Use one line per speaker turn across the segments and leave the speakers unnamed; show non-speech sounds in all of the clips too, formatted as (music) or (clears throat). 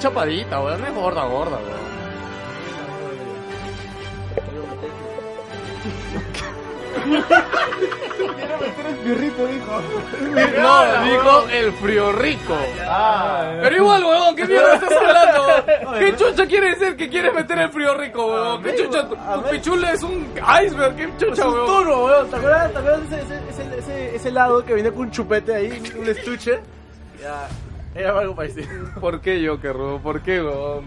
tapadita, weón. No es gorda, gorda, weón.
Eres birrito, dijo.
No, dijo el frío rico.
Ah,
Pero igual, weón, ¿qué mierda estás hablando? ¿Qué chucha quiere decir que quieres meter el frío rico, weón? ¿Qué chucha? Tu, tu pichula es un iceberg, ¿qué chucha,
un
weón?
toro, weón. ¿Te acuerdas, te acuerdas ese, ese, ese, ese, ese helado que venía con un chupete ahí, un estuche? Ya, era algo parecido.
¿Por qué yo, que robo? ¿Por qué, weón?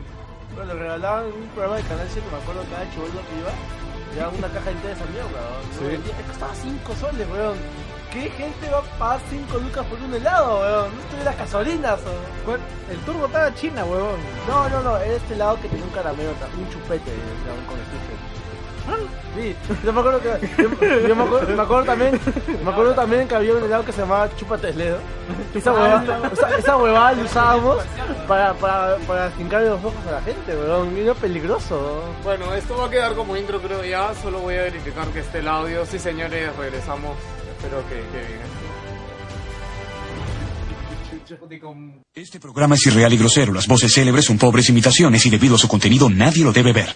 Bueno, lo regalaban en un programa de Canal 7, me acuerdo cada chivolo que iba. Llevaban una caja entera de esa mierda, weón.
Sí.
Yo vendía- Es que costaba 5 soles, weón. ¿Qué gente va a pagar 5 lucas por un helado, weón? No estuviera las gasolinas, weón.
¿Cuál? El turbo estaba china, huevón.
No, no, no, era este helado que tenía un caramelo, o sea, un chupete, o sea, un con estuche. Sí, yo me acuerdo que. Yo, yo me, acuerdo, me acuerdo también. Me acuerdo también que había un helado que se llamaba Chúpate el dedo.
Ah,
Esa huevada, esa, esa huevada la usábamos para, para, para hincarle los ojos a la gente, weón. Y era peligroso.
Bueno, esto va a quedar como intro, creo ya. Solo voy a verificar que esté el audio. Sí, señores, regresamos. Espero que, que vengan.
Este programa es irreal y grosero. Las voces célebres son pobres imitaciones y debido a su contenido nadie lo debe ver.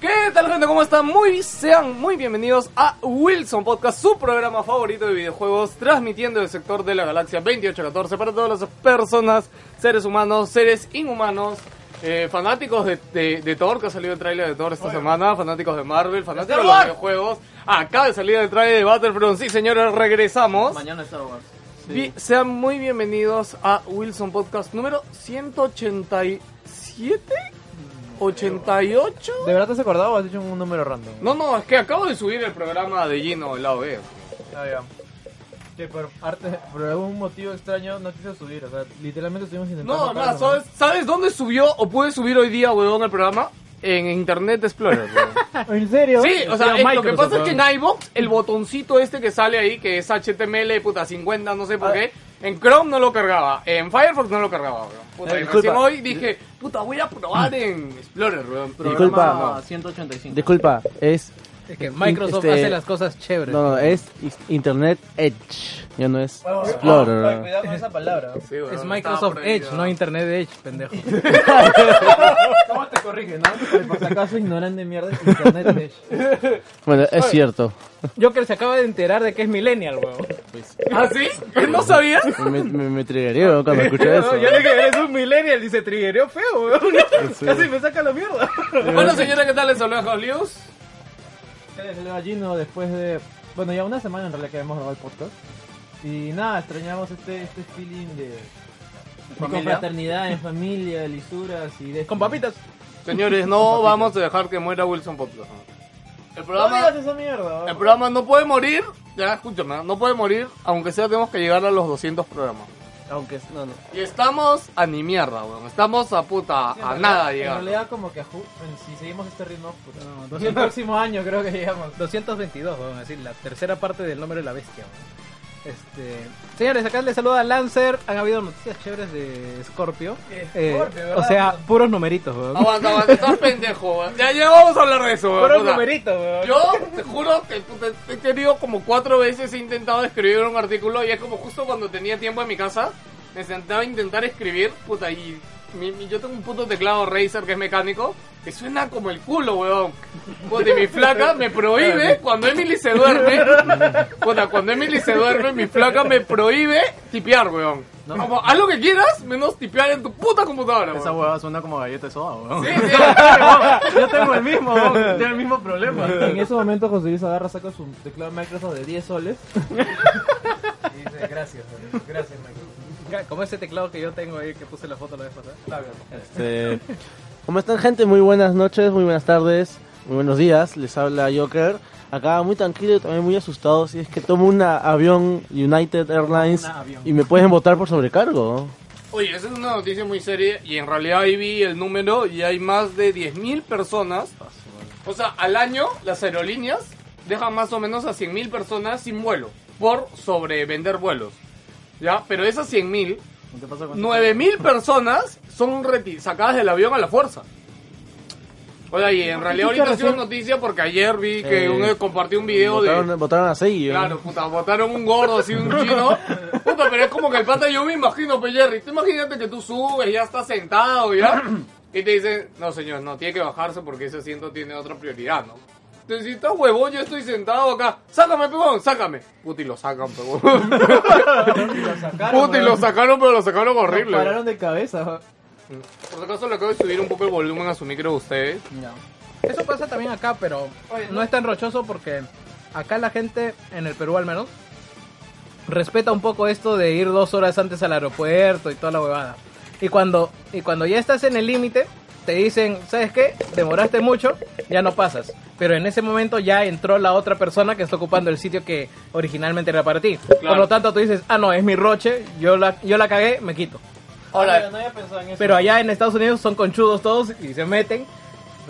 ¿Qué tal, gente? ¿Cómo están? Muy sean muy bienvenidos a Wilson Podcast, su programa favorito de videojuegos, transmitiendo el sector de la galaxia 2814 para todas las personas, seres humanos, seres inhumanos. eh, fanáticos de, de, de Thor, que ha salido el tráiler de Thor esta semana, fanáticos de Marvel, fanáticos de los videojuegos. Ah, Acaba de salir el tráiler de Battlefront, sí señores, regresamos.
Mañana Star Wars.
Bi- Sean muy bienvenidos a Wilson Podcast número 187, 88.
¿De verdad te has acordado o has hecho un número random?
No, no, es que acabo de subir el programa de Gino, el E. lado B.
Ah, ya. Que por, arte, por algún motivo extraño no quiso subir, o sea, literalmente estuvimos intentando.
No,
matarlo,
nada, ¿sabes, ¿sabes dónde subió o pude subir hoy día, huevón, el programa? En Internet
(laughs)
Explorer. huevón.
¿En serio?
sí, o sea,
Era
eh, lo que
Microsoft,
pasa es que
weón.
en iVoox, el botoncito este que sale ahí, que es HTML, puta, 50, no
Ah.
sé por qué, en Chrome no lo cargaba, en Firefox no lo cargaba, huevón. Puta,
Eh,
y
disculpa.
recién hoy dije, puta, voy a probar en Explorer, huevón. Programa,
Disculpa.
no.
185.
Disculpa, es.
Es que Microsoft
Este-
hace las cosas chéveres.
no, es Internet Edge. Ya no es
Oye, cuidado con esa palabra.
Sí, huevón,
es
estaba
Microsoft
prohibido.
Edge, no Internet Edge, pendejo. (laughs) ¿Cómo te corrige, no? Por si acaso ignorante mierda es Internet Edge.
Bueno, es cierto.
Joker se acaba de enterar de que es millennial, huevón.
¿Ah, sí? ¿No
(laughs)
sabías?
Me, me, triggeré
(laughs)
cuando escuché
No, yo le dije, eres un millennial y se triguereó feo, weón. Casi me saca la mierda.
Bueno, señora, ¿qué tal? Les saluda House News.
a Gino después de... Bueno, ya una semana en realidad que hemos grabado el podcast. Y nada, extrañamos este, este feeling de... Confraternidad en familia, lisuras y de... Con papitas.
Señores, no vamos a dejar que muera Wilson Podcast. El
No digas
programa,
esa mierda.
el programa no puede morir, ya escúchame, no puede morir, aunque sea tenemos que llegar a los 200 programas.
Aunque es- no, no.
Y estamos a ni mierda, weón. Estamos a puta,
Sí, en
a
realidad-
nada
En
llegar.
realidad como que a ju- en- si seguimos este ritmo, puta. el próximo año creo que llegamos. 222, vamos a decir, la tercera parte del nombre de la bestia. Este, señores, acá les saluda Lancer. Han habido noticias chéveres de Scorpio. Eh, o sea, puros numeritos, weón.
Aguanta, aguanta, estás (laughs) pendejo, weón. Ya, ya vamos a hablar de eso, weón.
puros
puta.
numeritos, weón.
Yo te juro que puta, he tenido como cuatro veces he intentado escribir un artículo y es como justo cuando tenía tiempo en mi casa, me sentaba a intentar escribir, puta, y mi- mi- yo tengo un puto teclado Razer que es mecánico, que suena como el culo, weón. Puta, y mi flaca me prohíbe cuando Emily se duerme. Puta, cuando Emily se duerme, mi flaca me prohíbe tipear, weón. Como, haz lo que quieras, menos tipear en tu puta computadora,
Esa
weón.
huevada suena como galleta de soda, weón.
Sí, sí.
Yo tengo el mismo, weón. Tengo el mismo problema.
En ese momento José Luis agarra, saca su teclado Microsoft de 10 soles.
(laughs) Y dice, gracias, Daniel, gracias, Michael. Como ese teclado que yo tengo ahí que puse la foto la vez pasada.
Este, ¿Cómo están gente? Muy buenas noches, muy buenas tardes, muy buenos días. Les habla Joker. Acá muy tranquilo y también muy asustado. Si es que tomo un avión United Airlines
Un avión.
y me pueden votar por sobrecargo.
Oye, esa es una noticia muy seria y en realidad ahí vi el número y hay más de 10.000 personas. O sea, al año las aerolíneas dejan más o menos a 100.000 personas sin vuelo por sobrevender vuelos. ¿Ya? Pero esas 100.000,
¿Qué pasa con
9.000 personas son reti- sacadas del avión a la fuerza. Oye, y en realidad ahorita ha sido noticia porque ayer vi que
Eh,
uno compartió un video de...
Votaron, votaron a Segui. ¿eh?
Claro, puta, botaron un gordo así, un chino. Puta, pero es como que el pata, yo me imagino, pues Jerry, tú imagínate que tú subes, ya estás sentado, (clears throat) ya. Y te dicen, no señor, no, tiene que bajarse porque ese asiento tiene otra prioridad, ¿no? Entonces, si estás huevón, yo estoy sentado acá. Sácame, pegón, sácame. Puta, y lo sacan, pegón. (laughs) Puta, y lo sacaron, pero lo sacaron horrible.
Pararon de cabeza.
Por si acaso le acabo de subir un poco el volumen a su micro de ustedes.
Eso pasa también acá, pero no es tan rochoso porque acá la gente, en el Perú al menos, respeta un poco esto de ir dos horas antes al aeropuerto y toda la huevada. Y cuando, y cuando ya estás en el límite, te dicen, ¿sabes qué? Demoraste mucho, ya no pasas. Pero en ese momento ya entró la otra persona que está ocupando el sitio que originalmente era para ti. Por lo tanto, tú dices, ah, no, es mi roche, yo la, yo la cagué, me quito.
Ahora,
no había pensado en eso.
Pero allá en Estados Unidos son conchudos todos y se meten,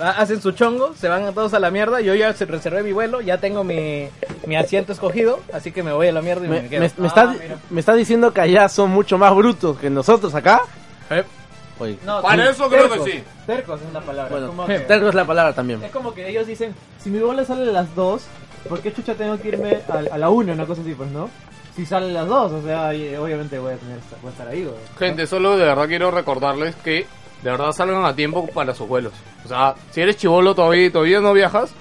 ha- hacen su chongo, se van todos a la mierda. Yo ya se- reservé mi vuelo, ya tengo mi, mi asiento escogido, así que me voy a la mierda y me,
Me, me,
quedo. Ah,
me está,
Ah,
me está diciendo que allá son mucho más brutos que nosotros acá.
Eh,
Oye,
No,
para
sí,
eso creo que
tercos.
sí.
Tercos es la palabra.
Bueno,
como que-
terco es la palabra también.
es como que ellos dicen, si mi bola sale a las 2, ¿por qué chucha tengo que irme a, a la 1? Una cosa así, pues, ¿no? Si sale a las 2, o sea, y- obviamente voy a, tener, voy a estar ahí, güey.
Gente, solo de verdad quiero recordarles que de verdad salgan a tiempo para sus vuelos. O sea, si eres chivolo todavía y todavía no viajas,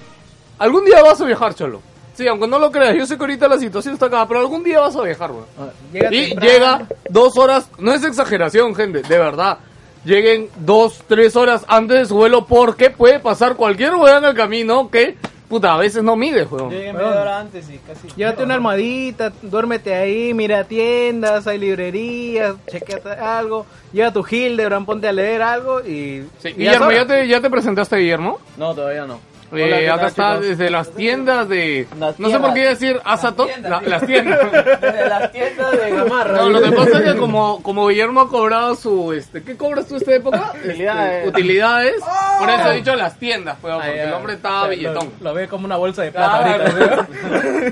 algún día vas a viajar, cholo. Sí, aunque no lo creas, yo sé que ahorita la situación está acá, pero algún día vas a viajar, weón.
Ah, llega
Y
temprano.
llega dos horas, no es exageración, gente, de verdad. Lleguen dos, tres horas antes de su vuelo porque puede pasar cualquier weón en el camino que, puta, a veces no mides, weón.
Llegué media hora antes y casi.
Llévate una almohadita, duérmete ahí, mira tiendas, hay librerías, chequeate algo, lleva tu Hildebrand, ponte a leer algo y...
Sí,
y ya es
Guillermo,
hora.
¿ya te, ya te presentaste, Guillermo?
No, todavía no.
Eh, acá está desde las tiendas de.
Las
no sé por qué iba a decir Asato. la- Las tiendas.
(laughs)
Desde las tiendas de Gamarra.
No, lo que pasa es que como, como Guillermo ha cobrado su. Este, ¿Qué cobras tú esta época? Este,
Utilidades.
utilidades. Por eso he dicho las tiendas, pues, porque el hombre está billetón.
Lo, lo ve como una bolsa de plata ahorita.
Claro.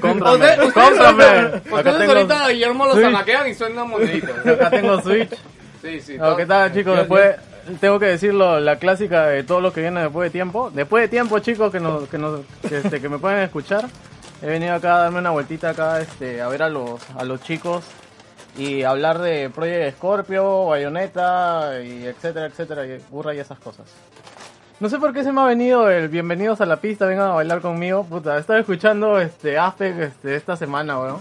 Cómprame,
Ustedes- ustedes
cómprame.
ahorita-
Acá
Ustedes
tengo-
ahorita a Guillermo lo
Sí.
zamaquean y suena monedito.
Acá tengo Switch.
Sí, sí.
No, ¿Qué tal, chicos? Después tengo que decirlo, la clásica de todos los que vienen después de tiempo. Después de tiempo, chicos, que nos, que nos, que, este, que me pueden escuchar. He venido acá a darme una vueltita acá, este, a ver a los, a los chicos y hablar de Project Scorpio, Bayonetta y etcétera, etcétera, y burra y esas cosas. No sé por qué se me ha venido el bienvenidos a la pista, vengan a bailar conmigo. Puta, estaba escuchando este Aspect este, esta semana, weón.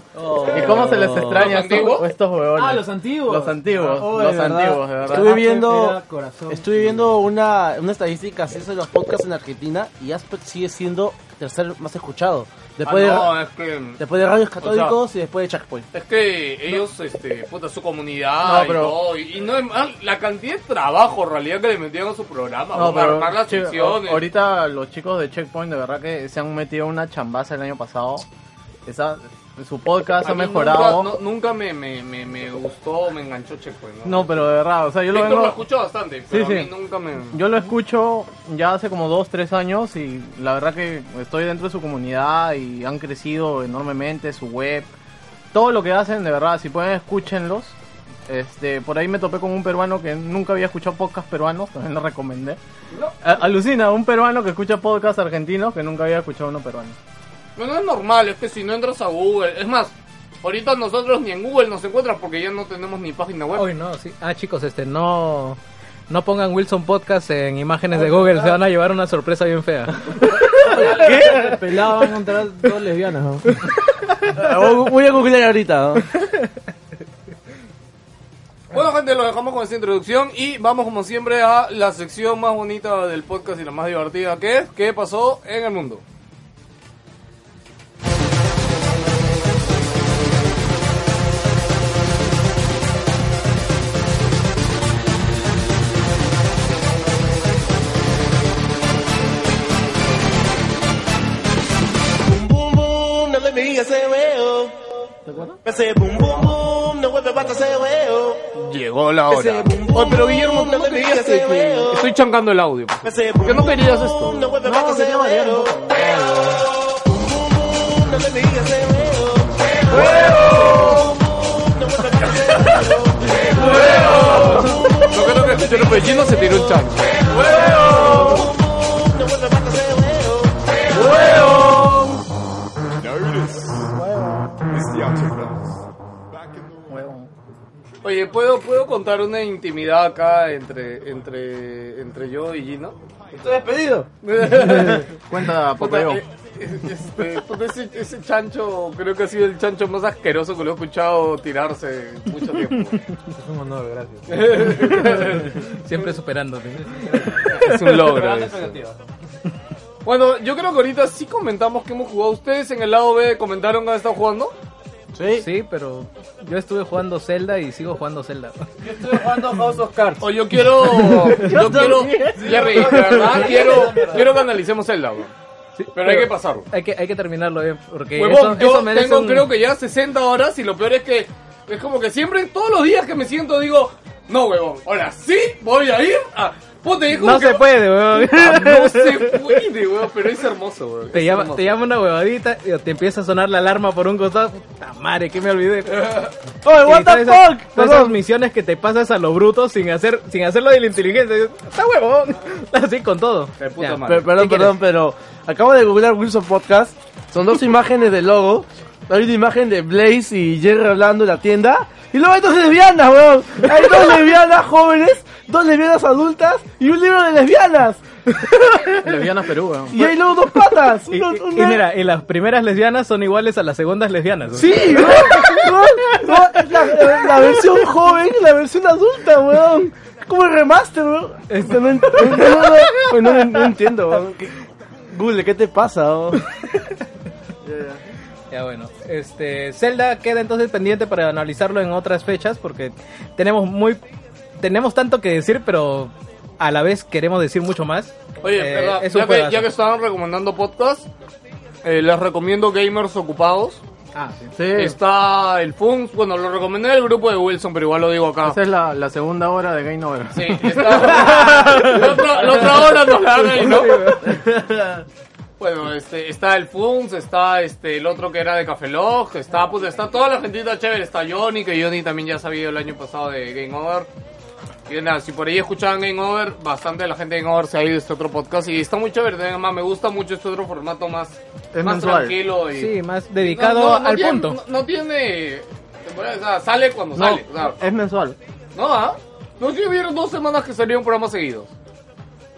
¿Y cómo se les extraña a
Oh. ¿Los antiguos?
estos, a estos huevones?
Ah, los antiguos.
Los antiguos,
Ah, oh,
los
de verdad.
antiguos, de verdad.
Estuve viendo-
Era Ah, corazón.
Estuve viendo una, una estadística así de los podcasts en Argentina y Aspect sigue siendo tercer más escuchado. Después, de,
Ah, no, es que.
después de Radios Católicos y después de Checkpoint.
Es que ellos, este, puta, su comunidad
No, pero-
y todo, y, y no es mal- la cantidad de trabajo en realidad que le metían a su programa,
No,
para
pero,
armar las
che,
secciones.
a- ahorita los chicos de Checkpoint de verdad que se han metido una chambaza el año pasado. Esa, su podcast
A
ha
mí
mejorado.
Nunca,
no,
no- nunca me, me, me, me gustó, me enganchó Checkpoint. No,
pero de verdad, o sea, yo lo
Víctor
vengo-
lo escucho bastante, pero
Sí,
a mí
sí.
nunca me...
Yo lo escucho ya hace como dos, tres años y la verdad que estoy dentro de su comunidad y han crecido enormemente, su web, todo lo que hacen, de verdad, si pueden escúchenlos. Este, por ahí me topé con un peruano que nunca había escuchado podcast peruanos, (laughs) también lo recomendé. A- alucina, un peruano que escucha podcast argentino que nunca había escuchado uno peruano.
Pero no es normal, es que si no entras a Google... Es más, ahorita nosotros ni en Google nos encuentras porque ya no tenemos ni página web.
Hoy no, sí. Ah, chicos, este, no. No pongan Wilson Podcast en imágenes de Google, se van a llevar una sorpresa bien fea.
El pelado van a encontrar dos lesbianas, ¿no?
(laughs) Voy a googlear ahorita. ¿no?
Bueno, gente, lo dejamos con esta introducción y vamos, como siempre, a la sección más bonita del podcast y la más divertida que es ¿Qué pasó en el mundo?
boom boom boom, no le digas ese huevo. Ese boom boom boom, no vuelve basta ese huevo.
Llegó la
Ese boom boom,
Oye, pero Guillermo,
no
¿cómo
le
te
digas
digas
ese
que
huevo.
estoy chancando el audio? por favor?
Ese boom
Yo no quería hacer esto.
boom, no vuelve basta ese huevo. Boom boom boom, no le digas ese huevo.
Lo que no que escucharon fue Gino se tiró un chancho.
No vuelve basta ese huevo.
Oye, ¿puedo, ¿puedo contar una intimidad acá entre, entre, entre yo y (laughs) Gino?
Estoy despedido.
Puta,
Cuenta, Popeyón.
eh, eh, este, puta, ese, ese chancho creo que ha sido el chancho más asqueroso que lo he escuchado tirarse en mucho tiempo.
Es un honor, gracias.
(laughs)
Siempre superándote.
Es un logro. eso. Bueno, yo creo que ahorita sí comentamos que hemos jugado. ¿Ustedes en el lado B comentaron que han estado jugando?
Sí.
Sí, pero yo estuve jugando Zelda y sigo jugando Zelda.
Estoy jugando House of Cards.
O yo quiero. (laughs) Yo quiero. Jerry, de verdad, quiero, quiero que analicemos el lado.
(laughs)
Pero hay que pasarlo.
Hay que, hay que terminarlo bien, porque
Huevón,
eso,
yo
eso merece
tengo
un-
creo que ya 60 horas y lo peor es que es como que siempre, todos los días que me siento digo, no huevón, ahora sí voy a ir a... Puta, y es como
No
que-
se puede, weón.
(laughs) Ah, No se puede, huevón, pero es hermoso, huevón.
Te
es
llama,
hermoso.
te llama una huevadita y te empieza a sonar la alarma por un costado. Puta madre, que me
(laughs)
olvidé.
¡Oye,
Y
what
todas
the
esas-
fuck!
todas esas
Perdón.
misiones que te pasas a lo bruto sin hacer sin hacerlo de la inteligencia. Yo, Está huevón. (laughs) Así con todo.
De puta
Ya.
madre.
Per- Eh, Perdón,
¿Qué quieres?
perdón, pero acabo de googlear Wilson Podcast. Son dos imágenes del logo. Hay una imagen de Blaze y Jerry hablando en la tienda. Y luego hay dos lesbianas, weón. Hay (laughs) dos lesbianas jóvenes, dos lesbianas adultas y un libro de lesbianas.
Lesbianas Perú, weón.
Y hay luego dos patas.
Y,
Uno-
y-
una-
y mira, y las primeras lesbianas son iguales a las segundas lesbianas. ¿no?
Sí, weón. weón, weón, la, la versión joven y la versión adulta, weón. Es como el remaster, weón. Este, no, ent- no, no, no, no- no entiendo, weón. ¿Qué- Google, ¿qué te pasa, weón?
Ya bueno, este Zelda queda entonces pendiente para analizarlo en otras fechas porque tenemos muy tenemos tanto que decir, pero a la vez queremos decir mucho más.
Oye,
Eh,
verdad,
es
ya,
un
que,
juegazo.
ya que estaban recomendando podcast, eh, les recomiendo Gamers Ocupados.
Ah, sí.
Está el Funks, bueno, lo recomendé en el grupo de Wilson, pero igual lo digo acá.
Esa es la, la segunda hora de Game Over.
Sí, está. la, otra, la otra hora nos la dan ahí, ¿no? Bueno, este, está el Funks, está este, el otro que era de Café Log, está, pues, está toda la gentita chévere, está Johnny, que Johnny también ya sabía el año pasado de Game Over. Y nada, si por ahí escuchaban Game Over, bastante de la gente de Game Over se ha ido a este otro podcast y está muy chévere, también, además me gusta mucho este otro formato más,
Es
más
mensual.
tranquilo y...
Sí, más dedicado
No, no, no
al
tiene-
punto.
No, no tiene... temporada, o sea, sale cuando
No,
sale. o sea,
es mensual.
no, ¿ah? No sí hubieron dos semanas que salió un programa seguido.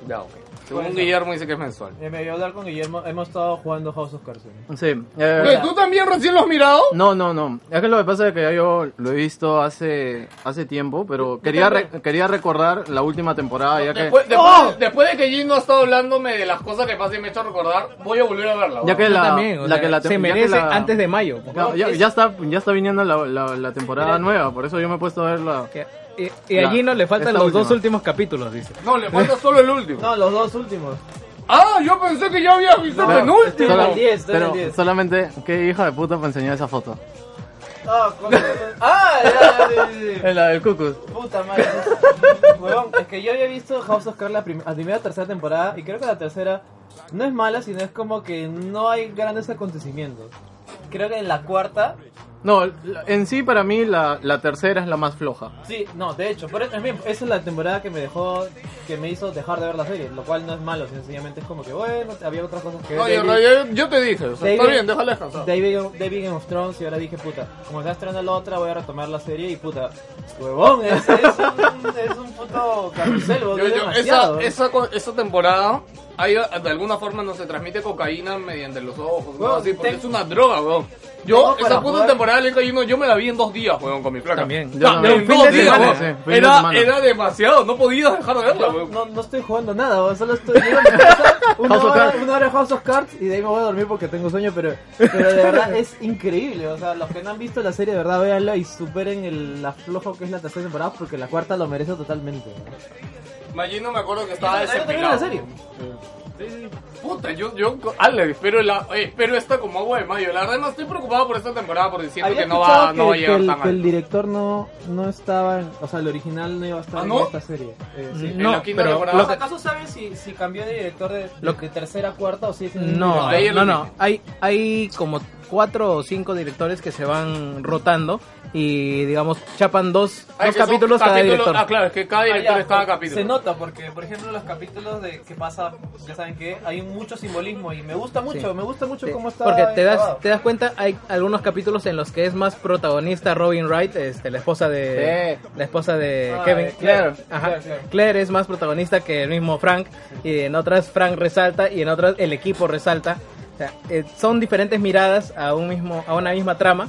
Ya, ok. Según
Bueno.
Guillermo dice que es mensual.
Eh, me voy a hablar con Guillermo, hemos estado jugando House of Cards. ¿no?
Sí. eh,
Oye, ¿Tú también recién lo has mirado?
no, no, no. Es que lo que pasa es que ya yo lo he visto hace hace tiempo, pero quería re- quería recordar la última temporada ya que
Después, después- después de que Gino ha estado hablándome de las cosas que pasan y me ha hecho recordar, voy a volver a verla.
ya
weón.
que
Yo
la,
también, o
la
sea,
que la tem-
se
ya que
merece
la-
antes de mayo.
ya, ya- ya está ya está viniendo la, la- la temporada nueva, por eso yo me he puesto a ver la
Que- Y, y
Ya,
allí no le faltan
esta
los dos
última.
últimos capítulos, dice.
No, le falta solo el último.
No, los
(laughs)
dos últimos.
Ah, yo pensé que ya había visto el
Pero-
penúltimo.
solo-
el 10, estoy en el
pero
10.
solamente qué hija de puta me enseñó esa foto.
Ah, con- ah, ya, ya, sí, sí, sí.
La del Cucus.
(laughs)
Puta madre. Weón, es que yo había visto House of Cards la, prim- la primera tercera temporada y creo que la tercera no es mala, sino es como que no hay grandes acontecimientos. Creo que en la cuarta
No, la- en sí para mí la, la tercera es la más floja.
Sí, no, de hecho, pero es bien, esa es la temporada que me dejó, que me hizo dejar de ver la serie, lo cual no es malo, sencillamente es como que, bueno, había otras cosas que ver.
Oye,
David-
yo, yo te dije, o sea, está
David-
bien, déjale descansar.
David, David Game of Thrones y ahora dije, puta, como está estrenando la otra, voy a retomar la serie y puta, huevón, es, es, un, es un puto carrusel,
Yo-
huevón,
yo- esa,
es demasiado.
esa, co- esa temporada, hay, de alguna forma no se transmite cocaína mediante los ojos, ¿no?
Weón,
Así, porque
ten-
es una droga, weón.
Tengo
Yo,
para
esa puta
jugar-
temporada de Cayuno, yo me la vi en dos días, weón, con mi placa.
También.
O
Yo
sea,
también.
en
Fin
dos
de
días,
semana,
weón.
sí, fin de
Era,
semana.
era demasiado, no podía dejar de verla, weón.
no, no estoy jugando nada, weón, solo estoy yo
(laughs)
me
House
pasa una
of
hora,
Cards.
una hora de House of Cards y de ahí me voy a dormir porque tengo sueño, pero, pero de verdad es increíble. O sea, los que no han visto la serie, de verdad, véanla y superen el aflojo que es la tercera temporada porque la cuarta lo merece totalmente.
Imagino, me acuerdo que estaba
Yo también la
desesperado.
serie.
Puta, yo, yo, Ale, espero, la, eh, espero esta como agua de mayo. La verdad, no estoy preocupado por esta temporada porque siento
Había
que no
escuchado
va, no va a
que-
llegar
que el,
tan
que el
alto.
director no, no estaba, en- o sea, el original no iba a estar
¿Ah,
en
no? ¿Ah,
esta serie. Eh, sí.
En la
No,
quinta
pero
temporada.
lo que-
¿Acaso saben si, si cambió de director de, de tercera a cuarta o si es el
No,
Ahí es lo
no, no. Hay, hay como cuatro o cinco directores que se van rotando y, digamos, chapan dos,
Ah,
dos
que son
capítulos cada
capítulos-
director.
Ah, claro, es que cada director
Ah, ya,
es cada
porque
capítulo.
Se nota porque, por ejemplo, los capítulos de que pasa, ya saben que hay mucho simbolismo y me gusta mucho,
Sí.
me gusta mucho
Sí,
cómo está.
Porque te das,
grabado.
te das cuenta, hay algunos capítulos en los que es más protagonista Robin Wright, este, la esposa de la esposa de
Ah,
Kevin.
de Claire.
Ajá.
Claire, Claire.
Claire es más protagonista que el mismo Frank. Y en otras Frank resalta y en otras el equipo resalta. O sea, eh, son diferentes miradas a un mismo, a una misma trama.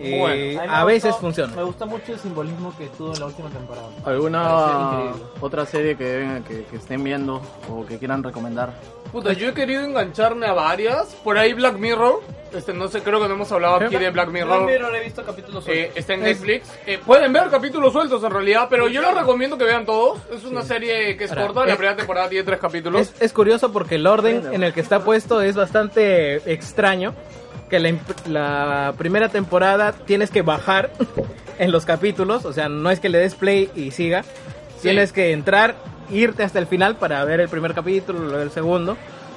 Y
Bueno, a
mí me
a veces
gustó-
funciona.
Me gusta mucho el simbolismo que tuvo en la última temporada. Parece
¿Alguna
increíble.
otra serie que, venga- que, que estén viendo o que quieran recomendar?
Puta, yo he querido engancharme a varias. Por ahí Black Mirror. Este, no sé, creo que no hemos hablado aquí de Black Mirror.
Black Mirror he visto capítulos
Eh, está en Netflix. Eh, pueden ver capítulos sueltos en realidad, pero yo les recomiendo que vean todos. Es una serie que es
Ahora,
corta. La
es-
primera temporada tiene tres capítulos.
Es, es curioso porque el orden en el que está puesto es bastante extraño. Que la, imp- la primera temporada tienes que bajar (laughs) en los capítulos, o sea, no es que le des play y siga. Tienes que entrar, irte hasta el final para ver el primer capítulo, luego el segundo.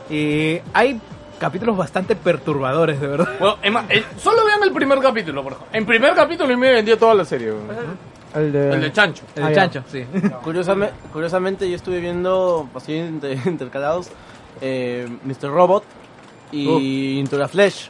Y hay capítulos bastante perturbadores, de verdad.
Bueno, es más, eh, solo vean el primer capítulo, por favor. En primer capítulo y me vendió toda la serie. weón.
El de...
El de Chancho.
El
Ah, ya.
chancho, sí.
Curiosame- curiosamente yo estuve viendo pasillos inter- (laughs) intercalados eh, Mr. Robot y Into the Flesh,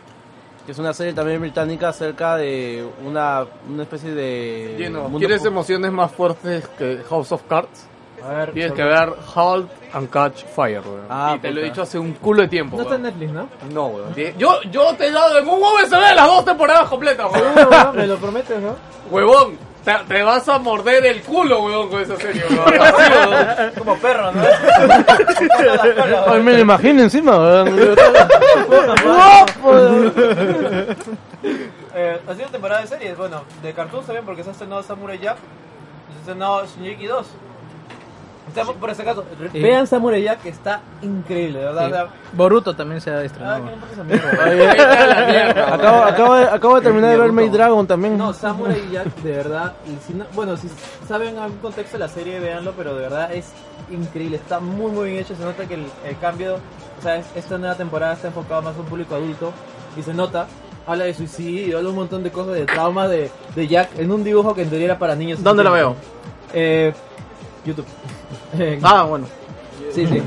que es una serie también británica acerca de una, una especie de...
Lleno.
mundo
¿Quieres
fu-
emociones más fuertes que House of Cards?
A ver,
Tienes que ver Halt and Catch Fire, weón.
Ah,
y te lo he
puta.
dicho hace un culo de tiempo.
no está en
(laughs)
weón.
Netflix, ¿no?
No, weón. Tie- Yo, yo te he dado en un USB las dos temporadas completas, weón.
me lo prometes, ¿no?
Huevón, te, te vas a morder el culo, huevón, con esa serie, huevón. Así, huevón.
Como perro,
(laughs)
¿no?
Ay, me lo imagino encima. weón. (laughs)
Eh, ha sido temporada de series, bueno, de cartoons también, porque se ha estrenado Samurai Jack, se ha estrenado Shingeki 2. O sea, por ese caso, re-
Sí.
vean Samurai Jack, que está increíble, de ¿verdad?
Boruto también se ha
O sea, ah,
estrenado.
que no pasa esa mierda.
Vete a la
acabo,
mierda, huevón.
acabo de, acabo de terminar de ver Maid Dragon también.
No, Samurai Jack, de verdad, y si no- bueno, si saben algún contexto de la serie, véanlo, pero de verdad es increíble, está muy muy bien hecho, se nota que el, el cambio, o sea, es- esta nueva temporada está enfocada más a un público adulto, y se nota, habla de suicidio, habla un montón de cosas, de traumas de, de Jack, en un dibujo que en teoría era para niños.
¿Dónde la veo?
Eh, YouTube. Eh,
Ah, bueno.
sí, sí.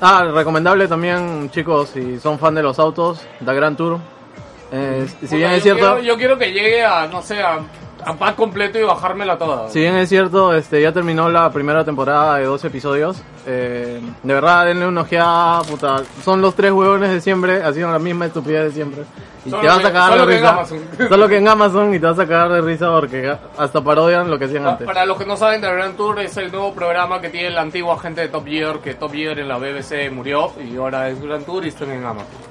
Ah, recomendable también, chicos, si son fan de los autos, Da Grand Tour. Eh, si bien
Puta,
es
yo
cierto,
quiero- yo quiero que llegue a, no sé, a, a pack completo y bajármela toda.
si bien es cierto, este ya terminó la primera temporada de 12 episodios. Eh, de verdad, denle una ojeada, puta. Son los tres huevones de siempre, haciendo la misma estupidez de siempre. Y
Solo
te vas
que-
a cagar
solo
de
que en
risa.
Amazon.
Solo que en Amazon y te vas a cagar de risa porque hasta parodian lo que hacían
Pa-
antes.
Ah, Para los que no saben, The Grand Tour es el nuevo programa que tiene la antigua gente de Top Gear, que Top Gear en la BBC murió y ahora es Grand Tour y están en Amazon.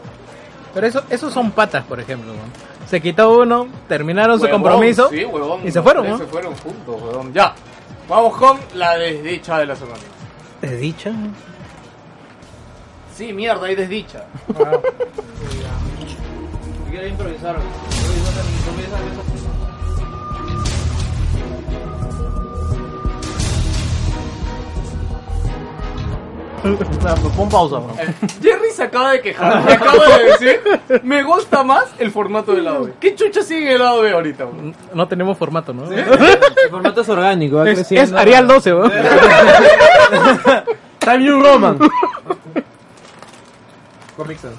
Pero eso, esos son patas, por ejemplo. ¿no? Se quitó uno, terminaron su
Huevón,
compromiso
sí, huevón,
y se fueron,
los
¿no?
tres Se fueron juntos, huevón. Ya, vamos con la desdicha de la semana.
Desdicha.
Sí, mierda, hay desdicha.
Quiero improvisar.
Pon pausa, weón.
Eh, Jerry se acaba de quejar, me acaba de decir, me gusta más el formato del lado B.
(laughs)
¿Qué chucha sigue el lado B ahorita? bro?
No tenemos formato, ¿no?
El formato es orgánico,
Es,
va
es
creciendo.
Arial 12, weón.
Time New
(laughs)
Roman.
Comic Sans.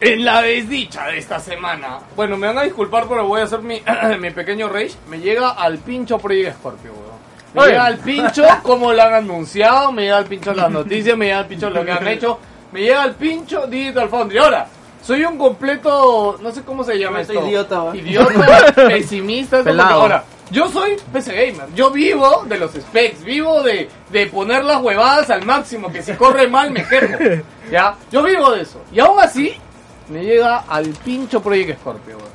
En la desdicha de esta semana. Bueno, me van a disculpar, pero voy a hacer mi, (clears throat) mi pequeño rage. Me llega al pincho Project Scorpio, weón. Me
Oye.
llega al
(laughs)
pincho como lo han anunciado, me llega al pincho las noticias, me llega al pincho lo que han hecho, me llega al pincho Digital Foundry. Ahora, soy un completo, no sé cómo se llama
Completo
esto.
idiota,
(laughs)
¿va?
Idiota, pesimista. eso porque
Pelado.
Ahora, yo soy PC Gamer, yo vivo de los specs, vivo de, de poner las huevadas al máximo, que si corre mal me quejo. ¿Ya? Yo vivo de eso. Y aún así, me llega al pincho Project Scorpio, weón.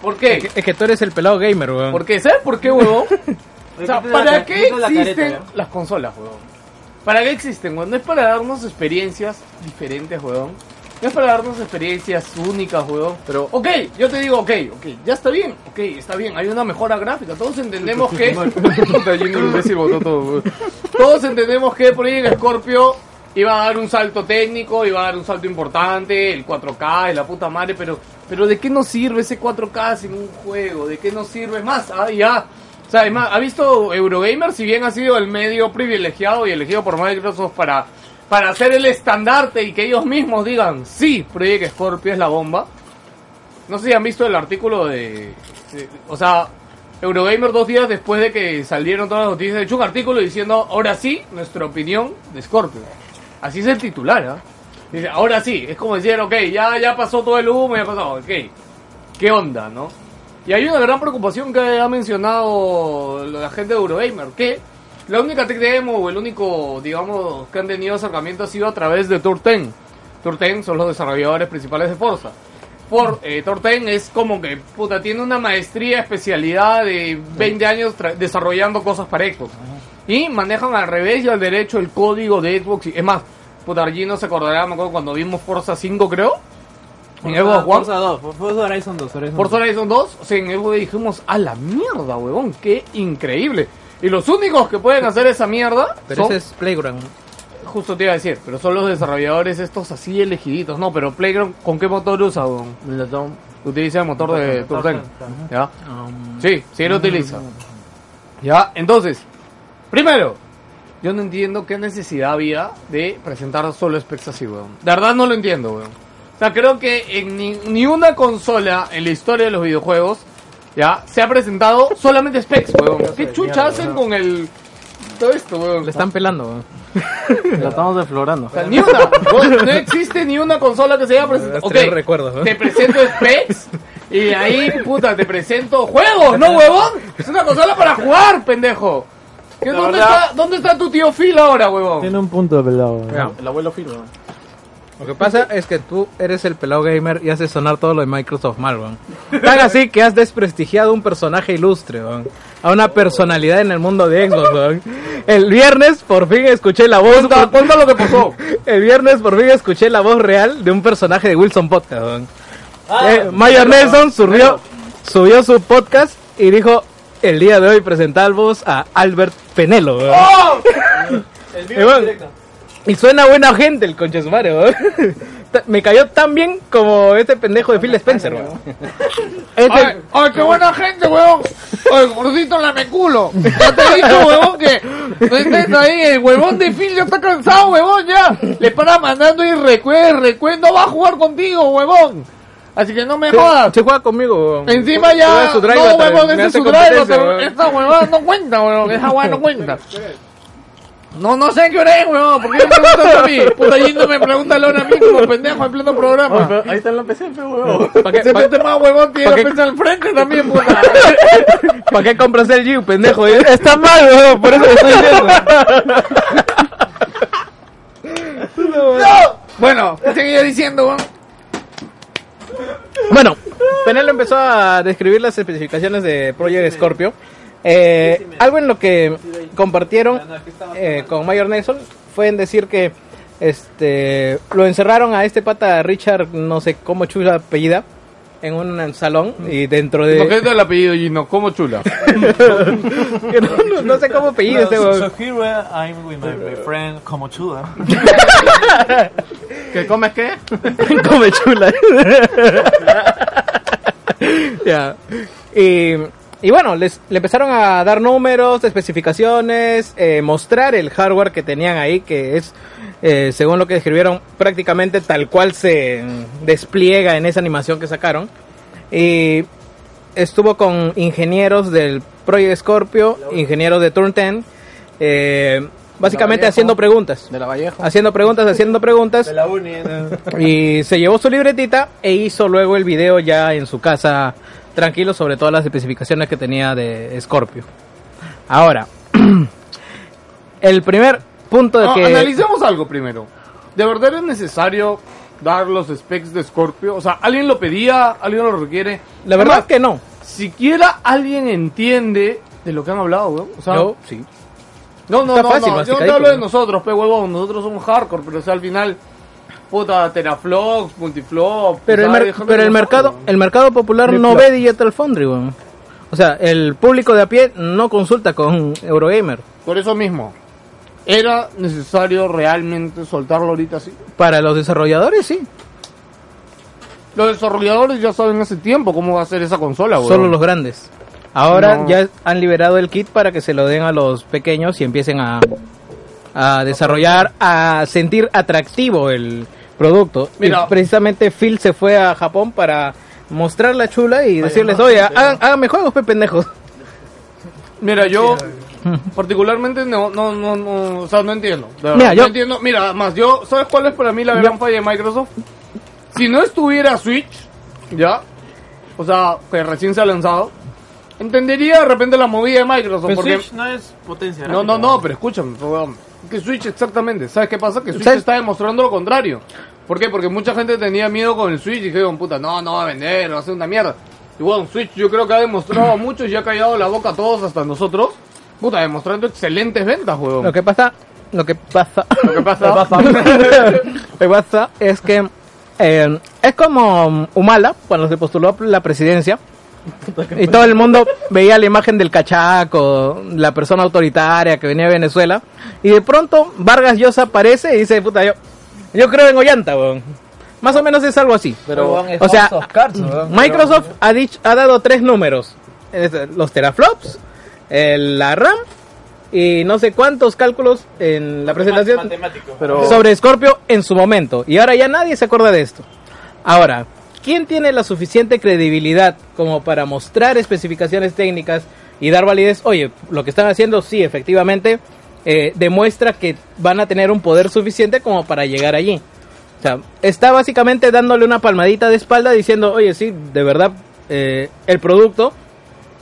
¿Por
Es
qué?
que, (laughs) es que tú eres el pelado gamer, weón.
Porque, ¿sabes por qué,
(laughs)
huevón? O sea,
Quítale la
¿para
ca-
qué
quítale la careta,
existen
¿ya?
las consolas, huevón? ¿Para qué existen, huevón? No es para darnos experiencias diferentes, huevón. No es para darnos experiencias únicas, huevón. Pero, ok, yo te digo, ok, ok, ya está bien, ok, está bien, hay una mejora gráfica. Todos entendemos
(laughs)
que. Puta, yo no sé si votó todo, huevón. Todos entendemos que Project Scorpio iba a dar un salto técnico, iba a dar un salto importante, el 4K, y la puta madre, pero, pero ¿de qué nos sirve ese 4K sin un juego? ¿De qué nos sirve Es más? Ah, ya. O sea, además, ha visto Eurogamer, si bien ha sido el medio privilegiado y elegido por Microsoft para, para hacer el estandarte y que ellos mismos digan, sí, Project Scorpio es la bomba. No sé si han visto el artículo de... de- o sea, Eurogamer dos días después de que salieron todas las noticias, hecho un artículo diciendo, ahora sí, nuestra opinión de Scorpio. Así es el titular, ¿ah? Dice, ahora sí, es como decir, ok, ya, ya pasó todo el humo, ya pasó, ok. ¿Qué onda, no? Y hay una gran preocupación que ha mencionado la gente de Eurogamer, que la única tech demo o el único, digamos, que han tenido acercamiento ha sido a través de Tour 10. Tour 10 son los desarrolladores principales de Forza. Por, eh, Tour 10 es como que, puta, tiene una maestría, especialidad de 20 años tra- desarrollando cosas para Xbox. Y manejan al revés y al derecho el código de Xbox. y- Es más, puta, Gino se acordará, me acuerdo cuando vimos Forza 5, creo. En Xbox One.
Forza 2, Forza Horizon 2, Horizon
Forza
2.
Horizon 2, o sea, en Evo dijimos, a la mierda, huevón, qué increíble. Y los únicos que pueden hacer esa mierda
Pero
son,
ese es Playground.
justo te iba a decir, pero son los desarrolladores estos así elegiditos. No, pero Playground, ¿con qué motor usa, huevón? Utiliza el motor de Turten, ¿ya? Sí, sí lo utiliza. Ya, entonces, primero, yo no entiendo qué necesidad había de presentar solo specs así, weón. De verdad no lo entiendo, weón. O sea, creo que en ni, ni una consola en la historia de los videojuegos, ya, se ha presentado solamente specs, weón. ¿Qué chucha hacen con el... todo esto, weón?
Le están pelando, weón.
(laughs) La estamos explorando.
O sea, ni una. weón, No existe ni una consola que se haya presentado.
Tres
Ok,
recuerdos, ¿no?
Te presento specs y de ahí, puta, te presento juegos, ¿no, huevón? Es una consola para jugar, pendejo. ¿Qué- ¿Dónde, está, ¿Dónde está tu tío Phil ahora, huevón?
Tiene un punto pelado.
Ya.
El abuelo Phil, weón.
Lo que pasa es que tú eres el pelado gamer y haces sonar todo lo de Microsoft mal,
(laughs)
weón. Tan así que has desprestigiado a un personaje ilustre, weón. A una personalidad en el mundo de Xbox, weón. El viernes por fin escuché la voz.
Cuenta, cuenta lo que pasó.
(laughs) El viernes por fin escuché la voz real de un personaje de Wilson Podcast, weón. Eh, Mayor Nelson subió, subió su podcast y dijo: El día de hoy presentamos a Albert Penelo, weón. (laughs)
El
Eh, weón. Y suena buena gente el conche de su madre, weón. (laughs) Ta- Me cayó tan bien como este pendejo de Phil Spencer, weón. (laughs) Este-
Ay, ay, qué buena gente, huevón. Ay, gordito lameculo. Ya te he dicho, huevón, que no estés ahí. El huevón de Phil ya está cansado, huevón, ya. Le para mandando y recuerde, recuerde, no va a jugar contigo, huevón. Así que no me jodas.
se juega conmigo, weón.
Encima
Todo
ya.
es su drive
no,
otra vez,
huevón,
me
ese es
hace
su drive.
competencia,
pero
huevón.
Esa huevada no cuenta, huevón. Esa huevada no cuenta. No, no sé a qué hora es, huevón. ¿Por qué me preguntas a mí? Puta, yendo me pregunta la hora a mí como pendejo en pleno programa.
Ahí está la PC, pe, huevón.
¿Para qué,
Ese
pa-
pete este más huevón tiene la
qué-
pizza al frente también,
(laughs)
puta.
pa' qué compras el Jeep, pendejo? Eh, Está mal, weón, por eso (laughs) lo estoy diciendo.
Bueno, ¿qué seguía diciendo, weón?
Bueno, Penelo empezó a describir las especificaciones de Project Scorpio. Eh, algo en lo que compartieron eh, con Mayor Nelson fue en decir que este lo encerraron a este pata Richard, no sé cómo chucha apellida, en un salón y dentro de...
¿Por qué este el apellido Gino? ¿Cómo chula?
que no, (laughs) no- no sé cómo apellido este
So,
weón.
so here I'm with my, my friend Komochuda.
¿Que comes (laughs) qué?
Come chula. (laughs) Ya. Y, y bueno, les, le empezaron a dar números, especificaciones, eh, mostrar el hardware que tenían ahí, que es, eh, según lo que describieron, prácticamente tal cual se mm, despliega en esa animación que sacaron. Y estuvo con ingenieros del Project Scorpio, ingenieros de Turn 10, eh, básicamente
Vallejo.
haciendo preguntas.
De la Vallejo.
Haciendo preguntas, haciendo preguntas.
De la uni. ¿eh?
Y se llevó su libretita e hizo luego el video ya en su casa, tranquilo, sobre todas las especificaciones que tenía de Scorpio. Ahora, (clears throat) el primer punto de
No,
que...
Analicemos algo primero. ¿De verdad es necesario dar los specs de Scorpio? O sea, ¿alguien lo pedía? ¿Alguien lo requiere?
La verdad
Además,
es que no.
Siquiera alguien entiende de lo que han hablado, weón. O sea,
Yo, sí.
No, no,
Está
no,
fácil,
no. Yo no te
masticadito,
hablo de
¿no?
nosotros, pe huevón. Nosotros somos hardcore, pero o sea, al final, puta, teraflops, multiflop.
Pero,
o
el,
sea,
mer-
déjame
pero el,
nosotros,
mercado,
weón.
el mercado popular no ve Digital Foundry, weón. O sea, el público de a pie no consulta con Eurogamer.
Por eso mismo, ¿era necesario realmente soltarlo ahorita así?
Para los desarrolladores, sí.
Los desarrolladores ya saben hace tiempo cómo va a ser esa consola, weón.
Solo los grandes. Ahora
No.
ya han liberado el kit para que se lo den a los pequeños y empiecen a, a desarrollar, a sentir atractivo el producto. Y
Mira.
precisamente Phil se fue a Japón para mostrar la chula y decirles, oye, hagan, háganme juegos, pe pendejos.
Mira, yo particularmente no, no, no, no, o sea, no entiendo. de verdad.
Mira, yo-
No entiendo, mira, más yo, ¿sabes cuál es para mí la gran falla de Microsoft? Si no estuviera Switch, ya, o sea, que recién se ha lanzado, entendería de repente la movida de Microsoft.
Pero
porque
Switch no es potencia.
No,
gráfica.
no, no, pero escúchame, weón. que Switch exactamente, ¿sabes qué pasa? Que Switch
¿Sabes?
está demostrando lo contrario. ¿Por qué? Porque mucha gente tenía miedo con el Switch y dijeron, puta, no, no va a vender, va a ser una mierda. Y bueno, Switch yo creo que ha demostrado a muchos y ha callado la boca a todos, hasta nosotros. Puta, demostrando excelentes ventas, weón.
Lo que pasa, lo que pasa,
Lo
(laughs)
que pasa,
lo que pasa es que eh, es como Humala cuando se postuló a la presidencia. Y todo el mundo veía la imagen del cachaco, la persona autoritaria que venía de Venezuela. Y de pronto Vargas Llosa aparece y dice, puta, yo, yo creo en Ollanta, weón. Más o menos es algo así.
Pero, weón, es
o sea,
House of Cards, weón.
Microsoft ha, dicho, ha dado tres números. Es, eh, Los teraflops, el- la RAM y no sé cuántos cálculos en la presentación
Matemático.
Pero
sobre Scorpio en su momento. Y ahora ya nadie se acuerda de esto. Ahora, ¿quién tiene la suficiente credibilidad como para mostrar especificaciones técnicas y dar validez? Oye, lo que están haciendo, sí, efectivamente, eh, demuestra que van a tener un poder suficiente como para llegar allí. O sea, está básicamente dándole una palmadita de espalda diciendo, oye, sí, de verdad, eh, el producto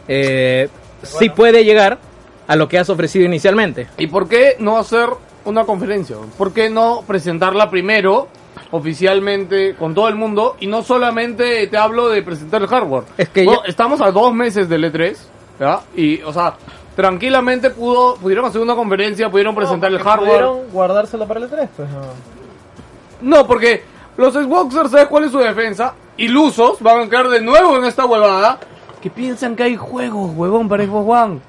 eh, sí puede llegar a lo que has ofrecido inicialmente.
¿Y por qué no hacer una conferencia? ¿Por qué no presentarla primero, oficialmente, con todo el mundo? Y no solamente te hablo de presentar el hardware.
Es que
Bueno,
ya-
estamos a dos meses del E3, ¿ya? Y, o sea, tranquilamente pudo, pudieron hacer una conferencia, pudieron presentar el hardware.
¿Pudieron guardárselo para el 3? Pues no.
No, porque los Xboxers, ¿sabes cuál es su defensa? Ilusos, van a caer de nuevo en esta huevada. Que piensan que hay juegos, huevón, para Xbox One.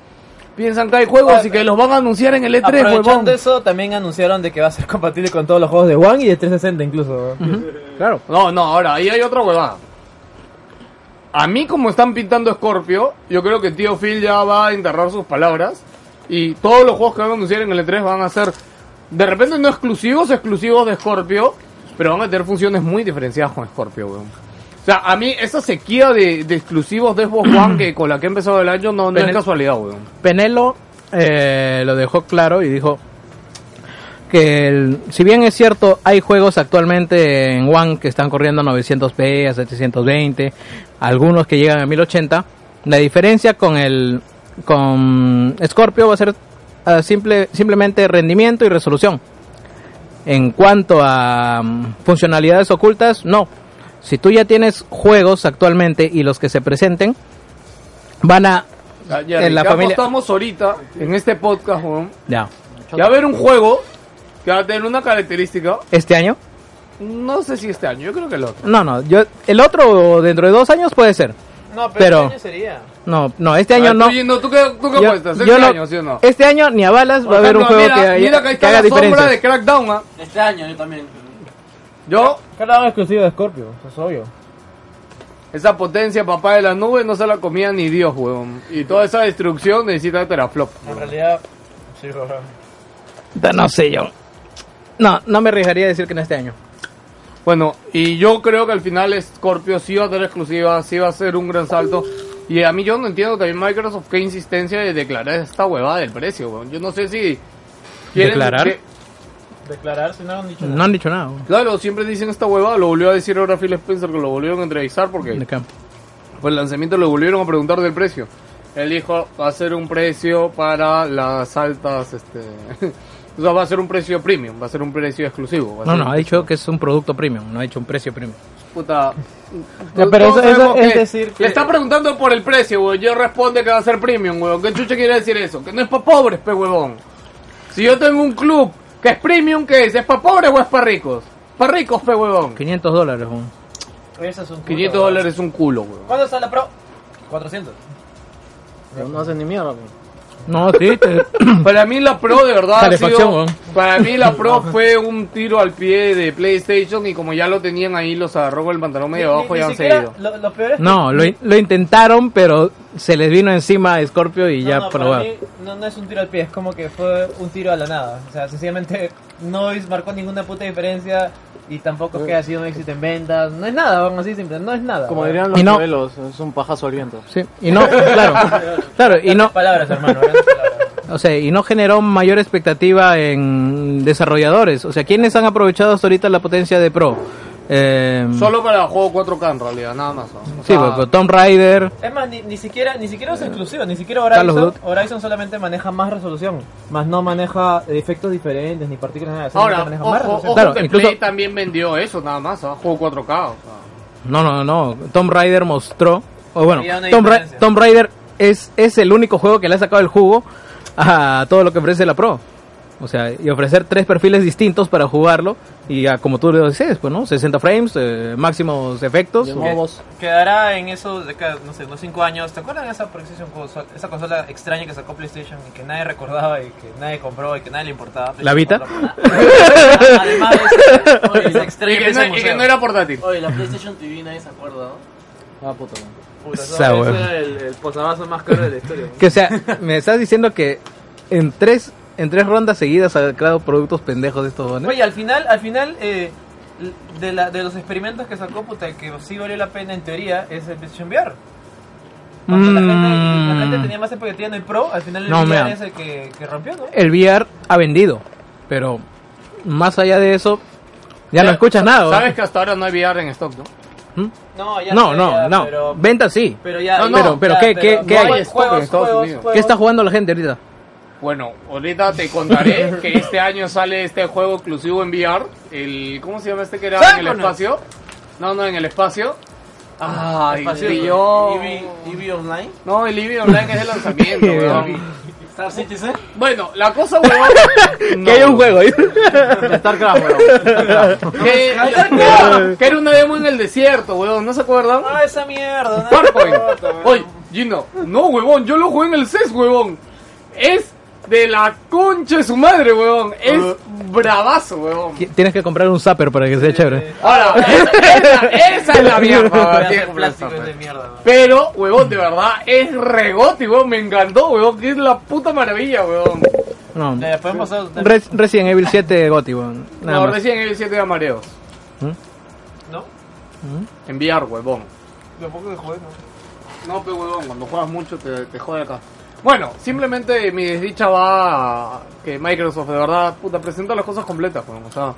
Piensan que hay juegos y que los van a anunciar en el E3, huevón.
Ah, Aprovechando eso, también anunciaron de que va a ser (laughs) compatible con todos los juegos de One y de 360 incluso. weón.
Claro.
No, no, ahora, ahí hay otra huevada. A mí, como están pintando Scorpio, yo creo que tío Phil ya va a enterrar sus palabras. Y todos los juegos que van a anunciar en el E3 van a ser, de repente, no exclusivos, exclusivos de Scorpio. Pero van a tener funciones muy diferenciadas con Scorpio, weón. O sea, a mí, esa sequía de, de exclusivos de Xbox One que con la que ha empezado el año no, no es
Penel-
casualidad, weón.
Penelo eh, lo dejó claro y dijo que el- si bien es cierto hay juegos actualmente en One que están corriendo a 900p, a 720, algunos que llegan a 1080, la diferencia con el con Scorpio va a ser ah, simple simplemente rendimiento y resolución. En cuanto a mm, funcionalidades ocultas, no. Si tú ya tienes juegos actualmente y los que se presenten van a
Ya, ya,
En la
ya
familia-
apostamos ahorita, en este podcast, weón,
ya
que va a haber un juego que va a tener una característica
este año
No sé si este año, yo creo que el otro.
No, no, yo, el otro dentro de dos años puede ser. Pero-
No, pero, ¿qué año sería?
No, no, este
A
año
ver,
no.
Ah, tú, Gino, ¿Tú qué, tú qué
Yo-
apuestas?
yo
Este
no-
año, ¿sí o no?
Este año ni a balas va a haber un
Por
juego
ejemplo, mira,
que,
mira que ahí
que
está
haga
la sombra
diferencia.
de Crackdown, ¿ah?
Este año yo también.
Yo,
Cada exclusivo de Scorpio, eso es obvio.
esa potencia, papá de las nubes, no se la comía ni Dios, huevón. Y toda esa destrucción necesita teraflop.
En realidad, sí, joder.
Da- No sé yo. No, no me arriesgaría a decir que no este año.
Bueno, y yo creo que al final Scorpio sí va a tener exclusiva, sí va a ser un gran salto. Y a mí yo no entiendo también Microsoft qué insistencia de declarar esta huevada del precio, weón. Yo no sé si... quieren
¿Declarar?
que-
Declarar si no han dicho
No han dicho nada.
claro, siempre dicen esta huevada, lo volvió a decir ahora Phil Spencer, que lo volvieron a entrevistar porque...
De campo.
Por el lanzamiento le volvieron a preguntar del precio. Él dijo, va a ser un precio para las altas, este... (laughs) o sea, va a ser un precio premium, va a ser un precio exclusivo. va a
No,
ser-
no, ha dicho que es un producto premium, no ha dicho un precio premium.
Puta...
Ya, pero
Todos
eso- eso
sabemos
es
que
decir que-
Le está preguntando por el precio, weón. Yo responde que va a ser premium, weón. ¿Qué chucha quiere decir eso? Que no es para pobres, pe, huevón. Si yo tengo un club que es premium, ¿qué es? ¿Es para pobres o es para ricos? Para ricos, pe, huevón.
500 dólares. weón.
Eso es un culo,
500
weón.
dólares es un culo, weón.
¿Cuánto sale la Pro? 400.
No hacen ni mierda. pues.
No, sí, te- (coughs)
Para mí la Pro de verdad ha
Calefacción,
sido,
weón.
Para mí la
(laughs)
Pro fue un tiro al pie de PlayStation y como ya lo tenían ahí, los agarró con el pantalón medio abajo y han seguido.
Lo, lo peor es
no lo, in- lo intentaron, pero se les vino encima Scorpio y
que-
ya
no, no, para
probaron.
mí no, no es un tiro al pie, es como que fue un tiro a la nada. O sea, sencillamente no es- marcó ninguna puta diferencia y tampoco es que ha sido un éxito en ventas. No es nada, vamos así simple, no es nada.
Como
weón.
dirían los
Y no-
modelos, es un pajazo al viento.
Sí, y no, claro, claro, y
(laughs)
no,
Palabras, hermano. grandes palabras.
o sea, y no generó mayor expectativa en desarrolladores. O sea, ¿quiénes han aprovechado hasta ahorita la potencia de Pro? Eh,
Solo para juego 4K en realidad, nada más. ¿no? O
sí,
sea,
pues, Tomb Raider,
Es más, ni, ni siquiera ni siquiera es exclusivo, ni siquiera
Carlos
Horizon.
Dutt.
Horizon solamente maneja más resolución, más no maneja efectos diferentes ni partículas nada. solamente
Ahora,
maneja
ojo,
más
ojo
resolución.
Claro,
que
incluso-
Play también vendió eso, nada más, ¿ah? juego 4K. o sea.
no, no, no, Tomb Raider mostró, o bueno,
Había una
Tomb, Ra-
diferencia.
Tomb Raider es, es el único juego que le ha sacado el jugo a todo lo que ofrece la Pro. O sea, y ofrecer tres perfiles distintos para jugarlo y a, como tú lo dices, pues, ¿no? 60 frames, eh, máximos efectos.
De
o-
mobos.
Quedará en eso de acá, no sé, unos 5 años. ¿Te acuerdan de esa PlayStation console, esa consola extraña que sacó PlayStation y que nadie recordaba y que nadie compró y que nadie le importaba?
¿La Vita?
Además, de
(laughs)
esa
Y,
extraña
que no, y que no era portátil.
Oye, la PlayStation TV nadie se acuerda, ¿no?
Ah, puto.
Esa hueva.
el, el posavasos más caro de la historia.
Que o sea, me estás diciendo que en tres en tres rondas seguidas ha creado productos pendejos de estos dones.
Oye, al final, al final eh, de, la, de los experimentos que sacó, puta, el que sí valió la pena en teoría es el PlayStation VR. O sea, la, gente, la gente tenía más expectativa en el Pro, al final el
Mm. No,
VR
mira.
es el que, que rompió, ¿no?
El VR ha vendido, pero más allá de eso ya no
Pero,
escuchas nada. ¿o?
Sabes que hasta ahora no hay VR en stock, ¿no?
No, ya
No,
sé,
no,
ya,
no.
Pero,
Venta sí.
pero ya,
No, no,
pero,
pero ¿qué- qué- qué hay?
Stock
Juegos,
en
juegos,
Estados Unidos.
juegos.
¿Qué está jugando la gente ahorita?
Bueno, ahorita te contaré
(laughs)
que este año sale este juego exclusivo en VR. El, ¿Cómo se llama este que era en el
¡Psychonauts!
espacio? No, no, en el espacio.
Ah,
Ay,
Espacio,
y yo...
EV, EV Online.
No, el Eevee Online
(laughs)
es el lanzamiento, weón.
Star Citizen.
Bueno, la cosa, weón...
(laughs) que hay un juego. ¿eh? (laughs) ahí.
(laughs)
Starcraft, weón.
(laughs)
Que, que- que era una demo en el desierto, weón. ¿No se acuerdan?
Ah, esa
(laughs)
mierda. no
PowerPoint.
importa, weón.
Oye, Gino, no, huevón, yo lo jugué en el CES, huevón. Es de la concha de su madre, huevón. Es bravazo, huevón.
Tienes que comprar un zapper para que sea chévere.
Ahora, esa, esa- esa es la mierda.
Pedazo
tío,
de plástico
profesor.
de mierda. weón.
Pero, huevón, de verdad, es regoti, huevón. Me encantó, huevón. Que es la puta maravilla, huevón.
No.
Ya, ya, podemos hacer-
Res- Resident Evil 7 Gotti, weón. Nada
No,
más.
recién el 7 de amareos. ¿Mm?
¿No?
Enviar, huevón.
Lo poco que jugué, ¿no?
No, pe huevón, cuando juegas mucho te, te jode acá. Bueno, simplemente mi desdicha va a que Microsoft, de verdad, puta, presenta las cosas completas, huevón, o sea,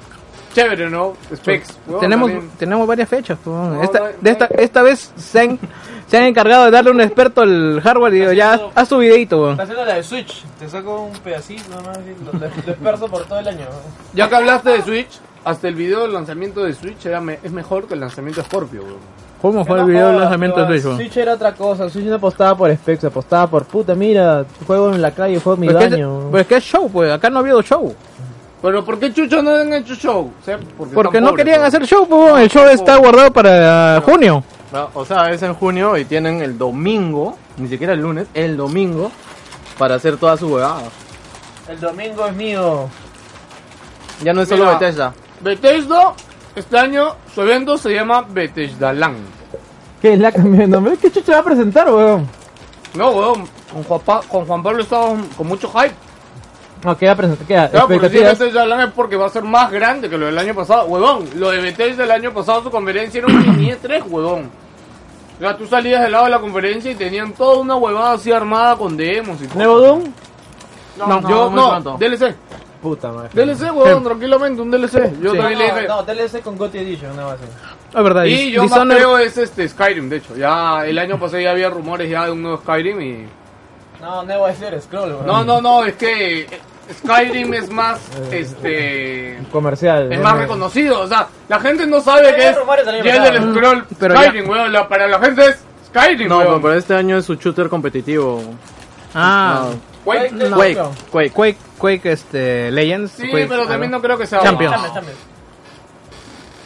chévere, ¿no? Specs, huevón,
tenemos,
también.
tenemos varias fechas. weón.
No,
esta,
no hay-
de esta, esta vez se
(laughs)
han, se han encargado de darle un experto al hardware y digo, ya haz, haz tu videito. weón.
Está haciendo la de Switch. Te saco un pedacito nomás y lo, lo- lo esparzo por todo el año. weón.
Ya que hablaste de Switch, hasta el video del lanzamiento de Switch era me- es mejor que el lanzamiento de Scorpio, huevón.
¿Cómo fue el
No
video del
jodas,
lanzamiento de
weón.
Switch? weón?
Switch era otra cosa. Switch no apostaba por specs, apostaba por puta, mira, juego en la calle, juego en mi
Pues que es-
baño.
Pues que es show, pues acá no ha habido show.
Pero ¿por qué Chucho no han hecho show? O sea, porque
Porque
están
no
pobres,
querían
¿no?
hacer show, pues, huevón, el show está guardado para junio.
Ah, O sea, es en junio y tienen el domingo, ni siquiera el lunes, el domingo, para hacer toda su huevada.
El domingo es mío.
Ya no es solo
Mira.
Bethesda.
Bethesda, este año su evento se llama Bethesda Land.
¿Qué? ¿La cambió de nombre? ¿Qué chucha va a presentar, weón?
No, weón, con Juan, Pa- con Juan Pablo estaba con mucho hype.
No, ¿qué va a presentar? ¿Qué?
Claro, porque si
¿Expectativas?
Bethesda Land es porque va a ser más grande que lo del año pasado. Huevón, lo de Bethesda del año pasado, su conferencia
(coughs)
era un mini E3, huevón. O sea, tú salías del lado de la conferencia y tenían toda una huevada así armada con demos y todo.
¿Nuevo Doom?
No, yo
muy
no,
pronto.
DLC.
Puta madre.
DLC,
Em.
huevón, tranquilamente, un DLC. Yo
No,
también le dije.
no, no, DLC con GOTY Edition, nada más.
Es Ah, verdad.
Y
Dis-
yo más
Dishonored-
creo es este Skyrim, de hecho. Ya el año pasado ya había rumores ya de un nuevo Skyrim y...
No, Nuevo es el Scroll, weón.
No, no, no, es que eh, Skyrim es más, este...
Comercial.
Es
weón.
más reconocido, o sea, la gente no sabe que es
rumores del año
Elder
pasado.
Scroll
Pero
Skyrim, weón. la- para la gente es Skyrim,
No,
weón.
pero este año es su shooter competitivo.
Ah,
Wait,
No,
Quake,
no.
Quake.
Quake, Quake, este, Legends.
Sí,
Quake,
pero
ah,
también no creo que sea...
Champions.
Ah,
Champions, Champions.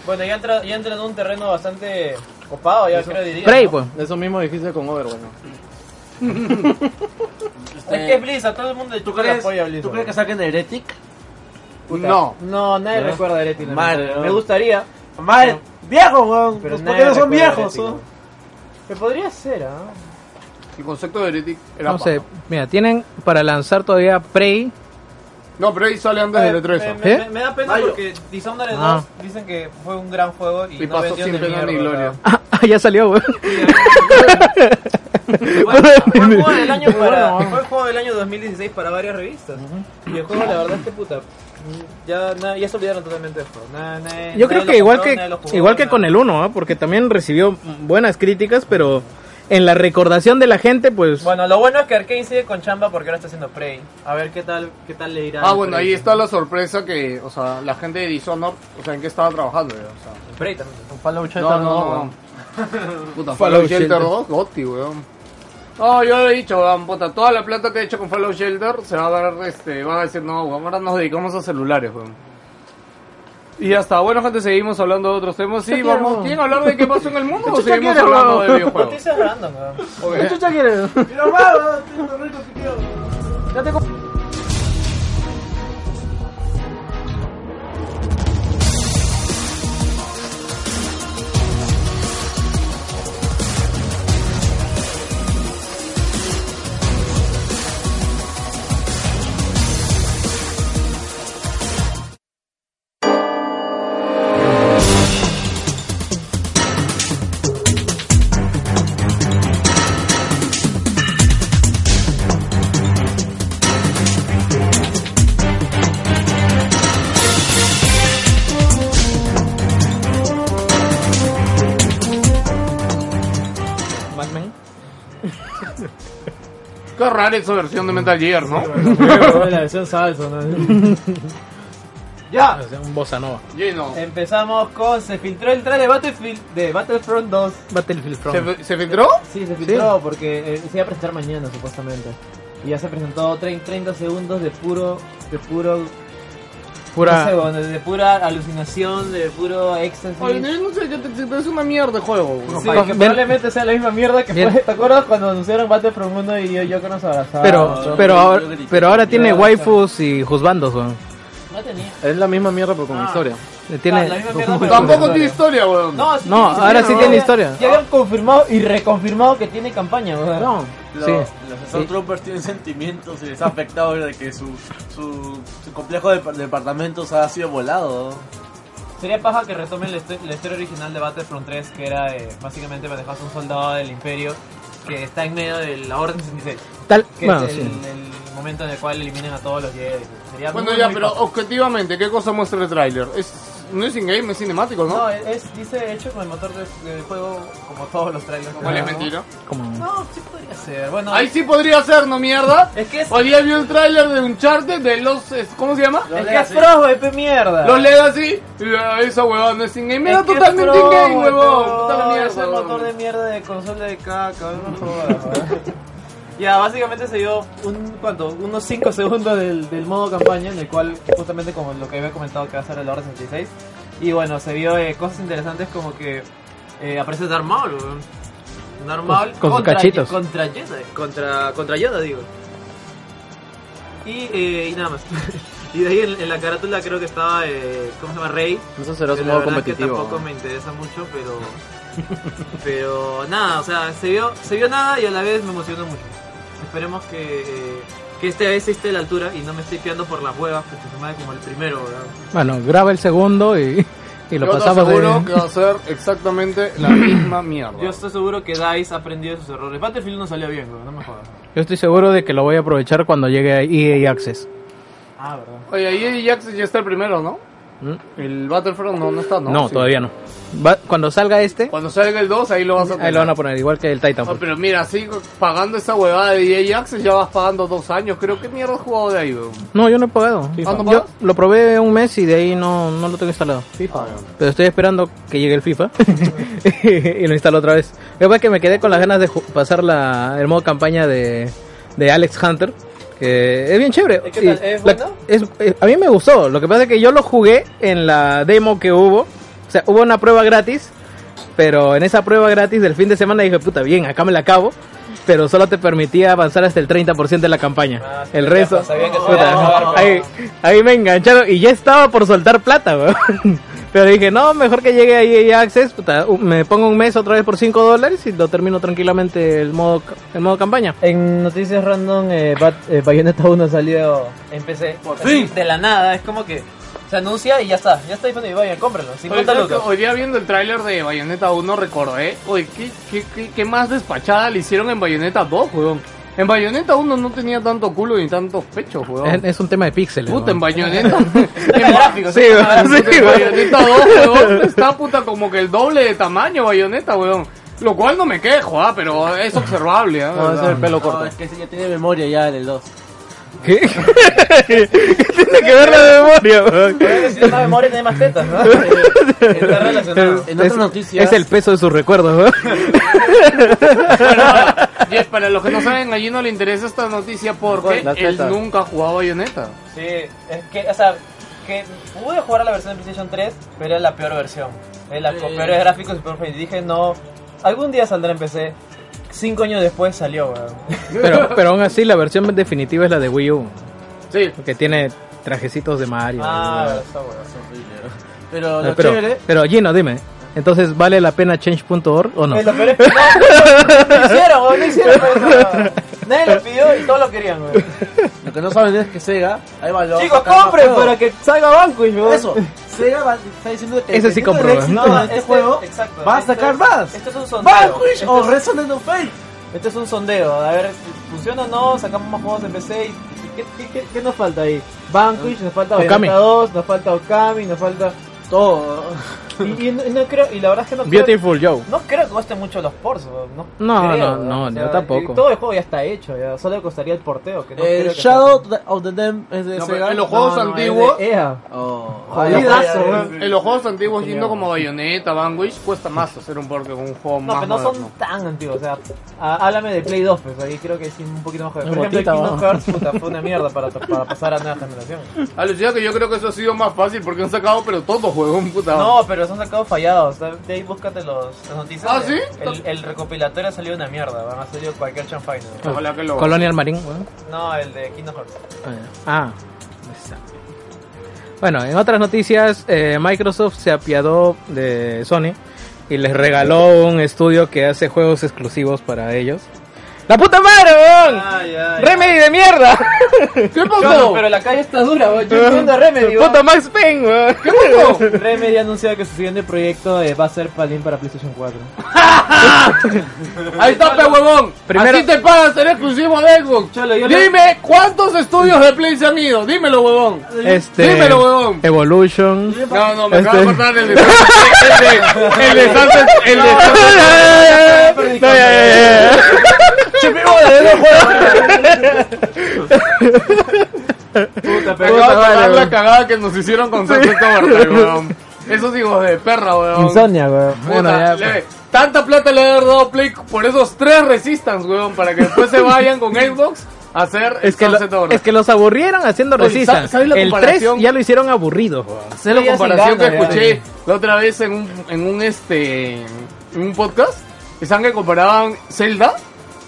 Bueno, ya entra, ya entra en un terreno bastante copado, ya creo diría.
Prey,
¿no?
pues.
Eso mismo dijiste con Overwatch. ¿no?
Es que
eh.
es Blizzard, todo el mundo de
¿Tú
Chuca
crees,
apoya a Blizzard.
¿Tú crees que saquen Heretic?
Puta.
No.
No, nadie recuerda a Heretic. la
Madre,
verdad.
¿no?
Me gustaría,
Madre, viejos, weón.
pero
Los
nadie
porteros son
recuerda a
viejos,
Heretic,
¿no?
weón. Que podría ser, ¿ah?
El concepto de Heretic era...
No sé,
paja.
mira, tienen para lanzar todavía Prey. (laughs)
No, pero ahí sale antes del E E3. ¿no?
Me,
¿Eh?
me- me da pena
Mayo.
porque Dishonored
Ah.
2 dicen que fue un gran juego y,
Y
no
pasó
vendió
sin
ni
pena ni
mierda,
gloria.
¿no?
Ah, ya salió, weón. (laughs)
Bueno, fue el
(laughs)
juego del año para, fue el juego del año 2016 para varias revistas. Y el juego la verdad es que puta. Ya, na- ya se olvidaron totalmente del juego. Na- na-
Yo
nadie
creo
lo
que igual
compró,
que
nadie lo jugó,
igual que
nada.
con el 1, ¿ah? porque también recibió buenas críticas, pero en la recordación de la gente, pues
Bueno, lo bueno es que Arkane sigue con chamba porque ahora está haciendo Prey. A ver qué tal, qué tal le irá.
Ah,
al
bueno,
Prey.
ahí está la sorpresa que, o sea, la gente de Dishonored, o sea, en qué estaba trabajando, ya, o sea.
El Prey también.
Fallout
No, no, no. (laughs) Puta, Fallout Shelter 2, Gotti, weón. No, yo lo he dicho, weón, puta, toda la plata que he hecho con Fallout Shelter se va a ver, este, van a decir, no, weón, ahora nos dedicamos a celulares, weón. Y ya está, bueno gente, seguimos hablando de otros temas. Sí, vamos, ¿quieren hablar de qué pasó en el (laughs) mundo o seguimos hablando de videojuegos?
Noticias random, weón.
Ok. Qué rara esa versión de Metal Gear, ¿no?
la versión salsa, ¿no? ya.
o sea, un bossa nova.
Lleno.
(laughs) Empezamos con. Se filtró el trailer de Battlefield, de Battlefront 2.
Battlefield Front.
¿Se, ¿Se filtró?
Sí, se filtró porque eh, se iba a presentar mañana supuestamente. Y ya se presentó trein- 30 segundos de puro, de puro, no sé,
Pura
bueno, de pura alucinación, de puro éxtasis.
Oye, yo no sé, yo te- pero es una mierda de juego, weón.
Sí,
Ojo,
que
ven.
probablemente sea la misma mierda que
Bien.
fue, ¿te acuerdas cuando anunciaron Battlefront 1 y yo, yo que nos abrazaba?
pero pero ahora pero ahora tiene
Yo-
waifus y juzbandos, weón.
no tenía.
Es la misma mierda pero con historia.
Ah, la
Tiene
misma mierda, pero-
Tampoco tiene historia, weón.
No, sí
No,
tiene
ahora sí
ya
tiene
había-
historia.
Ya habían confirmado y reconfirmado que tiene campaña, weón.
No,
Los,
sí.
los Star Troopers tienen sentimientos y les ha afectado de que su, su, su complejo de de departamentos ha sido volado.
(laughs) Sería paja que retomen la, histo- la historia original de Battlefront 3, que era eh, básicamente manejas un soldado del imperio que está en medio de la Orden 66,
Tal,
que
bueno,
es el,
sí.
el momento en el cual eliminan a todos los Jedi. Sería
Bueno,
muy,
ya,
muy
pero
paja.
objetivamente, ¿qué cosa muestra el tráiler? Es, no es in-game, es cinemático, ¿no?
No, es, es- dice hecho con el motor de- del juego, como todos los trailers.
Lo cual es
¿no?
mentira.
Como...
No, sí podría ser. Bueno,
Ahí sí podría ser, ¿no, mierda?
es que es,
Hoy día vi el tráiler de Uncharted de los... es- ¿Cómo se llama?
es que es Frostbite, pe mierda.
Los Legacy. Y, ah, Esa huevón no es in-game. Mira,
Es que es
totalmente
Frostbite,
in-game, huevón.
no,
Puta la
Es
mierda,
el
huevón.
motor de mierda de consola de caca, no jodas, weón. Ya, básicamente se dio un, ¿cuánto? unos 5 segundos del, del modo campaña, en el cual, justamente como lo que había comentado que va a ser el Orden 66, y bueno, se vio eh, cosas interesantes como que eh, aparece Darth Maul, weón. Darth Maul
con sus
contra-
cachitos.
Contra Jedi, contra, contra Yoda, digo. Y, eh, y nada más. (laughs) y de ahí en, en la carátula creo que estaba, eh, ¿cómo se llama? Rey.
Eso será
que
su
la
modo
verdad es que
competitivo.
tampoco me interesa mucho, pero... pero (laughs) nada, o sea, se vio, se vio nada y a la vez me emocionó mucho. Esperemos que, eh, que esta vez esté a la altura y no me esté quedando por las huevas, porque se me como el primero, ¿verdad?
Bueno, graba el segundo y, y lo
Yo te
pasamos
aseguro
de...
que va a ser exactamente la misma mierda.
Yo estoy seguro que Dice ha aprendido de sus errores. Battlefield no salió bien, güey, no me jodas.
Yo estoy seguro de que lo voy a aprovechar cuando llegue a EA Access.
Ah, verdad.
Oye, ahí ya, ya está el primero, ¿no? El Battlefront no, no está, ¿no?
No,
Sí.
todavía no. Va- cuando salga este,
Cuando salga el 2, ahí lo vas a tener.
ahí lo van a poner, igual que el
Ah,
Titanfall.
pero mira, así pagando esa huevada de EA Access ya vas pagando dos años. Creo que mierda has jugado de ahí, weón.
No, yo no he pagado.
¿Ah, no
yo
pagas?
lo probé un mes y de ahí no, no lo tengo instalado. Pero estoy esperando que llegue el
(laughs)
FIFA (laughs) y lo instalo otra vez. Lo que pasa es que me quedé con las ganas de ju- pasar la, el modo campaña de, de Alex Hunter, que es bien chévere.
¿Y qué tal?
Y
¿Es
la-
bueno?
es- eh, a mí me gustó. Lo que pasa es que yo lo jugué en la demo que hubo. O sea, hubo una prueba gratis, pero en esa prueba gratis del fin de semana dije, puta, bien, acá me la acabo. Pero solo te permitía avanzar hasta el 30% de la campaña.
Ah, sí,
el
ya
resto.
sabía que se
puta,
iba a acabar, pero-
ahí, ahí me engancharon y ya estaba por soltar plata, weón. (laughs) Pero dije, no, mejor que llegue ahí a Access, puta, u- me pongo un mes otra vez por 5 dólares y lo termino tranquilamente el modo, ca- el modo campaña.
En noticias random, eh, Bat- eh, Bayonetta 1 salió en PC.
Por fin.
De la nada, es como que se anuncia y ya está. Ya está disponible, vayan, cómpralo.
Oye,
50
¿sabes
lucas.
qué? Hoy día viendo el tráiler de Bayonetta 1 recordé, ¿eh? oye, ¿qué, qué, qué, qué más despachada le hicieron en Bayonetta 2, weón? En Bayonetta 1 no tenía tanto culo ni tantos pechos,
Oh.
weón.
(laughs) Es, es un tema de píxeles.
Puta, en
weón.
Bayonetta. (laughs)
Tema gráfico,
(laughs) Sí,
sí.
weón, sí,
en
weón.
Bayonetta 2, weón, está puta como que el doble de tamaño Bayonetta, weón. Lo cual no me quejo, ah, pero es observable, ah,
No,
¿verdad?
ese es el pelo corto.
No, es que ese ya tiene memoria ya en el 2.
¿Qué? ¿Qué tiene que ver la memoria, weón?
Si no más memoria, tiene más tetas,
(laughs)
¿no? Está relacionado.
En otras
Es-
noticias-
Es el peso de sus
(laughs)
recuerdos, weón.
(laughs) Jeff, para los que no saben, allí no le interesa esta noticia porque
La
él
teta.
nunca ha jugado Bayonetta.
Sí, es que, o sea, que pude jugar a la versión de PlayStation 3, pero era la peor versión. Eh, la, con peores gráficos y peor face. Dije, no, algún día saldrá en PC. Cinco años después salió, weón.
Pero, pero aún así, la versión definitiva es la de Wii U,
Sí,
que tiene trajecitos de Mario.
Ah, (laughs)
weón.
está weón.
Pero lo
No, pero,
chévere
pero Gino, dime. Entonces, ¿vale la pena change.org o no?
Eh, Lo peor es que no, no hicieron, weón, no hicieron eso. Nadie lo pidió y todos lo querían, weón.
Lo que no saben es que Sega, ahí va lo va a
Chicos,
sacar más
compren
juegos.
para que salga Banco y weón.
Eso, Sega va- está diciendo que
Ese sí
dependiendo
compro,
del
¿eh?
éxito
No,
de este
este-
juego
exacto,
va a
este
sacar
es-
más.
Esto es un sondeo.
Vanquish oh.
Esto
o
es-
Resident of Fate.
Este es un sondeo, a ver, ¿funciona o no? Sacamos más juegos en PC y... y ¿Qué, qué, qué, qué nos falta ahí? Vanquish, nos falta
Okami.
Bayonetta 2, nos falta Okami, nos falta...
Todo.
Y, y no, y no creo, y la verdad es que no creo...
Beautiful Joe.
Ah,
No creo que gusten mucho los ports, weón, no
No,
creo,
no,
weón.
no, yo tampoco.
Todo el juego ya está hecho, ya. solo costaría el porteo. Que no
El
creo que
Shadow of the Dam es de
No, pero
Sega.
en los juegos
No, no,
antiguos,
salga. Ea.
Oh.
Jodidazo,
Ay, ay,
weón.
ay,
en los juegos antiguos, yendo como Bayonetta, Vanquish, cuesta más hacer un porte con un juego
No,
más
pero no son
moderno.
tan antiguos, o sea, a- háblame de Play 2, pues ahí creo que sí un poquito más joven. Por ejemplo, el
Botita,
Kingdom
vamos.
Hearts puta, fue una mierda para, para pasar a nueva generación.
Alucina que yo creo que eso ha sido más fácil porque han sacado pero todos juegos, puta.
No, pero se han sacado fallados, o sea, de ahí búscate los, las noticias.
¿Ah,
de-
sí?
El, el recopilatorio ha salido una mierda, weón, ha salido cualquier chanfaina. weón.
Ojalá que lo...
Colonial Marine, weón.
No, el de Kingdom Hearts.
Ah, está. Bueno, en otras noticias, eh, Microsoft se apiadó de Sony y les regaló un estudio que hace juegos exclusivos para ellos. ¡La puta madre, weón!
Ay, ay,
¡Remedy de mierda!
¿Qué
Cholo,
pasó?
pero la calle está dura, weón. Yo
(laughs)
entiendo a Remedy, weón.
¡Puta Max Payne, weón!
Remedy ha anunciado que su siguiente proyecto eh, va a ser Palin para PlayStation 4.
Ahí está, pe huevón.
Primero-
Así te pagan ser exclusivo de Xbox.
Cholo, yo le-
Dime cuántos estudios de Play se han ido. Dímelo, huevón.
Este,
Dímelo, huevón.
Evolution.
No, no, me
Este-
acabo de cortar el de... (laughs) El de... El de... Sunset- El
(laughs)
de... Sunset-
No, ya, ya, ya.
Puta,
Me acabo de
Puta,
acordar
vale,
la
weón.
cagada que nos
(laughs)
hicieron con Sunset Overdrive, weón. Esos hijos de perra, weón.
Insomnia, weón.
Puta,
Bueno, ya,
leve. Tanta plata le ha dado Play por esos tres Resistance, weón, para que después se vayan con Xbox a hacer
Es que, lo-
Sunset (laughs) Overdrive.
es que los aburrieron haciendo
Oye,
Resistance.
¿sabes- sabes la
el 3
comparación?
ya lo hicieron aburrido. weón.
Esa es la
Sí, ya sin
comparación que
ganas, ya.
escuché la otra vez en un, en un este en un podcast. Estaban que comparaban Zelda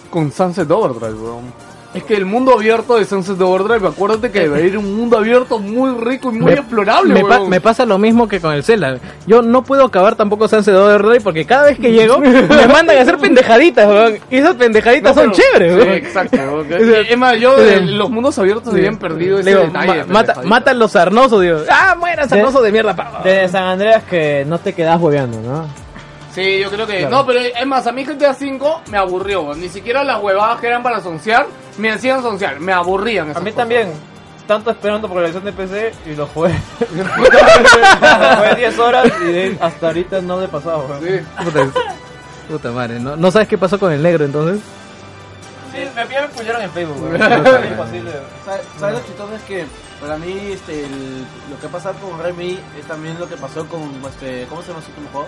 con Sunset Overdrive, weón. Es que el mundo abierto de Sunset Overdrive, acuérdate que debería ir un mundo abierto muy rico y muy explorable,
me, pa-
weón.
me pasa lo mismo que con el Zelda. Yo no puedo acabar tampoco Sunset Overdrive porque cada vez que llego me mandan a hacer pendejaditas, weón. Y esas
No,
pendejaditas
pero-
son chéveres,
Sí,
weón.
exacto. weón.
O sea,
Y, Es más, yo
o sea,
de los mundos abiertos se habían perdido ese
Le digo,
detalle.
ma-
de
mata,
pendejadita.
mata a los sarnosos, digo. Ah, muera sarnoso de mierda, pa.
Desde San Andreas que no te quedas hueveando, ¿no?
Sí, yo creo que. No, pero eh, es más, a mí GTA 5 me aburrió. weón. Ni siquiera las huevadas que eran para soncear me hacían soncear. Me aburrían. esas
A mí
cosas.
también. Tanto esperando por la versión de PC y lo
(laughs)
jugué. (laughs) jugué 10 horas y de- hasta ahorita no le pasaba. weón.
Sí.
Puta, es- puta madre, ¿no? ¿no sabes qué pasó con el negro entonces?
Sí, me pidieron pusieron en Facebook. weón. Es imposible.
¿Sabes lo chistoso es que para mí este, el- lo que pasa con Remy es también lo que pasó con este, ¿cómo se llama su último juego?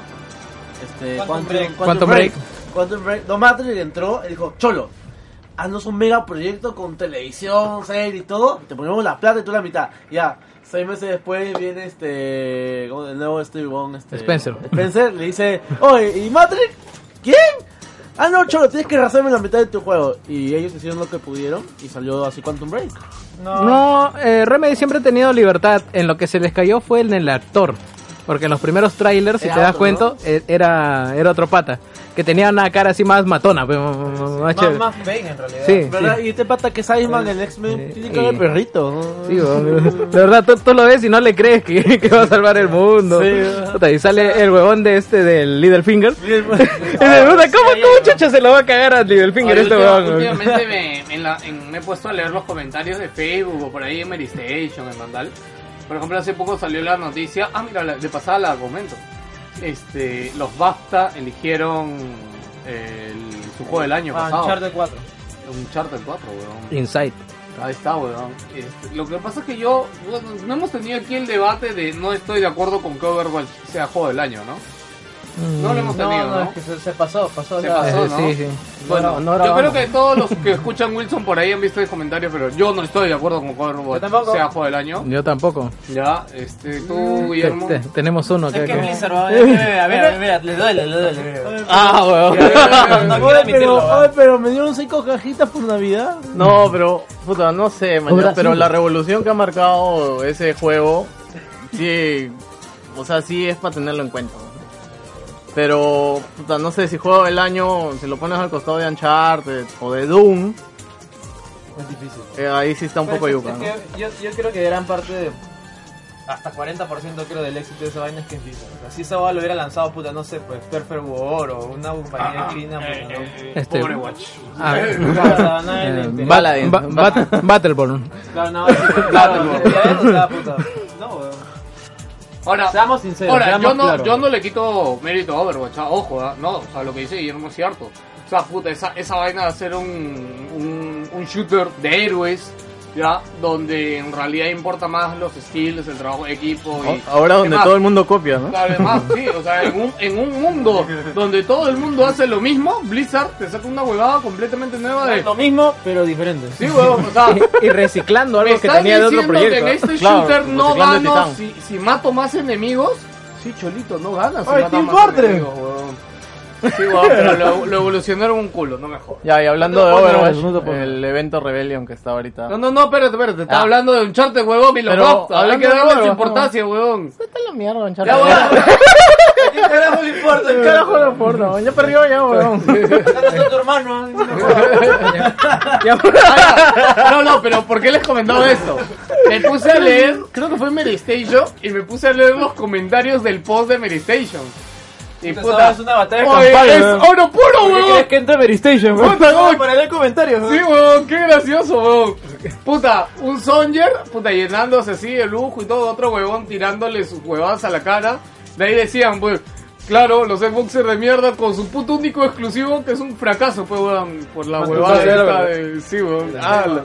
Este,
Quantum
Quantum,
Break.
Quantum Break.
Quantum Break. No Matrix entró y dijo, "Cholo, haznos un megaproyecto con televisión, serie y todo, te ponemos la plata y tú la mitad." Ya. Seis meses después viene este. ¿cómo- El nuevo Steve Wong. Este,
Spencer.
Spencer le dice: Oye, ¿y Matrix? ¿Quién? Ah, no, cholo, tienes que hacerme la mitad de tu juego. Y ellos hicieron lo que pudieron y salió así Quantum Break.
No, eh, Remedy siempre ha tenido libertad. En lo que se les cayó fue en el actor. Porque en los primeros trailers, si
Era
te das
otro,
cuenta, eh, era, era otro pata. Que tenía una cara así más matona. pues, más
Más,
chévere.
más vain en realidad.
Sí, sí.
¿Verdad? Y este pata que es Iceman, el X-Men,
Sí.
tiene cara de perrito. ¿no?
Sí,
(laughs)
weón. de verdad, tú, tú lo ves y no le crees que, (laughs) que va a salvar el mundo. Puta, y sale el huevón de este del Littlefinger. y se pregunta, ¿cómo,
sí,
cómo
ahí,
chucha se lo va a cagar a Littlefinger
Oye,
este
última-
huevón? weón?
Últimamente me, en la- en- me he puesto a leer los comentarios de Facebook o por ahí en Meristation, en Mandal. Por ejemplo, hace poco salió la noticia. Ah, mira, la- de pasada la argumento. Este, los Basta eligieron eh, el, su juego del año
Ah,
pasado.
Uncharted 4.
Un Charter 4, weón.
Inside.
Ahí está, weón. Este, lo que pasa es que yo, bueno, no hemos tenido aquí el debate de no estoy de acuerdo con que Overwatch sea juego del año, ¿no? No lo hemos
Mm, No,
tenido,
no,
¿no?
es que se, se pasó, pasó.
Se
la- (laughs)
pasó, ¿no?
Sí, sí.
Bueno,
No, no
yo
grabamos.
creo que todos los que escuchan Wilson por ahí han visto el comentario, pero yo no estoy de acuerdo con que
Yo
Overwatch
tampoco.
sea juego del año.
Yo tampoco.
Ya, este, tú,
Te-
Guillermo.
te- tenemos uno acá.
Es que
que-
Blizzard, (laughs) weón, es que- a ver, a ver, mira, le duele, le duele. mira.
Ah, huevón.
No
Oye,
quiero admitirlo,
pero,
weón.
oye, pero me dieron cinco cajitas por Navidad.
(laughs) No, pero, puta, no sé, mañana, pero la revolución que ha marcado ese juego, sí, o sea, sí es para tenerlo en cuenta. ¿no? Pero, puta, no sé, si juego del año, si lo pones al costado de Uncharted o de Doom, eh, ahí sí está un poco
Pues,
yuca,
es
¿no?
que yo, yo creo que gran parte de. Hasta 40% creo del éxito de esa vaina es que es Blizzard. O sea, si esa vaina lo hubiera lanzado, puta, no sé, pues Perfect War o una compañía china, puta, no.
Este,
Overwatch.
a ver.
Claro,
(laughs)
a nadie le
Eh,
interesa.
Paladin.
Ba- Bat- Battleborn.
Claro, no, sí, pues, claro, ya ves, o sea, puta. No, weón.
Ahora,
Seamos sinceros.
Ahora,
seamos
yo no,
claros.
yo no le quito mérito a Overwatch, ah, ojo, ah, no, o sea, lo que dice Guillermo es cierto. O sea, puta, esa, esa vaina de hacer un, un, un shooter de héroes, ya, donde en realidad importa más los skills, el trabajo de equipo y...
Ahora donde
Además,
todo el mundo copia, ¿no?
claro, además, sí, o sea, en un, en un mundo donde todo el mundo hace lo mismo, Blizzard te saca una huevada completamente nueva de...
Lo mismo, pero diferente.
Sí, huevón, o sea,
Y reciclando
me
algo que
estás
tenía de
diciendo
otro proyecto.
que en este
Claro,
shooter no
reciclando de
gano
Titán.
si, si mato más enemigos. Sí, Cholito, no ganas. si
Oye,
matas
Team
más
Fortress.
enemigos, weón. Sí, weón, pero lo, lo evolucionaron un culo, no me jodas.
Ya, y hablando de
No te pongas,
Overwatch,
no te
pues.
pongas.
el evento Rebellion que está ahorita.
No, no, no, espérate, espérate. Estaba
Ah.
hablando de un charte, huevón, y lo
Pero,
capta. Hay que
hablando de
darle su
Overwatch,
importancia, huevón.
Vete a la mierda,
Ya,
Uncharted.
weón.
(laughs)
¿Qué carajo le importa?
¿Qué carajo lo importa, weón? Ya perdió ya, weón.
Está tu hermano.
Ah, ya. No, no, pero ¿por qué les comentaba esto? Me puse a leer, creo que fue en Meristation, y me puse a leer los comentarios del post de Meristation. Y puta,
Es una batalla de
oye,
campaña.
es oro puro,
¿Crees
Eh,
huevón.
que entra Meristation, weón?
Puta, no,
Para leer comentarios,
Sí, weón, qué gracioso, weón. Puta, un Songer, puta, llenándose así de lujo y todo, otro huevón tirándole sus huevadas a la cara. De ahí decían, pues, claro, los Xboxers de mierda con su puto único exclusivo que es un fracaso, pues, weón, por la huevada
consola,
esta
¿verdad?
de... Sí, weón. Ah, la-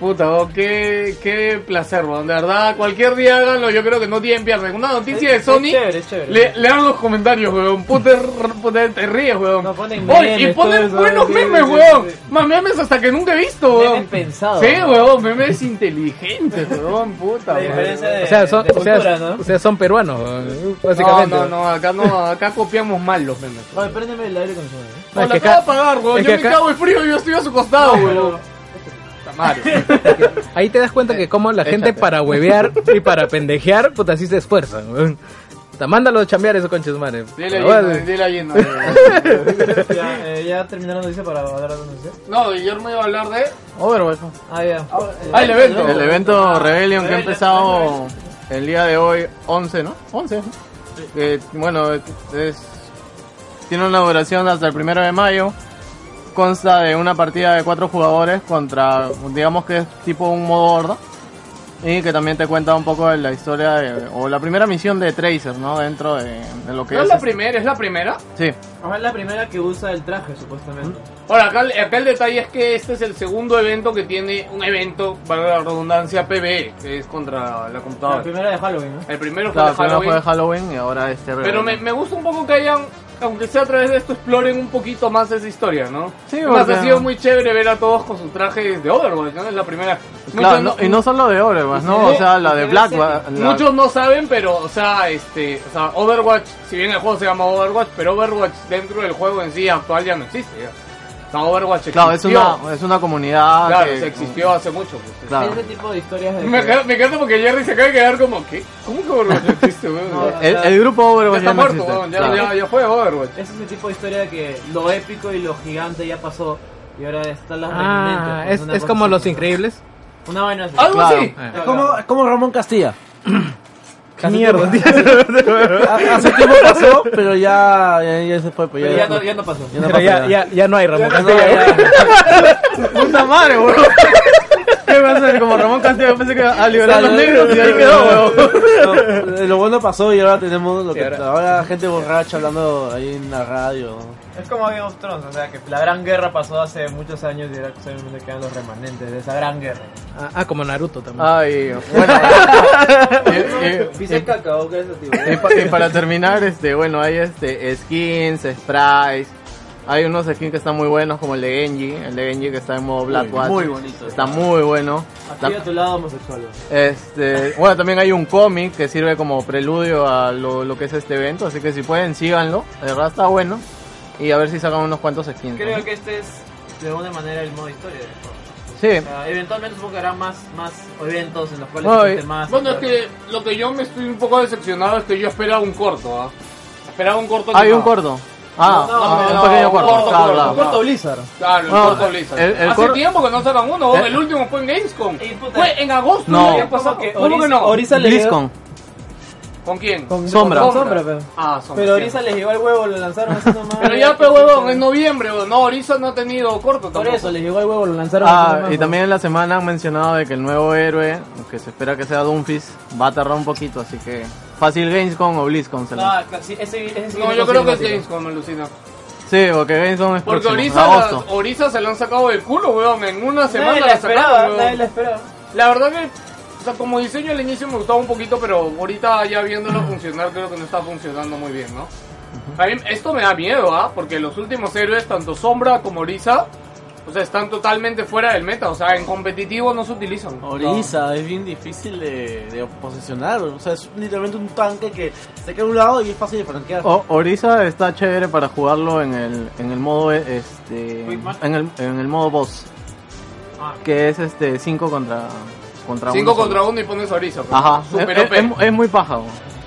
Puta, oh, qué, qué placer, weón. De verdad, cualquier día háganlo. Yo creo que no tienen pierden. Una noticia de
Es
Sony.
eh,
chévere, es chévere.
Le, lean los comentarios, weón. Puta, r- puta, te ríes, weón.
No, ponen
Oye, y
memes, todo
ponen
eso,
buenos
sí,
memes,
sí,
weón.
sí.
Más memes hasta que nunca he visto, weón.
Memes pensados,
Sí,
¿no?
weón. Memes inteligentes, weón. Puta,
La
weón.
diferencia de,
O sea, son,
de
o sea,
cultura, ¿no?
o sea, son peruanos, weón, básicamente.
No, no, no. Acá, no, acá copiamos mal los memes.
Oye, préndeme el aire acondicionado. ¿eh?
No,
No,
es
la
que
acaba de
acá-
apagar, weón.
es
Yo
que
me
acá-
cago de frío y yo estoy a su costado, weón. Puta madre.
Ahí te das cuenta que como la gente para huevear y para pendejear, puta, así se esfuerzan, weón. Puta, mándalo a chambear esos conches, madre.
Dile
Puta,
lleno,
weón.
dile lleno. weón.
ya, eh, ya terminaron la noticia para hablar de la noticia.
No, yo me iba a hablar de...
Overwatch.
Ah, ya.
Ah, el evento.
El evento Rebellion que ha empezado el día de hoy, 11, ¿no? 11. Eh, bueno, es, tiene una duración hasta el primero de mayo. Consta de una partida de cuatro jugadores contra, digamos que es tipo un modo horda. Y que también te cuenta un poco de la historia de- o la primera misión de Tracer, ¿no? Dentro de, de lo que
No
es.
es la primera, es la primera.
sí.
Además, es la primera que usa el traje, supuestamente.
Ahora, acá, el- acá el detalle es que este es el segundo evento que tiene un evento, para la redundancia, PvE, que es contra la
La
computadora.
primera de Halloween, ¿no?
El primero fue
Claro,
de
primero
Halloween.
fue Halloween y ahora este
Pero
Rebellion.
me, me gusta un poco que hayan, aunque sea a través de esto, exploren un poquito más esa historia, ¿no?
Sí,
Además,
porque-
ha sido muy chévere ver a todos con sus trajes de Overwatch, ¿no? Es la primera.
Claro,
Muchos
no- y no solo de Overwatch, ¿no? O sea, la de Black. la-
Muchos no saben, pero, o sea, este, o sea, Overwatch, si bien el juego se llama Overwatch, pero Overwatch dentro del juego en sí actual ya no existe. Ya. O sea, Overwatch existió.
Claro, es una, es una comunidad.
Claro,
que-
se existió hace mucho. pues.
Ah.
Claro.
Ese tipo de historias de.
Me, encanta- me encanta porque Jerry se acaba de quedar como, ¿qué? ¿Cómo que Overwatch no
(laughs)
existe, weón?
No,
El, el grupo
ya
Overwatch
está
ya no
muerto,
existe.
weón, ya,
Claro.
ya, ya fue Overwatch.
Es ese tipo de historia de que lo épico y lo gigante ya pasó. Y ahora están las
Ah,
remanentes, pues,
es,
una
es
cosa
como
así,
los
¿no?
increíbles.
Una vaina así.
Algo
Claro.
Eh.
así.
Ah,
Es como, es como Ramón
(clears throat)
Castilla. (laughs)
Mierda, tío.
Ha- Hace tiempo pasó, pero ya, ya, ya se fue. Pues,
Pero ya no, ya no pasó.
ya no
Pero
pasa
ya,
nada.
ya, ya no hay Ramón ¿eh?
No,
Castilla, weón.
ya-
Puta madre, weón. ¿Qué (laughs) pasa? Como Ramón Castillo, yo pensé que a liberar a los negros y ahí quedó, weón.
No, eh, lo bueno pasó y ahora tenemos lo que
ahora-
ahora gente borracha hablando ahí en la radio.
Es como Game of Thrones, o sea que la gran guerra pasó hace muchos años y ahora solamente quedan los remanentes de esa gran guerra.
Ah, ah, como Naruto también.
Ay,
(laughs)
bueno.
Eh,
y- y-
Dice cacao que es tío.
Y, eh, pa- y para terminar, este, bueno, hay este skins, sprites. Hay unos skins que están muy buenos, como el de Genji, el de Genji que está en modo Black Watch.
muy bonito.
Está muy bueno.
Aquí a tu lado homosexual.
Este, bueno, también hay un cómic que sirve como preludio a lo, lo que es este evento, así que si pueden, síganlo. De verdad está bueno. Y a ver si sacan unos cuantos skins. ¿no?
Creo que este es de alguna manera el modo historia del juego.
Sí,
O sea, eventualmente supongo que hará más, más eventos en los cuales
No,
se
y-
junten más.
Bueno, es que lo que yo me estoy un poco decepcionado es que yo esperaba un corto, ¿ah? Esperaba un corto.
hay
animado.
un corto. Ah,
No,
ah,
no,
un pequeño
no,
corto.
corto,
claro,
corto,
claro.
corto.
Blizzard.
Claro, el
No,
corto Blizzard.
el- el
Hace
cor-
tiempo que no sacan uno, vos,
Eh.
el último fue en Gamescom.
Y puta.
Fue en agosto,
No.
ya pasó.
que
¿Cómo que
Oriza-
no?
Oriza le
BlizzCon.
¿Con quién?
Sombra.
Con
Sombra, pero-
Ah, Sombra.
Pero
cierto.
Orisa les llegó al huevo, lo lanzaron así nomás.
Pero ya, pues, pe huevón, en noviembre, huevón. No, Orisa no ha tenido corto
Por
tampoco.
eso, les llegó al huevo, lo lanzaron así
Ah,
nomás.
y también en la semana han mencionado de que el nuevo héroe, que se espera que sea Dumfries, va a tardar un poquito, así que fácil Gamescom o BlizzCon se la-
Ah, claro, sí, ese, ese sí
No,
me
yo creo que
consigo,
es
tío.
Gamescom, me alucina.
Sí, porque Gamescom es
Porque
próximo,
Orisa,
agosto.
las- Orisa se la han sacado del culo, weón. En una semana
Nadie
la
la
sacaron,
esperaba,
huevón.
nadie la esperaba.
La verdad que, o sea, como diseño al inicio me gustaba un poquito, pero ahorita ya viéndolo
(clears throat)
funcionar creo que no está funcionando muy bien, ¿no? A mí esto me da miedo, ¿ah? Porque los últimos héroes, tanto Sombra como Orisa, o sea, están totalmente fuera del meta, o sea, en competitivo no se utilizan.
Orisa, es bien difícil de, de posicionar. O sea, es literalmente un tanque que se queda a un lado y es fácil de franquear.
O- Oh, Orisa está chévere para jugarlo en el, en el modo eh, este
Quick match.
en el, en el modo boss.
Ah.
Que es este 5 contra contra
5
uno solo.
contra 1 y pones Orisa. pues.
Ajá.
Super
Es,
OP.
es- es- es muy paja. bo.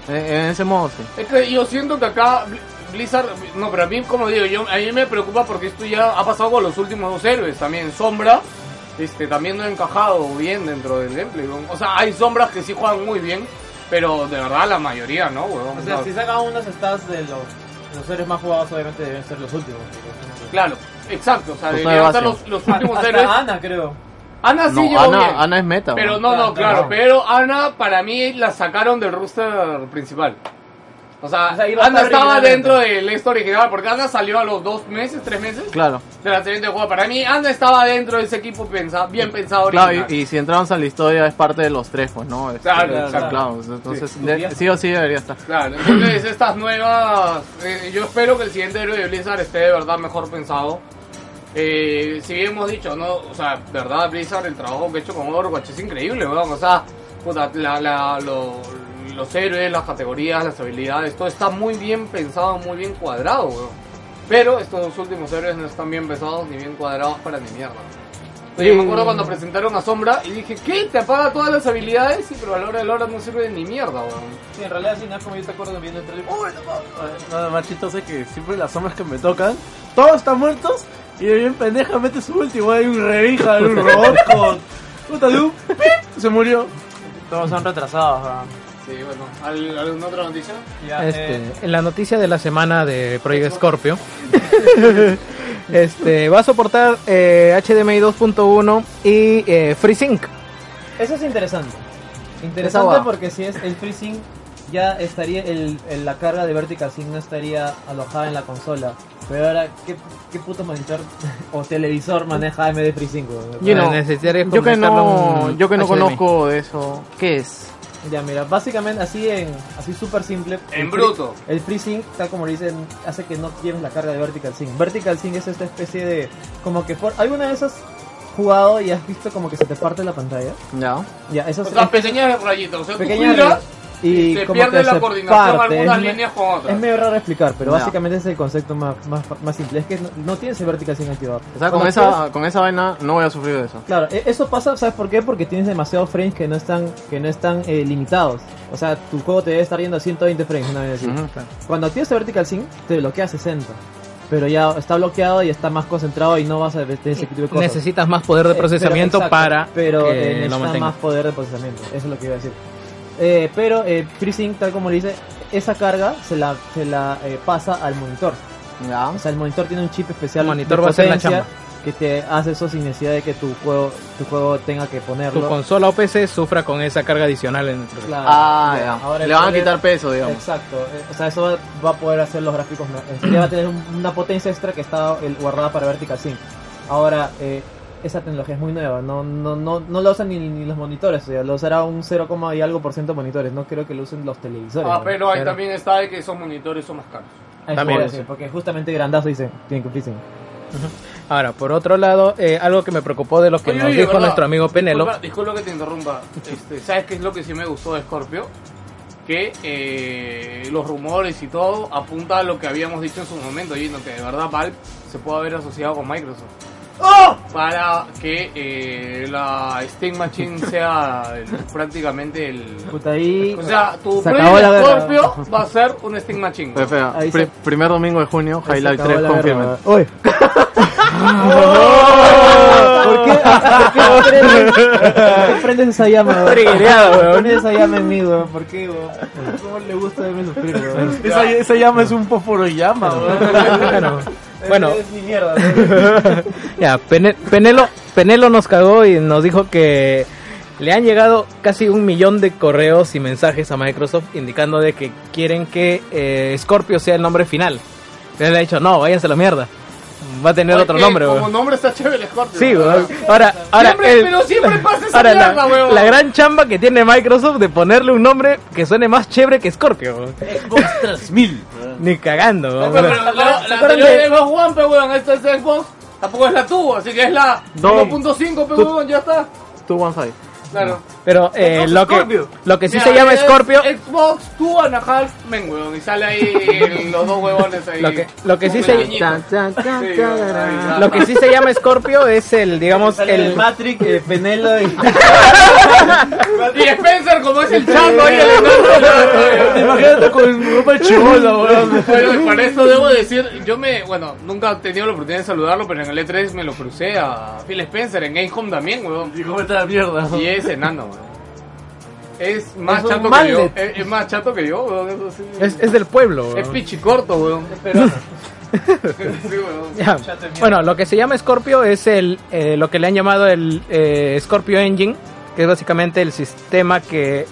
En, en ese modo sí.
Es que yo siento que acá Bl- Blizzard, no, pero a mí, como digo, yo, a mí me preocupa porque esto ya ha pasado con los últimos dos héroes. También Sombra, este, también no ha encajado bien dentro del gameplay. weón. O sea, hay sombras que sí juegan muy bien, pero de verdad la mayoría, ¿no, weón?
O
No,
sea, si sacan unos stats de los, los héroes más jugados, obviamente deben ser los últimos.
Claro, exacto. O sea,
Pues no
deberían
hay
estar
base.
los, los últimos
(laughs) Hasta
héroes.
Ana, creo.
Ana Ah, sí
no,
llegó bien.
Ana, Ana es meta. bo.
Pero no, no,
Claro,
claro.
claro.
Pero Ana, para mí, la sacaron del roster principal. O sea,
O sea, iba a
Anda
estar
estaba
originalmente.
dentro del story original, porque Anda salió a los dos meses, tres meses
Claro.
de la siguiente juego. Para mí, Anda estaba dentro de ese equipo pensa- bien pensado
Claro,
original.
y, y si entramos a la historia es parte de los tres, pues, ¿no? Este,
Claro,
o sea,
claro.
claro, Entonces, de- sí o sí debería estar.
Claro, entonces estas nuevas. eh, yo espero que el siguiente héroe de Blizzard esté de verdad mejor pensado. Eh, si bien hemos dicho, ¿no? O sea, de verdad, Blizzard, el trabajo que ha hecho con Overwatch es increíble, weón. O sea, puta, la- la- lo- los héroes, las categorías, las habilidades, todo está muy bien pensado, muy bien cuadrado, weón. Pero estos dos últimos héroes no están bien pensados ni bien cuadrados para ni mierda. Yo me acuerdo cuando presentaron a Sombra y dije, ¿qué? Te apaga todas las habilidades, sí, pero a la hora de la hora no sirve de ni mierda, weón.
Sí, en realidad, si no es como yo te acuerdo viendo el trailer. ¡Uy, no mames!
Nada más chistoso es que siempre las sombras que me tocan, todos están muertos y de bien pendeja mete su último. Hay un revija de un robot con. Puta de un pip, se murió.
Todos son retrasados, weón.
Sí, bueno, ¿al- ¿alguna otra noticia?
Ya,
Este,
eh,
en la noticia de la semana de Project Scorpio, (laughs) este, va a soportar eh, HDMI 2.1 y eh, FreeSync.
eso es interesante.
Esa
Interesante
guapa.
porque si es el FreeSync, ya estaría el, el- la carga de Vertical Sync no estaría alojada en la consola. Pero ahora, ¿qué, qué puto monitor (laughs) o televisor maneja AMD FreeSync? weón?
You know,
Eh, Necesitaría
yo que
conectarlo a
no,
un
yo que no
HDMI.
conozco de eso. ¿Qué es?
Ya, mira, básicamente así en así súper simple.
En
el
bruto.
free- el FreeSync, tal como le dicen, hace que no lleves la carga de Vertical Sync. Vertical Sync es esta especie de. Como que. For, ¿Alguna vez has jugado y has visto como que se te parte la pantalla?
Ya.
Ya, eso
O
es.
sea, pequeñas rayitas, o sea,
pequeña
tú giras
y
y se
como
pierde
que
la
se
coordinación
parte,
algunas
es me-
líneas con otras.
Es medio raro explicar, pero
Ya.
básicamente ese es el concepto más, más, más simple. Es que no, no tienes el Vertical Sync activado.
O sea, con
Cuando
esa, con esa vaina no voy a sufrir de eso.
Claro, e- eso pasa, ¿sabes por qué? Porque tienes demasiados frames que no están, que no están eh, limitados. O sea, tu juego te debe estar yendo a 120 frames, una vez así.
Ujú.
Cuando activas el Vertical Sync, te bloquea a 60. Pero ya está bloqueado y está más concentrado y no vas a ver ese tipo de cosas.
Necesitas más poder
Eh,
de
pero-
procesamiento
exacto,
para
Pero eh,
que lo
necesita
mantenga.
más poder de procesamiento, eso es lo que iba a decir. Eh, pero eh, FreeSync, tal como le dice, esa carga se la, se la eh, pasa al monitor.
Ya.
O sea, el monitor tiene un chip especial.
El monitor
de
va a hacer la
potencia
chamba.
Que te hace eso sin necesidad de que tu juego, tu juego tenga que
Tu
ponerlo.
consola o PC sufra con esa carga adicional en el procesador.
Claro,
Ah,
ya.
ya.
Ahora
Le
el
van a
trailer-
quitar peso, digamos.
Exacto, eh, o sea, eso va- va a poder hacer los gráficos. me- en realidad va a tener un- una potencia extra que está el- guardada para Vertical Sync. Ahora, eh, esa tecnología es muy nueva, no, no, no, no la usan ni, ni los monitores, o sea, lo usará un 0, y algo por ciento de monitores, no creo que lo usen los televisores.
Ah,
¿no?
pero ahí
Claro.
también está de que esos monitores son más caros.
Ah, es
también
obvio,
es.
sí, porque justamente grandazo dicen, tienen que utilizar.
Ahora, por otro lado, eh, algo que me preocupó de lo que
Oye,
nos
oye,
dijo
verdad,
nuestro amigo Penelo.
Disculpa, disculpa que te interrumpa. Este, ¿Sabes qué es lo que sí me gustó de Scorpio? Que eh, los rumores y todo apunta a lo que habíamos dicho en su momento, y que de verdad Valve se puede haber asociado con Microsoft. Para que eh, la Steam
(laughs)
Machine sea el- prácticamente el,
Puta ahí.
(laughs) O sea, tu
Se
Project
acabó la guerra.
Scorpio va a ser un Steam Machine.
Pero espera,
Ahí
pri-
se-
primer domingo de junio,
ahí se
Highlight
acabó
3
la
(laughs)
guerra,
confirmen.
¿verdad? Uy. ¿Por qué, por qué prendes, por qué prendes esa llama? weón? ¿Por qué prendes esa llama en mí, weón? ¿Por qué, weón? ¿Cómo le gusta verme sufrir, weón?
Esa, esa llama es un fósforo llama,
bueno, bueno,
Es mi mierda, weón.
(laughs) ya, Pene- Penelo, Penelo nos cagó y nos dijo que le han llegado casi un millón de correos y mensajes a Microsoft indicando de que quieren que eh, Scorpio sea el nombre final. Él le ha dicho, no, váyanse a la mierda. Va a tener
Oye,
otro nombre,
Como
weón.
nombre está chévere Scorpio.
Sí, weón. Ahora, ahora
Siempre-
el-
pero siempre pasa esa
ahora la-
mierda,
la,
weón.
gran chamba que tiene Microsoft de ponerle un nombre que suene más chévere que Scorpio. weón.
Xbox 3000.
Ni cagando.
No,
weón.
pero la, la, la anterior de Xbox One, pe weón, esta es Xbox. Tampoco es la tubo, así que es la 1.5, pe weón, ya está.
Two One Five.
Claro.
Pero eh,
Xbox
lo, que,
Scorpio.
lo que sí
Ya,
se llama
es
Scorpio,
Xbox Two and a Half Men, weón. Y sale
(laughs)
ahí los dos huevones ahí.
Lo que- lo que sí se-
Pequeñitos. Sí, weón, ahí está.
lo que sí se llama Scorpio es el, digamos,
Sale el
el...
Matrix, eh, Penelo y.
Y Spencer, como es el chango ahí, el enano.
(laughs) Imagínate con ropa de chibolo, weón.
Bueno, y para esto debo decir, yo me, bueno, nunca he tenido la oportunidad de saludarlo, pero en el E3 me lo crucé a Phil Spencer, en Game Home también, weón.
Y cómete la mierda.
Y es enano, weón. Es más
un
chato que yo.
mallet.
Es, es más chato que yo, weón. Eso sí.
Es, es del pueblo.
Es
weón.
pichicorto,
(laughs)
weón. (laughs) sí, weón.
Ya. Bueno, lo que se llama Scorpio es el, eh, lo que le han llamado el eh, Scorpio Engine, que es básicamente el sistema que,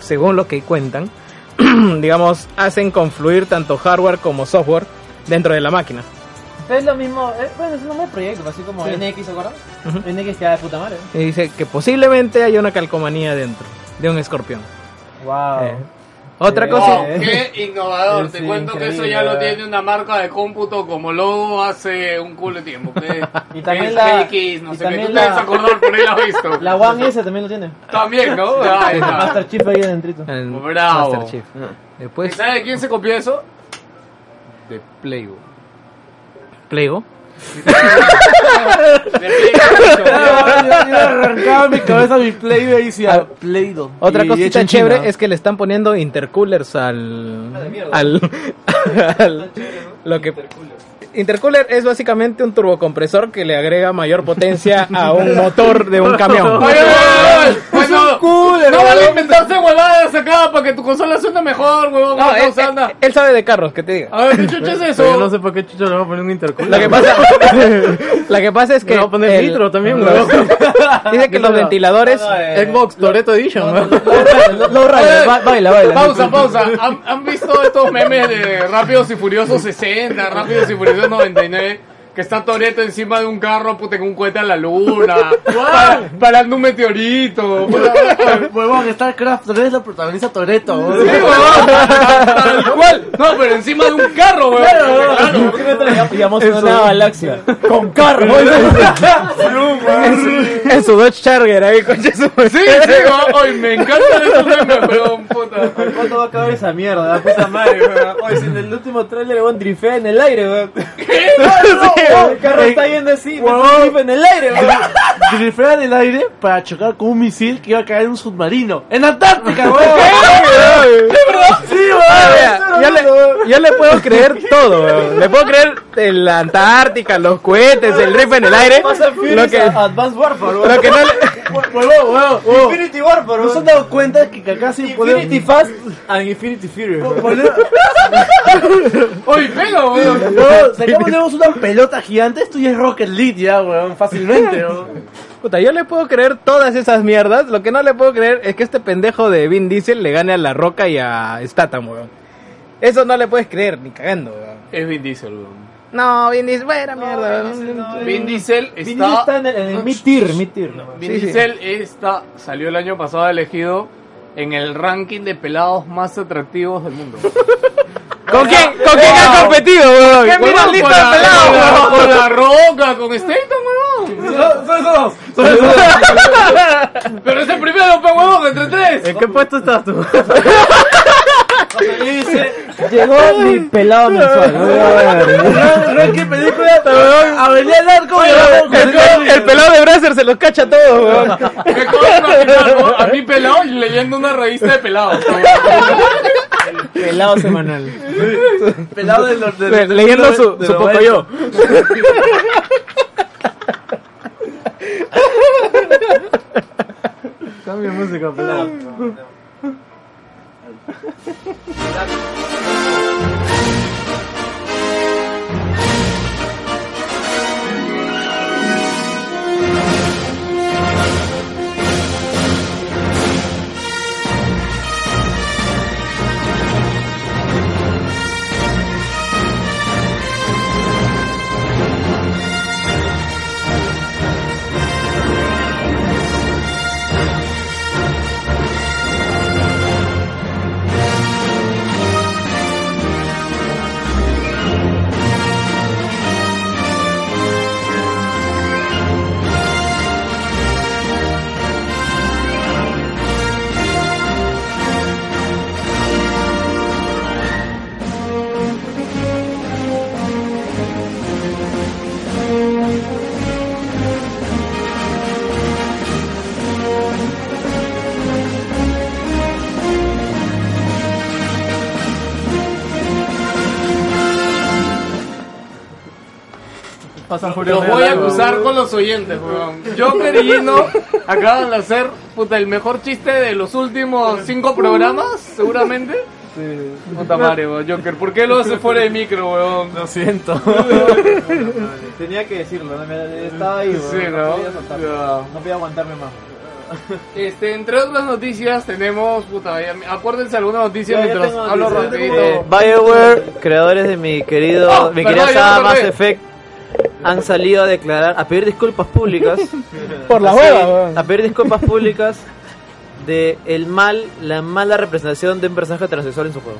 según lo que cuentan, (clears throat) digamos, hacen confluir tanto hardware como software dentro de la máquina.
(laughs) Es lo mismo, es, bueno, es un nombre de proyecto, así como
Sí.
NX, ¿se acuerdan?
Ujú.
NX queda de puta madre.
Y dice que posiblemente haya una calcomanía dentro de un escorpión.
Wow.
Eh, Otra
Sí.
cosa...
Wow. (laughs)
¡Qué innovador!
Sí,
Te
sí,
cuento que eso
increíble,
ya lo
¿verdad?
tiene una marca de cómputo como logo hace un culo de tiempo. que-
(laughs) Y también
que es
la-
X, no
y
sé qué.
también
Tú te debes
la-
acordar por ahí lo has visto.
(laughs) La One S también lo (laughs) tiene.
También, ¿no? Ah,
(laughs) El
está.
Master Chief ahí (laughs) adentrito.
el
Bravo. Ah.
Master Chief.
¿Y
Después,
¿Sabes de quién se copió eso? De Playboy.
Plego.
(laughs)
De Playboy.
Arrancaba mi cabeza mi Play y
Ah,
decía Play Doh.
Otra
Y hecho
cosita
en China.
chévere es que le están poniendo intercoolers al.
Ah, (laughs)
al. al- lo que. Intercooler es básicamente un turbocompresor que le agrega mayor potencia a
(laughs)
un motor de un camión.
Ay, ay, ay, ay. Bueno, No vale inventarse huevadas acá para que tu consola suene mejor, huevón.
No,
No,
eh,
él,
anda. Ah.
él- él sabe de carros, que te diga.
A ver, ¿qué chucha es
Pero yo
eso?
no sé por qué Chucho le va a poner un intercooler.
Lo
(laughs)
que
(laughs)
pasa, lo que pasa es que.
Le va a poner
el-
nitro también,
(laughs) los-
weón.
Dice que los ventiladores.
Xbox Toreto Edition, weón.
eh,
(laughs)
No,
Oye,
baila, baila, baila.
Pausa, pausa. ¿Han, han visto estos memes de Rápidos y Furiosos 60, Rápidos y Furiosos 99? Que está Toreto encima de un carro, puta, con un cohete a la luna. pa- parando un meteorito. puta,
Huevón, StarCraft 3 la protagoniza Toreto.
sí, huevón, Tal cual. No, pero encima de un carro, weón. Claro.
Digamos una galaxia. Con carro.
En su Dodge Charger ahí, coche su
Pues Sí, sí, huevón. Ay, me encantan esos memes, weón, puta.
¿Cuánto va a acabar esa mierda? La puta madre, weón. Oye, si en el último trailer, weón, drifea en el aire, weón. (laughs) El carro está yendo así, weón. Drifa en el aire, weón.
Grifea en el aire para chocar con un misil que iba a caer en un submarino. ¡En
(laughs)
Antártica, huevón!
Mira, yo, le, yo le puedo creer todo, weón. le puedo creer eh, la Antártica, los cohetes, el rifle en el aire, lo que,
ah.
Advanced Warfare, weón.
lo que no le-
Huevón, huevón, huevón.
Infinity Warfare,
¿No se han
weón.
dado cuenta que acá sí podemos...
Infinity Fast and Infinity Fury, weón.
Boludo,
Oye, pelo, weón.
(laughs)
huevón, si acá ponemos una pelota gigante, esto ya es Rocket League ya, huevón, fácilmente, huevón.
puta, yo le puedo creer todas esas mierdas, lo que no le puedo creer es que este pendejo de Vin Diesel le gane a La Roca y a Statham, weón. Eso no le puedes creer, ni cagando, weón.
Es Vin Diesel, weón.
No, Vin Diesel, buena mierda. weón.
Vin Diesel
Vin Diesel está
está.
en el, en el mid-tier, mid-tier. weón.
Vin
Sí, sí.
Diesel está. Salió el año pasado elegido en el ranking de pelados más atractivos del
(laughs)
mundo.
¿Con quién, con quién ha competido, weón?
¿Qué
Mira el listo de pelado,
(laughs)
weón.
Con la roca, con este, Statham, weón. Pero es el primero, pe huevón, entre tres.
¿En qué puesto estás tú?
Llegó mi pelado (laughs) mensual. weón.
Ah, ¿Qué película? Avenida el arco, huevón,
El, el- el pelado de Brazzers se los cacha a todos, weón.
Me acabo de imaginar, ¿no? A mí pelado y leyendo una revista de pelados.
Pelado semanal.
pelado de los...
Pues,
Le- leyendo su, su Pocoyo.
Cambia música, pelado. Pasan
Los voy a acusar con los oyentes, weón. Yo,
(laughs)
Perillino, acaban de hacer puta, el mejor chiste de los últimos cinco programas, seguramente. Puta madre, weón, Joker, ¿por qué lo hace fuera de micro, weón?
Lo siento.
Tenía que decirlo, no me- estaba ahí. weón.
Sí, ¿no?
podía soltarlo.
Ya.
No podía aguantarme más.
Este, entre otras noticias tenemos, puta, ya, acuérdense alguna noticia
Ya, ya
mientras
tengo
hablo
noticias,
rapidito.
Eh, BioWare, creadores de mi querido,
Ah,
mi
perdón,
querida
ya
saga
me
Mass
acordé.
Effect, han salido a declarar, a pedir disculpas
(laughs)
públicas,
Por
así, a pedir disculpas públicas de el mal, la mala representación de un personaje transexual en su juego.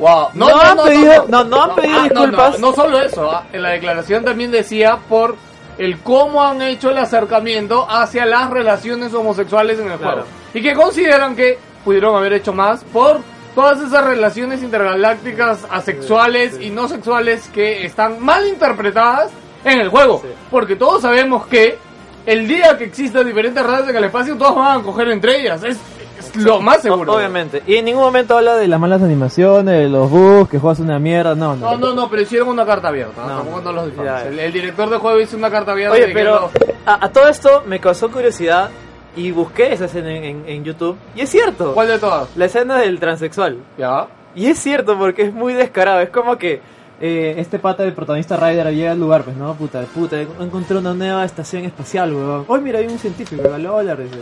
Wow.
No han pedido- no, no han pedido
Ah, no,
disculpas.
No, no solo eso, ah, en la declaración también decía por el cómo han hecho el acercamiento hacia las relaciones homosexuales en el juego. Y que consideran que pudieron haber hecho más por todas esas relaciones intergalácticas asexuales y no sexuales que están mal interpretadas en el juego. Porque todos sabemos que el día que existan diferentes razas en el espacio, todos van a coger entre ellas. Es, es lo más seguro.
Obviamente. Y en ningún momento habla de la
Las malas animaciones, de los bugs, que juegas una mierda, no, no.
No, no, no, pero hicieron una carta abierta. No, tampoco no los difamamos.
Ya, ya.
El, el director de juego hizo una carta abierta.
Oye,
de que
pero
no-
a, a todo esto me causó curiosidad y busqué esa escena en, en- en YouTube. Y es cierto.
¿Cuál de todas?
La escena del transexual.
Ya.
Y es cierto porque es muy descarado. Es como que...
Eh, este pata del protagonista Ryder llega al lugar, pues, ¿no? Puta, puta, encontré una nueva estación espacial, weón. Hoy mira, hay un científico, weón, hola, dice.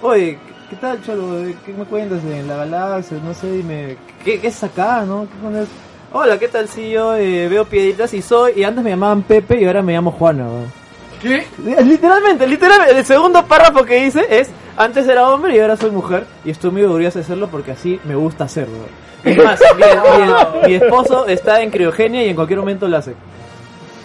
Oye, ¿qué tal, cholo? weón? ¿Qué me cuentas en la galaxia? No sé, dime, ¿qué, qué es acá, no? ¿Qué con eso?
Hola, ¿qué tal si yo eh, veo piedritas y soy...
Y antes me llamaban Pepe y ahora me llamo Juana, weón.
¿Qué?
Literalmente, literalmente. El segundo párrafo que hice es... Antes era hombre y ahora soy mujer.
Y estoy muy orgulloso de hacerlo porque así me gusta hacerlo, weón.
Es más, mi, mi- mi esposo está en criogenia y en cualquier momento lo hace.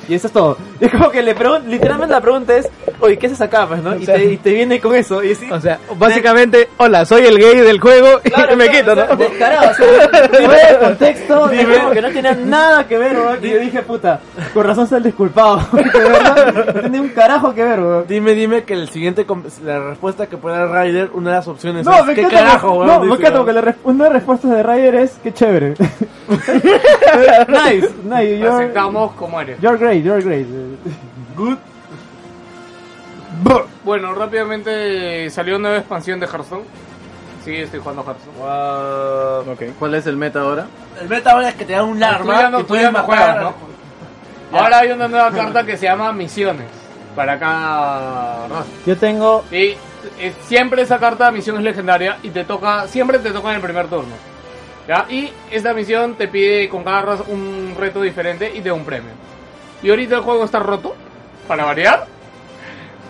Y eso es todo.
(laughs) Es como que le pregunto, literalmente la pregunta es, oye, ¿qué se sacaba, pues, no? Y, te, y te viene con eso, y sí,
(laughs) O
(laughs)
sea, básicamente, hola, soy el gay del juego y (laughs) me quito, ¿no?
descarado, o
Fuera
(laughs)
de contexto, es
Dime.
como que no tenía nada que ver, weón. Y yo dije, puta, con razón se
(laughs)
el disculpado. Porque de verdad, no tenía un carajo que ver, weón.
Dime, dime que el siguiente com- la respuesta que pone Ryder, una de las opciones
No,
es
me
¿qué
encanta.
carajo,
no,
weón? Dice,
me encanta
weón.
porque la res- una de las respuestas de Ryder es que chévere. (laughs) nice, nice. You're,
Aceptamos como eres.
you're great, you're great.
Bueno, rápidamente eh, salió una nueva expansión de Hearthstone. Sí, estoy jugando Hearthstone.
¿Cuál es el meta ahora?
El meta ahora es que te dan un
tú
arma
ya no,
y
tú
puedes
ya no
matar.
juegas, ¿no? Ahora hay una nueva carta que se llama Misiones. Para cada raza.
Yo tengo.
Y eh, siempre esa carta de misión es legendaria y te toca, siempre te toca en el primer turno. ¿ya? Y esta misión te pide con cada raza un reto diferente y te da un premio. Y ahorita el juego está roto, para variar,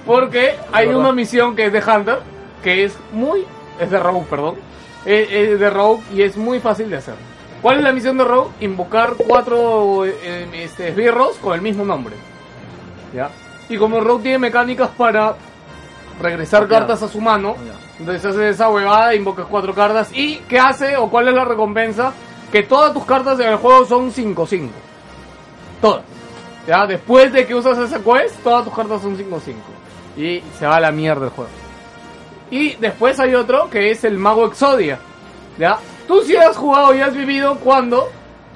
porque hay una misión que es de Hunter, que es muy... es de Rogue, perdón. Es, es de Rogue y es muy fácil de hacer. ¿Cuál es la misión de Rogue? Invocar cuatro eh, este, esbirros con el mismo nombre. ¿ya? Y como Rogue tiene mecánicas para regresar cartas a su mano. Entonces hace esa huevada, invocas cuatro cartas. ¿Y qué hace o cuál es la recompensa? Que todas tus cartas en el juego son 5-5. Todas. Ya, después de que usas ese quest, todas tus cartas son 5-5. Y se va a la mierda el juego. Y después hay otro que es el mago Exodia. ¿Ya? Tú si has jugado y has vivido cuando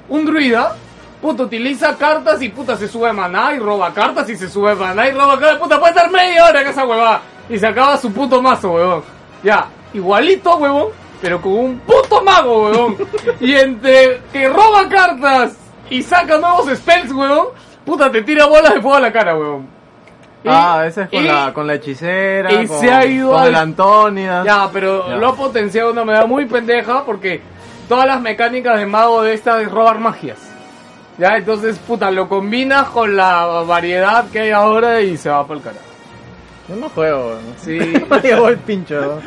un druida, puta, utiliza cartas y puta se sube maná y roba cartas y se sube maná y roba cartas. Puta, puede estar media hora en esa huevada. Y se acaba su puto mazo, huevón. Ya, igualito, huevón, pero con un puto mago,
(laughs)
huevón. y entre que roba cartas y saca nuevos spells, huevón, puta, te tira bolas de fuego a la cara, huevón. Y-
ah, ese es con,
y-
la, con la hechicera.
y
con,
se ha ido
con
al-
el Antonia.
Ya, pero
Ya.
lo ha potenciado de una manera muy pendeja porque todas las mecánicas de mago de esta es robar magias. Ya, entonces, puta, lo combinas con la variedad que hay ahora y se va para el carajo.
Yo no juego. ¿no? (laughs)
Sí.
Me llevó
(laughs)
el pincho.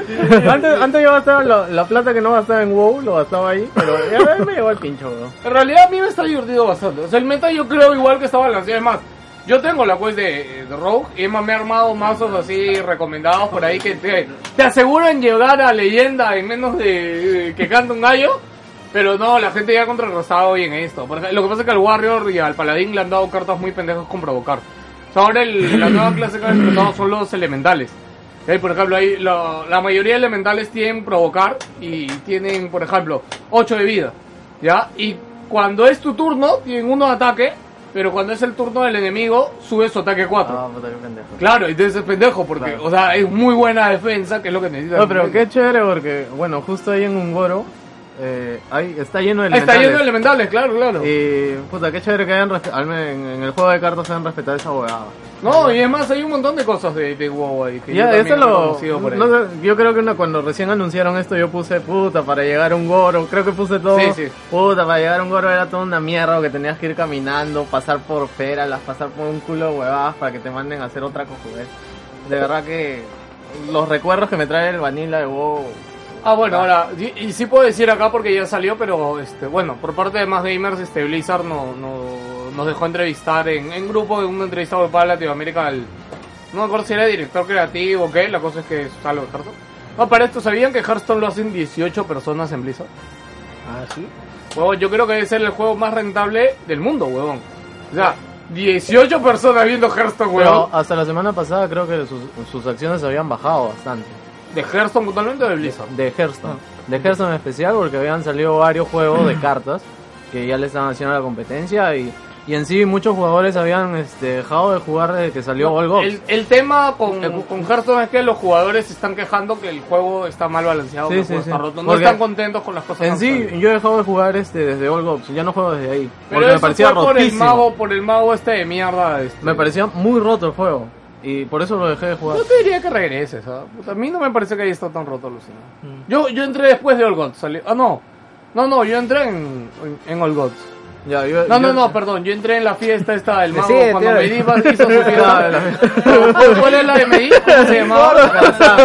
antes, antes yo gastaba lo- la plata que no gastaba en WoW, lo gastaba ahí, pero ya me llevó el pincho. ¿no?
En realidad a mí me está divertido bastante. O sea, el meta yo creo igual que está balanceado. Es más, yo tengo la quest de, de Rogue y más me he armado mazos así recomendados por ahí que te, te aseguran llegar a leyenda en menos de de que canta un gallo. Pero no, la gente ya ha contrarrestado hoy en esto. Por ej- lo que pasa es que al Warrior y al Paladín le han dado cartas muy pendejas con provocar. O sea, ahora el- la nueva clase que han explotado son los elementales. Eh, por ejemplo, ahí lo- la mayoría de elementales tienen provocar y tienen, por ejemplo, 8 de vida. ¿Ya? Y cuando es tu turno, tienen uno de ataque, pero cuando es el turno del enemigo, sube su ataque 4.
Ah, puta, qué pendejo.
Claro, entonces es pendejo, porque, o sea, es muy buena defensa, que es lo que necesita.
No, pero qué chévere porque, bueno, justo ahí en Ungoro, eh, ahí está lleno de
Está lleno
elementales.
de elementales, claro, claro.
Y puta, qué chévere que hayan respe- al menos en, en el juego de cartas hayan respetado esa huevada.
No, y es más, hay un montón de cosas de, de WoW ahí. que yo
Ya,
también
eso
he
lo.
reconocido por ahí.
no sé, yo creo que una- cuando recién anunciaron esto, yo puse puta para llegar a un goro. Creo que puse todo.
Sí, sí.
Puta, para llegar a un goro era toda una mierda que tenías que ir caminando, pasar por feras, pasar por un culo de huevadas para que te manden a hacer otra cojudez. De verdad que. Los recuerdos que me trae el vanilla de WoW.
Ah, bueno, ahora, y, y sí puedo decir acá porque ya salió, pero este, bueno, por parte de más gamers, este Blizzard no, no- nos dejó entrevistar en, en grupo de una entrevista para Latinoamérica al. No me acuerdo si era director creativo o qué, la cosa es que sale de Hearthstone. No, para esto, ¿sabían que Hearthstone lo hacen 18 personas en Blizzard?
Ah, sí.
Huevón, yo creo que debe ser el juego más rentable del mundo, huevón. O sea, 18 personas viendo Hearthstone,
Pero
huevón.
hasta la semana pasada creo que sus, sus acciones habían bajado bastante.
¿De Hearthstone totalmente o de Blizzard?
De Hearthstone.
Ah.
De Hearthstone en especial porque habían salido varios
(clears throat)
juegos de cartas que ya le estaban haciendo la competencia y, y en sí muchos jugadores habían este, dejado de jugar desde que salió All Gods.
El, el tema con,
Eh,
con Hearthstone es que los jugadores se están quejando que el juego está mal balanceado,
Sí,
que el
sí,
juego
sí.
está roto. No
Porque
están contentos con las cosas.
En
que han
sí
salido.
yo he dejado de jugar este, desde All Gods, ya no juego desde ahí.
pero
Porque me
eso
parecía
fue por el
rotísimo.
mago, por el mago este de mierda. este.
Me parecía muy roto el juego y por eso lo dejé de jugar.
Yo te diría que regreses. ¿ah? Puta, A mí no me parece que haya estado tan roto, Lucina.
Mm.
Yo, yo entré después de All Gods. salió- Ah, no. No, no, yo entré en, en, en All Gods.
Ya, yo-
No, no,
yo-
no, perdón, yo entré en la fiesta esta del mago
Sí,
cuando
tío.
Medivh hizo su fiesta.
(laughs)
(laughs) ¿Cuál es la de Medivh? ¿Cómo se llamaba? Karazam,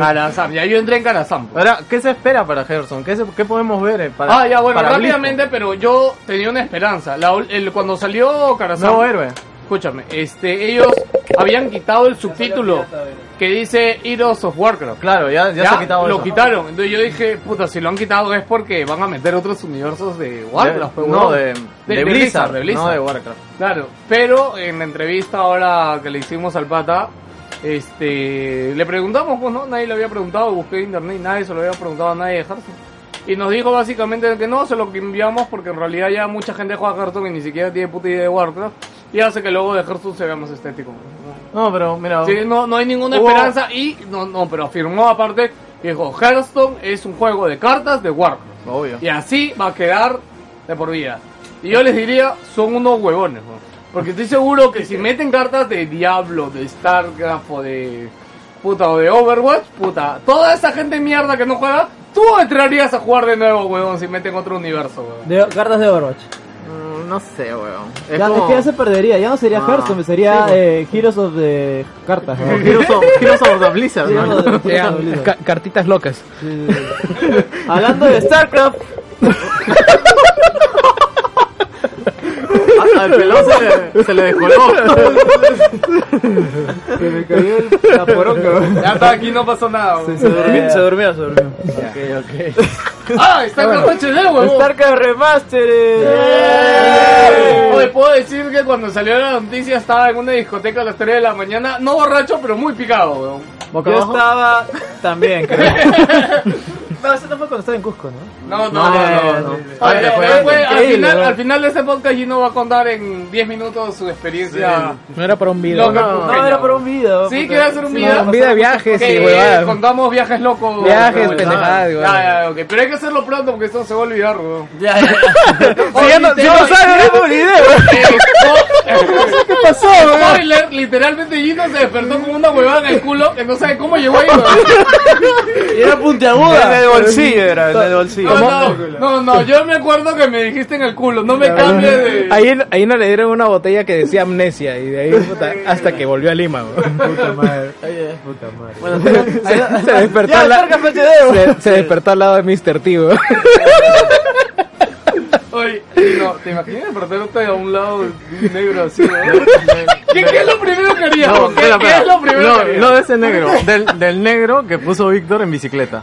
Karazam. Ya yo entré en Karazam. pues.
Ahora, ¿qué se espera para Hearthstone? ¿Qué, se- qué podemos ver? eh, para-
Ah, ya bueno,
para Blizzard?
rápidamente, pero yo tenía una esperanza. La ul- el- cuando salió Karazam,
Nuevo héroe.
escúchame, este, ellos habían quitado el subtítulo que dice Heroes of Warcraft.
Claro, ya, ya,
Ya,
se ha quitado
lo
eso.
quitaron. Entonces yo dije, puta, si lo han quitado es porque van a meter otros universos de Warcraft.
De-
pues,
no,
huevón.
de, de Blizzard,
de Blizzard.
no de Warcraft.
Claro, pero en la entrevista ahora que le hicimos al pata, este, le preguntamos, pues no, nadie le había preguntado, busqué en internet y nadie se lo había preguntado a nadie de Hearthstone. Y nos dijo básicamente que no, se lo enviamos porque en realidad ya mucha gente juega Hearthstone y ni siquiera tiene puta idea de Warcraft y hace que el logo de Hearthstone se vea más estético.
No, pero mira,
Sí, no, no hay ninguna
Hubo-
esperanza y, no, no, pero afirmó aparte, dijo, Hearthstone es un juego de cartas de Warcraft.
obvio.
Y así va a quedar de por vida. Y yo les diría, son unos huevones, ¿no? Porque estoy seguro que si meten cartas de Diablo, de StarCraft o de... Puta, o de Overwatch, puta, toda esa gente mierda que no juega, tú entrarías a jugar de nuevo, huevón, si meten otro universo, huevón.
De, cartas de Overwatch.
Mm, No sé, weón. Es
Ya,
como
Es que ya se perdería, ya no sería
Ah.
Hearthstone, sería
Sí, pues.
eh, Heroes of the
(laughs)
Cartas. ¿no?
Heroes of- Heroes of the Blizzard,
Sí,
¿no?
no, de-
Sean ca- cartitas locas.
Sí, sí, sí. Hablando de StarCraft,
Ah, Al pelón se, le- se le
(laughs)
descoló.
que me cayó el caporongo.
Ya está, aquí no pasó nada, huevón.
Se durmió, se durmió, se durmió.
¡Ah, está con HD, huevón!
StarCraft Remastered.
Oye, puedo decir que cuando salió la noticia estaba en una discoteca a las 3 de la mañana, no borracho, pero muy picado, huevón.
Boca
Yo
abajo.
estaba también, creo. no, eso tampoco cuando estaba en Cusco, ¿no?
No, no, no, no. no.
Ay,
Oye,
le fue
oye, oye, al,
antes.
Increíble,
final,
¿verdad?
al final de este podcast Gino va a contar en 10 minutos su experiencia.
No era para un video.
loca
No,
cusqueña.
era por un video.
Sí,
puta.
quería hacer un
Sí,
video.
no,
Vida de
Ok,
viajes y
eh,
huevadas.
contamos viajes locos.
Viajes,
Ah,
pendejadas,
Ya,
igual.
ya, ok. Pero hay que hacerlo pronto porque esto se va a olvidar, weón.
Ya, ya.
(laughs) Oye, literal-
(laughs) ¿Qué pasó,
Spoiler, literalmente Gino se despertó con una huevada en el culo que no sabe cómo llegó ahí, weón.
Era puntiaguda.
En el bolsillo era, en el bolsillo.
No, no, no, no, yo me acuerdo que me dijiste en el culo, no me cambies de...
Ahí, ahí no le dieron una botella que decía amnesia y de ahí puta, hasta que volvió a Lima. weón.
Bueno, tengo-
(laughs) Se, se despertó al la- se, se despertó al lado de Mr. T. weón.
Oye, no, ¿te imaginas despertarte a un lado negro así? weón? ¿Qué, qué es lo primero que harías?
No,
¿Qué,
espera,
qué
espera.
es lo primero que
No,
harías?
no de ese negro, del, del negro que puso Víctor en bicicleta.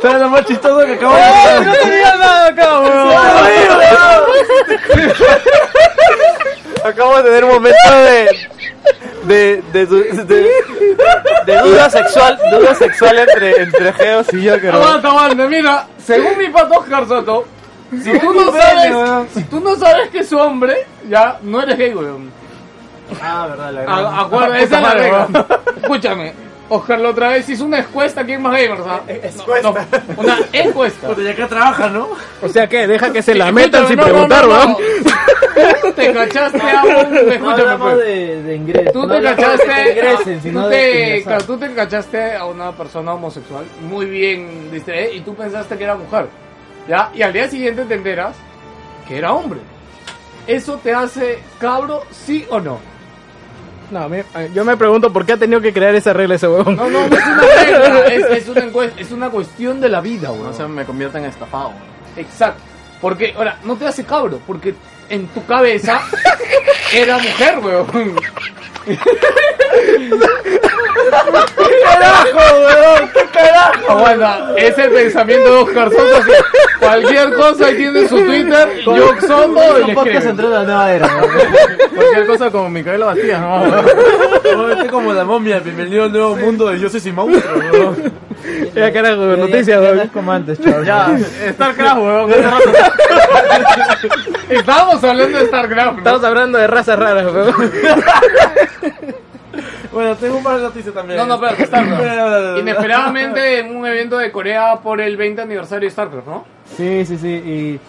¿Sabes lo más chistoso que acabo de hacer?
No tenía nada acá, weón. Acabo de tener un momento de,
de, de, de, de- de duda sexual, duda sexual entre, entre Geos y yo, que no.
Aguanta, aguanta, mira, según mi pato Oscar Soto, si tú no
eh.
sabes, si tú no sabes que es hombre, ya no eres gay, weón.
Ah, verdad, la gran-
A- Acuerda, esa es la regla. Escúchame, Oscar la otra vez hizo una encuesta aquí en Más Gamers, ¿ah?
Eh,
No, no, una encuesta.
Porque ya acá trabaja, ¿no?
O sea que deja que se la
Escúchame,
metan sin
no, no,
preguntar,
no,
weón.
no. Te cachaste a un...
No
Escúchame,
hablamos
pues.
de, de ingresos.
Tú
no
te
hablamos de que
cachaste,
ingresen,
tú,
sino de
te,
ingresar.
claro, tú te cachaste a una persona homosexual muy bien distraída y tú pensaste que era mujer. ¿ya? Y al día siguiente te enteras que era hombre. ¿Eso te hace cabro, sí o no?
No, a mí- a- yo me pregunto por qué ha tenido que crear esa regla ese huevón.
Oh, No, no, no es una regla, es, es una, encue- es una cuestión de la vida, weón.
O sea, me convierto en estafado. weón.
Exacto. Porque, ahora, no te hace cabro, porque en tu cabeza (laughs) era mujer, weón. Aguanta, Ah, es el pensamiento de Oscar Soto. así, Cualquier cosa ahí tiene su Twitter, yo Soto y le
podcast
escriben.
entró la nueva era. ¿no?
Cualquier cosa como mi cabello vacía, no, (laughs) weón.
Estoy este como la momia, bienvenido al nuevo mundo de Yo soy Simón.
Ya (laughs) carajo,
Ya-
noticias,
ya no es
weón.
como antes, chaval.
Ya, StarCraft, weón.
Estábamos hablando de StarCraft. ¿no?
Estamos hablando de razas raras, weón.
Bueno, tengo un par de noticias también.
No, no,
(laughs)
pero que StarCraft.
pero...
Inesperadamente en un evento de Corea por el 20 aniversario de StarCraft, ¿no?
Sí, sí, sí. Y,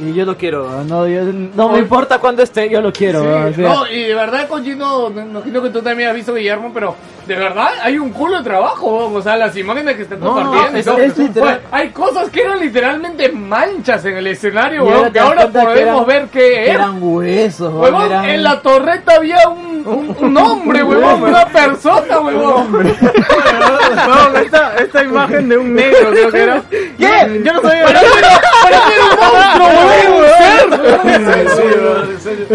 y yo lo quiero. No, yo- no me importa cuándo esté, yo lo quiero. o sea.
No, y de verdad, Conchino, me imagino que tú también has visto Guillermo, pero de verdad hay un culo de trabajo, weón. o sea, las imágenes que están compartiendo. y
es-
todo.
es literal.
Oye, hay cosas que eran literalmente manchas en el escenario,
Y ahora
weón, que
te das
ahora
cuenta que
podemos
eran-
ver que
Que
es.
eran huesos, weón,
Huevón,
eran-
en la torreta había un, un, un hombre, huevón, una persona, huevón.
Weón, esta, esta imagen de un negro, creo que era.
¿Qué?
Yo no sabía.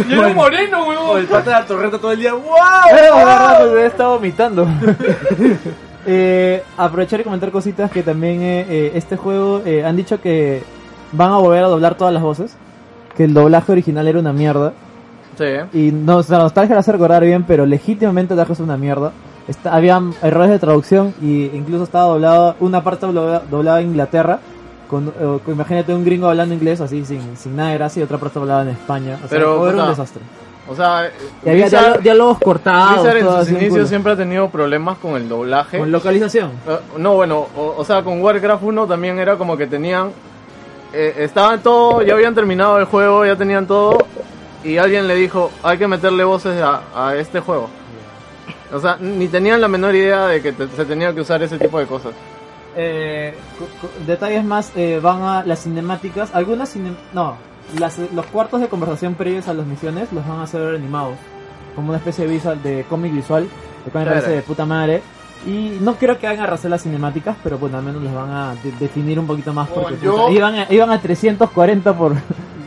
Y era un moreno, huevón.
El pata de la torreta todo el día, ¡wow!
Pero de verdad,
¡Oh!
pues, hubiera estado vomitando. (laughs) Eh, aprovechar y comentar cositas que también eh, eh, este juego eh, han dicho que van a volver a doblar todas las voces. Que el doblaje original era una mierda.
Sí.
Y no, o sea, la nostalgia la hace recordar bien, pero legítimamente el doblaje es una mierda. Está- habían errores de traducción y incluso estaba doblado, una parte doblada, doblada en Inglaterra. Con, eh, con- imagínate un gringo hablando inglés así sin, sin nada de gracia y otra parte doblada en España. O sea,
Pero,
todo era un
puta,
desastre.
O sea,
Y había
Blizzard-
diálogo- diálogos cortados.
Blizzard en
todo
sus
Ah, así, un
inicios
culo.
siempre ha tenido problemas con el doblaje.
Con localización.
Eh, no, bueno, o, o sea, con Warcraft 1 también era como que tenían. eh, estaban todo, ya habían terminado el juego, ya tenían todo. Y alguien le dijo, hay que meterle voces a, a este juego. O sea, ni tenían la menor idea de que te- se tenía que usar ese tipo de cosas.
Eh, cu- cu- detalles más eh, van a las cinemáticas. Algunas cine- no, las- los cuartos de conversación previos a las misiones los van a hacer animados, como una especie de visual de cómic visual, lo cual me
Claro.
parece de puta madre. Y no creo que hagan arrasar las cinemáticas, pero bueno, al menos las van a de- definir un poquito más. Porque
yo-
Oh,
puta, iban, a, iban a 340 por,
eh.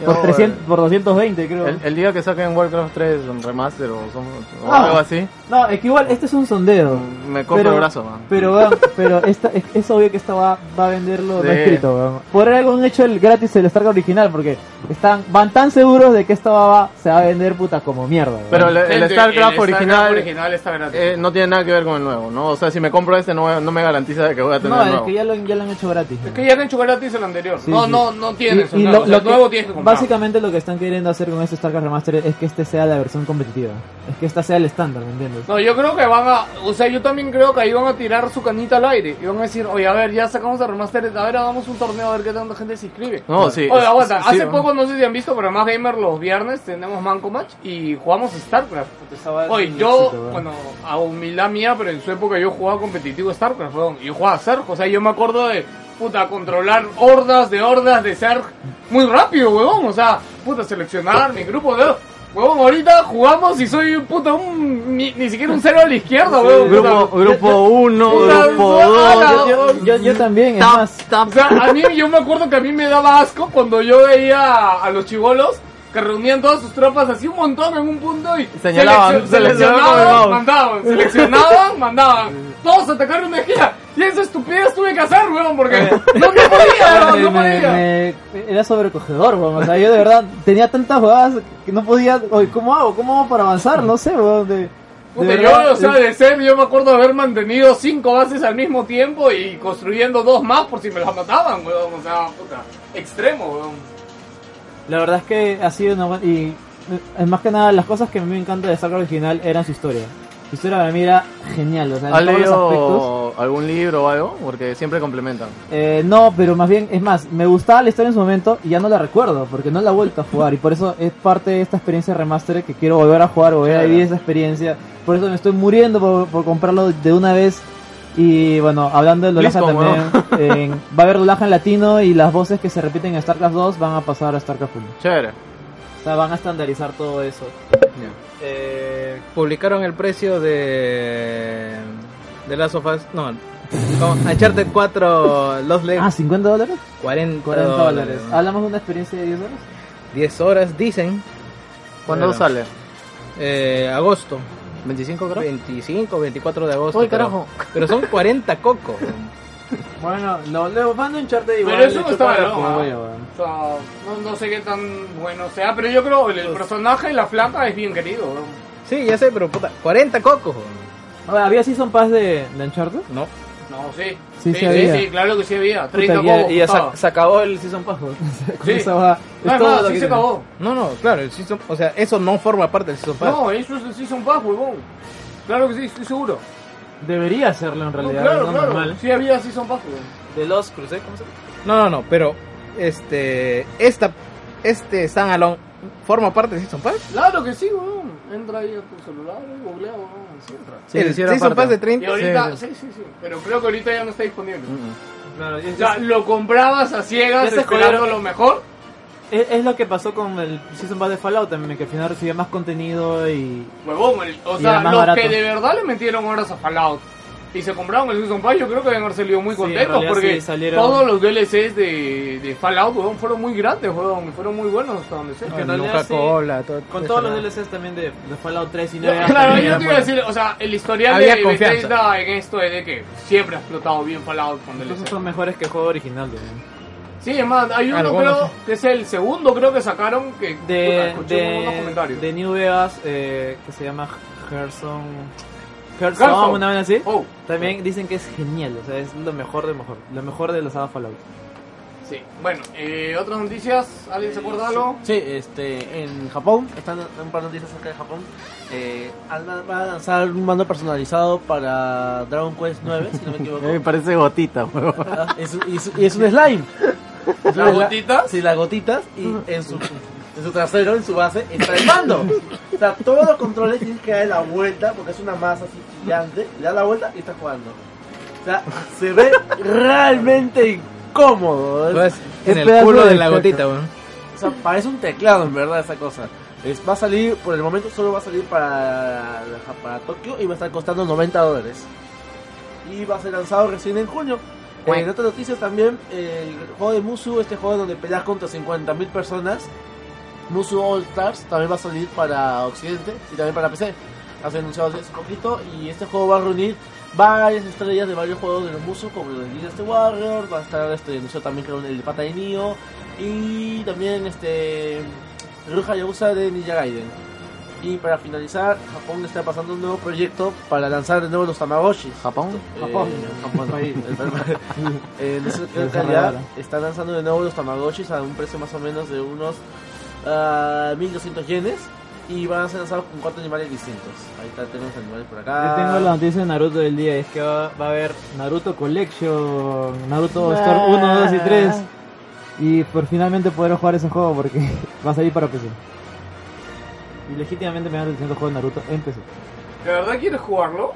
por, 300, por 220, creo.
El, el día que saquen Warcraft 3 un remaster o, son- o
Ah.
algo así,
No, es que igual este es un sondeo.
me compro
Pero-
el brazo, man.
Pero, weón, pero esta, es, es obvio que esta va, va a venderlo no
Sí.
escrito, weón. Por algo han hecho el gratis el Starcraft original, porque están, van tan seguros de que esta va, se va a vender puta como mierda, weón.
Pero el, el
Gente,
StarCraft original,
original está gratis.
eh, no tiene nada que ver con el nuevo, ¿no? O sea, si me compro este, no, no me garantiza de que voy a tener
no,
el
es
nuevo.
que ya lo, ya lo han hecho gratis.
Es
weón.
que ya han hecho gratis el anterior.
Sí,
no,
sí.
no, no tienes.
Y- y
o sea,
lo-
o sea,
lo que-
nuevo tienes que comprar.
Básicamente lo que están queriendo hacer con este Starcraft Remaster es que este sea la versión competitiva. Es que esta sea el estándar, ¿me entiendes?
No, yo creo que van a. O sea, yo también creo que ahí van a tirar su canita al aire. Y van a decir, oye, a ver, ya sacamos el remaster. A ver, hagamos un torneo a ver qué tanta gente se inscribe.
No, sí.
Oye, aguanta,
sí,
hace
sí,
poco, no sé si han visto, pero más Gamer los viernes tenemos Manco Match y jugamos StarCraft. Oye, yo, bueno, a humildad mía, pero en su época yo jugaba competitivo StarCraft, weón. Yo jugaba Zerg, o sea, yo me acuerdo de, puta, controlar hordas de hordas de Zerg muy rápido, huevón. O sea, puta, seleccionar mi grupo de... Huevón, ahorita jugamos y soy, puta, un, ni, ni siquiera un cero a la izquierda, huevón.
Grupo,
puta.
grupo 1,
Puta,
grupo
puta,
2.
ala,
Yo, yo también, es más.
o sea, a mí yo me acuerdo que a mí me daba asco cuando yo veía a, a los chivolos que reunían todas sus tropas así un montón en un punto y seleccio-
Señalaban, seleccionaban con el
seleccionaban,
mouse.
mandaban, seleccionaban, mandaban. Todos atacaron una esquina. Y esa estupidez tuve que hacer, weón, porque no, no podía,
Me-
weón, no
me-
podía.
me- era sobrecogedor, weón. O sea, yo de verdad eh, tenía tantas jugadas que no podía. Oye, ¿cómo hago? ¿Cómo hago para avanzar? No sé, weón. de-
Puta,
De
yo,
verdad,
o sea, de ser, yo me acuerdo de haber mantenido cinco bases al mismo tiempo y construyendo dos más por si me las mataban, weón. O sea, puta, extremo, weón.
La verdad es que ha sido una buena... Y eh, más que nada, las cosas que a mí me encanta de Saga Original eran su historia. Su historia para mí era genial, o
Ah,
sea,
¿Has
en todos los aspectos.
leído algún libro o algo? Porque siempre complementan.
Eh, no, pero más bien, es más, me gustaba la historia en su momento y ya no la recuerdo, porque no la he vuelto a jugar. Y por eso es parte de esta experiencia remaster que quiero volver a jugar, volver a vivir esa experiencia. Por eso me estoy muriendo por, por comprarlo de una vez. Y bueno, hablando de doblaje
Blizzcon,
también, en- va a haber doblaje en latino y las voces que se repiten en StarCraft 2 van a pasar a StarCraft 1.
Chévere.
O sea, van a estandarizar todo eso.
Eh, publicaron el precio de. de Last of Us. No, no, Uncharted 4 Los Legacy.
Ah, ¿50 dólares? eh,
40,
40 dólares. Ah.
dólares.
¿Hablamos de una experiencia de 10 dólares?
10 horas, dicen.
¿Cuándo
Pero,
sale?
Eh, agosto.
¿25 creo?
25, 24 de agosto.
Uy,
pero-
carajo.
Pero, son 40 coco.
Bueno, lo, lo van a hincharte igual.
Pero eso
le
no estaba
chupan
de
la
broma.
cebolla, weón.
O sea, no, no sé qué tan bueno sea, pero yo creo que
Pues-
el personaje y la flaca es bien querido, weón.
Sí, ya sé, pero puta, 40 cocos.
Ah, ¿Había Season Pass de, de Uncharted?
No.
No, sí.
Sí, sí
sí,
había.
sí, claro que sí había.
Puta,
30
ya-
cobos
y ya
costaba.
se, se acabó el Season Pass. weón. Con
Sí.
esa va-
No,
es
es
todo
más,
lo
sí
que
se
tiene.
acabó.
No, no, claro, el season- o sea, eso no forma parte del Season Pass.
No, eso es el Season Pass, huevón. Claro que sí, estoy seguro.
Debería hacerlo
No,
en realidad.
claro,
no
claro.
Pues normal. ¿eh?
Sí había Season Pass, huevón.
De los Crusade, ¿cómo se llama?
No, no, no, pero este esta este standalone forma parte del Season Pass.
Claro que sí, huevón. Entra ahí a tu celular, y googlea, huevón. Sí, entra.
Sí,
el
hiciera
Season
parte.
Pass de
Y
30.
ahorita, sí, sí, sí, Pero creo que ahorita ya no está disponible.
Claro, es,
O sea, lo comprabas a
Mm. Ya
ciegas
se
esperando
jodieron.
lo mejor.
es- es lo que pasó con el Season Pass de Fallout también, que al final recibía más contenido y...
Huevón, el- o
Y era
sea,
más
los
barato.
que de verdad le metieron horas a Fallout y se compraron el Season Pass, yo creo que deben haber salido muy
Sí, en
contentos
realidad
porque
sí, salieron-
todos los DLCs de, de Fallout huevón, fueron muy grandes, huevón, fueron muy buenos hasta donde sé.
en realidad sí,
Coca-Cola, todo-
Con
todo eso,
todos los
¿no?
DLCs también de, de Fallout (laughs) 3 y 9.
Claro, yo te iba a decir, o sea, el historial
Había
de
confianza.
Bethesda en esto es de que siempre ha explotado bien Fallout con
Entonces
DLC.
son mejores que el juego original. weón.
Sí, es más, hay uno
Algunos,
creo
sí.
que es el segundo creo que sacaron que puta,
de,
escuché unos
de,
comentarios.
de New Vegas eh, que se llama Gerson. Gerson,
Herzog.
una vez así.
Oh,
También dicen que es genial, o sea, es lo mejor de mejor, lo mejor de la saga Fallout.
sí. Bueno, eh, otras noticias, ¿alguien se acuerda de algo?
Sí, este, en Japón, están un par de noticias acerca de Japón. Eh, Alma va a lanzar un mando personalizado para Dragon Quest 9, si no
(laughs)
me equivoco.
Me parece gotita, (laughs) huevón.
Ah, es, un- y, es, y es un slime. Es
¿Las
un sli-
gotitas?
Sí, las gotitas. Y en su, en su trasero, en su base, está el mando. O sea, todos los controles tienen que darle la vuelta porque es una masa así gigante. Le da la vuelta y está jugando. O sea, se ve realmente incómodo. ¿eh? Es-
Pues,
es
en el
pedazo
culo de la
objeto.
gotita, weón.
O sea, parece un teclado en verdad esa cosa. Es- va a salir, por el momento solo va a salir para, para Tokio y va a estar costando 90 dólares. Y va a ser lanzado recién en junio. Eh, en otras noticias también, el juego de Musu, este juego donde peleas contra 50.000 personas, Musu All Stars, también va a salir para Occidente y también para PC. Hace anunciado hace poquito y este juego va a reunir varias estrellas de varios juegos de los Musu, como el de Dynasty Warrior, va a estar este, anunciado también creo el de Pata de Nioh, y también este Ru Hayabusa de Ninja Gaiden. Y para finalizar, Japón está pasando un nuevo proyecto para lanzar de nuevo los Tamagotchis.
¿Japón?
Eh,
Japón.
Japón, país. Eh, no sé qué
Desarrolladora.
calidad. Están lanzando de nuevo los Tamagotchis a un precio más o menos de unos ah, 1200 yenes. Y van a ser lanzados con cuatro animales distintos. Ahí está, tenemos animales por acá.
Yo tengo la noticia de Naruto del día, es que va, va a haber Naruto Collection, Naruto Storm 1, 2 y 3. Y por finalmente poder jugar ese juego porque (laughs) va a salir para PC. Y legítimamente me dan el siguiente juego de Naruto en PC.
¿De verdad quieres jugarlo?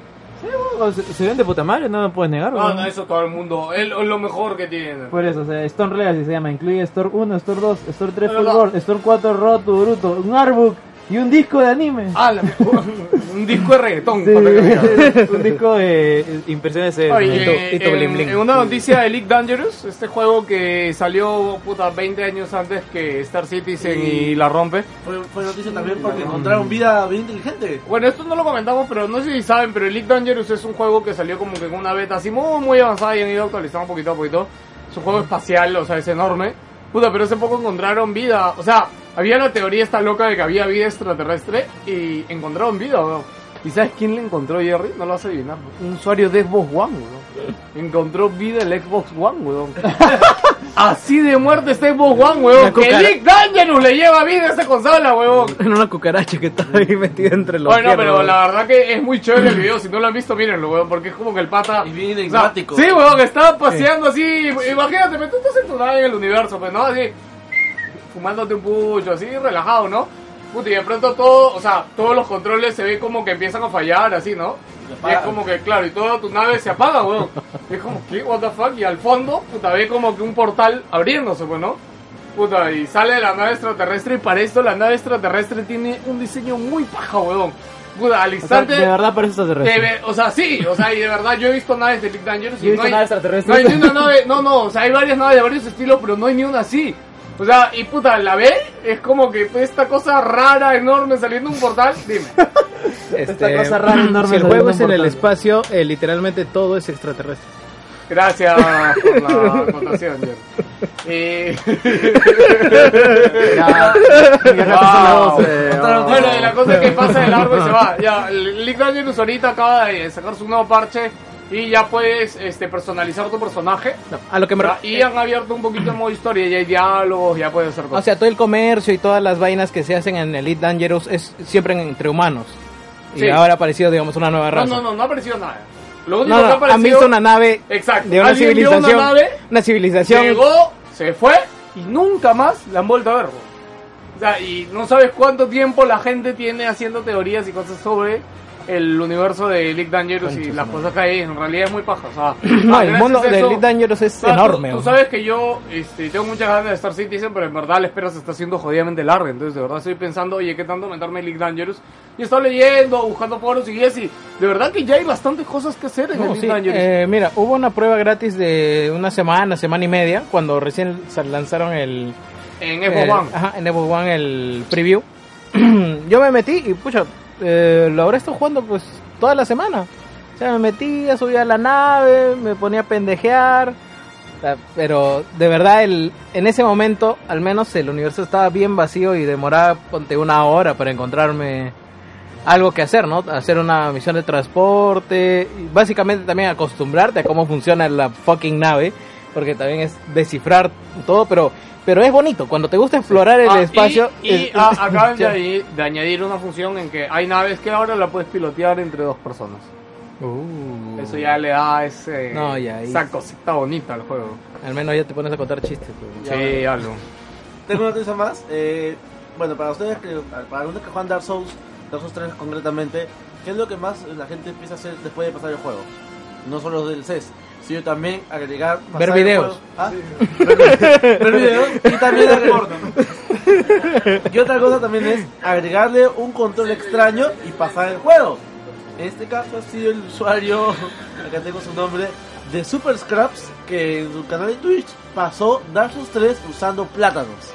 Oh, Se, se ven de puta madre, no me puedes negar.
No,
weón.
no, eso todo el mundo. Es lo es lo mejor que tiene.
Por eso, o sea, Storm Legacy se llama, incluye Storm 1, Storm 2, Storm 3
Pero no.
Full Board, Storm 4 Roto Bruto, un artbook y un disco de anime.
Ah, la- (laughs) un disco de reggaetón.
Sí,
para (laughs) que
un disco de eh, impresiones de...
Oye,
y tu
en-
bling bling.
en una noticia de League Dangerous, este juego que salió puta 20 años antes que Star Citizen y, la rompe.
Fue, fue noticia también porque encontraron vida bien inteligente.
Bueno, esto no lo comentamos, pero no sé si saben, pero League Dangerous es un juego que salió como que con una beta así muy, muy avanzada y han ido actualizando poquito a poquito. Es un juego espacial, o sea, es enorme. Puta, pero hace poco encontraron vida. O sea, había la teoría esta loca de que había vida extraterrestre y encontraron vida, weón. ¿Y sabes quién le encontró Jerry? No lo vas a adivinar. Un usuario de Xbox One, weón. Encontró vida el Xbox One, weón. Así de muerte está Xbox One, weón.
Una
Que
cucara-
Nick Dangerous le lleva vida a esa consola, weón.
(laughs) En una cucaracha que estaba ahí metida entre los
Bueno,
fierros,
pero
weón.
la verdad que es muy chévere el video. Si no lo han visto, mírenlo, weón, porque es como que el pata.
Y bien enigmático.
Sí, weón, que estaba paseando así. Imagínate, pero tú estás en tu nave en el universo, pues, ¿no? Así, fumándote un pucho, así, relajado, ¿no? Puta, y de pronto todo, o sea, todos los controles se ven como que empiezan a fallar, así, ¿no? Y es como que, claro, y toda tu nave se apaga,
(laughs)
weón. Y es como, ¿qué? ¿What the fuck? Y al fondo, puta, ve como que un portal abriéndose, pues, ¿no? Puta, y sale la nave extraterrestre y para esto la nave extraterrestre tiene un diseño muy paja, weón. Puta, al
O sea,
instante...
de verdad parece extraterrestre.
de ve- o sea, sí, o sea, y de verdad yo he visto naves de Big Dangerous y
Yo he visto
no hay,
naves extraterrestres.
No hay ni una nave, no, no, o sea, hay varias naves de varios estilos, pero no hay ni una así. O sea, y puta, la ve, es como que esta cosa rara, enorme, saliendo de un portal, dime.
Este,
Esta cosa rara enorme
Si el
salió
juego
de
es
un
en el
portal.
espacio, eh, literalmente todo es extraterrestre.
Gracias por la acotación, Jerry. Eh, wow. Bueno, y la cosa es que pasa de largo y se va. Ya, League Dangerous ahorita acaba de sacar su nuevo parche y ya puedes este, personalizar tu personaje.
A lo que me
Ya, Y han abierto un poquito el modo historia, ya hay diálogos, ya puedes hacer
eh. O
cosas.
sea, todo el comercio y todas las vainas que se hacen en Elite Dangerous es siempre en- entre humanos.
Sí.
Y ahora ha aparecido, digamos, una nueva
no,
raza.
no, no, no ha aparecido nada. Lo único
No,
que ha
no,
aparecido...
han visto una nave
Exacto.
de una
Alguien vio
civilización.
una nave,
una civilización.
llegó, se fue y nunca más la han vuelto a ver. weón. O sea, y no sabes cuánto tiempo la gente tiene haciendo teorías y cosas sobre el universo de League Dangerous y las cosas que hay. En realidad es muy paja. O
(clears throat)
sea,
No,
ah,
el
gracias
mundo
a
de
eso-
Elite Dangerous es
Ah, tú-
enorme.
Tú,
weón.
sabes que yo este, tengo muchas ganas de Star Citizen, pero en verdad la espera se está haciendo jodidamente larga. Entonces, de verdad estoy pensando, oye, ¿qué tanto aumentarme League Dangerous? Y he estado leyendo, buscando foros y guías y de verdad que ya hay bastantes cosas que hacer en el
No,
League
sí,
Dangerous.
eh, mira, hubo una prueba gratis de una semana, semana y media, cuando recién se lanzaron el,
en Xbox
el-
One.
ajá, en Xbox One el preview. (clears throat) Yo me metí y, pucha, eh, lo habré estado jugando pues toda la semana. O sea, me metía, subía a la nave, me ponía a pendejear. O sea, Ah, Pero de verdad, el, en ese momento, al menos el universo estaba bien vacío y demoraba, ponte, una hora para encontrarme algo que hacer, ¿no? Hacer una misión de transporte. Y básicamente también acostumbrarte a cómo funciona la fucking nave. Porque también es descifrar todo, pero pero es bonito. Cuando te gusta explorar el
Ah, y-
espacio...
Y,
es-
ah,
(laughs) es-
acaban de,
ya.
ahí- de añadir una función en que hay naves que ahora la puedes pilotear entre dos personas.
Mm.
Uh.
Eso ya le da ese,
No, ya, ahí-
esa cosita bonita al juego.
Al menos ya te pones a contar chistes. pues.
sí, algo.
Tengo una noticia más. eh, bueno, para ustedes, que, para algunos que juegan Dark Souls, Dark Souls 3 concretamente, ¿qué es lo que más la gente empieza a hacer después de pasar el juego? No solo los DLCs, sino también agregar. pasar
Ver
el
videos.
juego- ¿Ah? Ver videos y también agregar. y otra cosa también es agregarle un control extraño y pasar el juego. En este caso ha sido el usuario, (laughs) acá tengo su nombre, de Super Scraps, que en su canal de Twitch pasó Dark Souls 3 usando plátanos.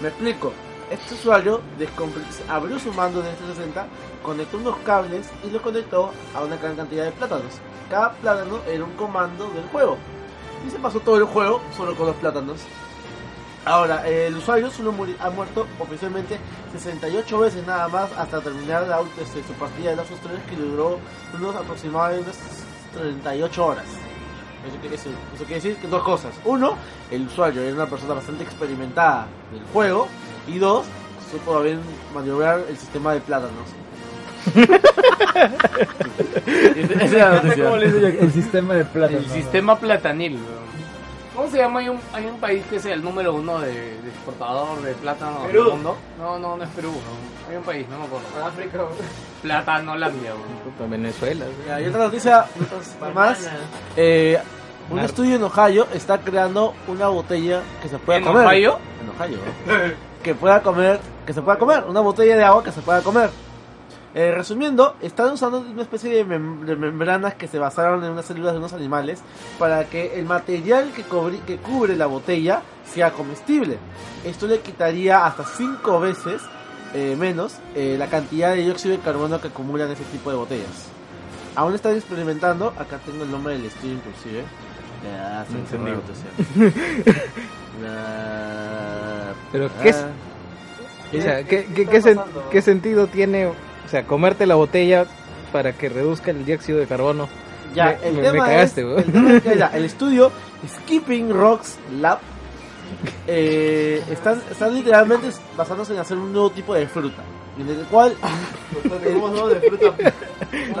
Me explico. Este usuario descompre- abrió su mando de 360, conectó unos cables y los conectó a una gran cantidad de plátanos. Cada plátano era un comando del juego. Y se pasó todo el juego solo con los plátanos. Ahora, el usuario solo muri- ha muerto oficialmente 68 veces nada más hasta terminar la, ult- este, su partida de Dark Souls 3 que duró unos aproximadamente unas 38 horas. Eso quiere, decir, eso quiere decir que dos cosas. Uno, el usuario era una persona bastante experimentada del juego. Y dos, supo bien maniobrar el sistema de plátanos. Esa es la noticia.
¿Cómo le dice yo? El sistema de plata.
El sistema platanil. weón. ¿Cómo se llama? Hay un, hay un país que es el número uno de, de exportador de plátano del mundo. No, no, no es Perú. weón. Hay un país, no me acuerdo. África. Platanolandia. weón.
Puta, Venezuela.
Ya, Y otra noticia más. Eh, un estudio en Ohio está creando una botella que se pueda
¿En
comer.
Ohio?
En Ohio. ¿no? que pueda comer, que se pueda comer, una botella de agua que se pueda comer. Eh, resumiendo, están usando una especie de, mem- de membranas que se basaron en unas células de unos animales para que el material que, cubri- que cubre la botella sea comestible. Esto le quitaría hasta 5 veces eh, menos eh, la cantidad de dióxido de carbono que acumulan ese tipo de botellas. Aún están experimentando, acá tengo el nombre del estudio inclusive. Ya, se me cerró la
(laughs)
noticia. La-
Pero, ¿qué es-
Ah.
O sea, ¿qué, qué, qué sen- qué sentido tiene o sea, comerte la botella para que reduzca el dióxido de carbono.
Ya,
Me-
el
me- me
tema
cagaste,
es,
weón.
el, tema es que ya, el estudio Skipping Rocks Lab eh, están, están literalmente basándose en hacer un nuevo tipo de fruta. En el cual. eh, ¿Cómo no? De fruta.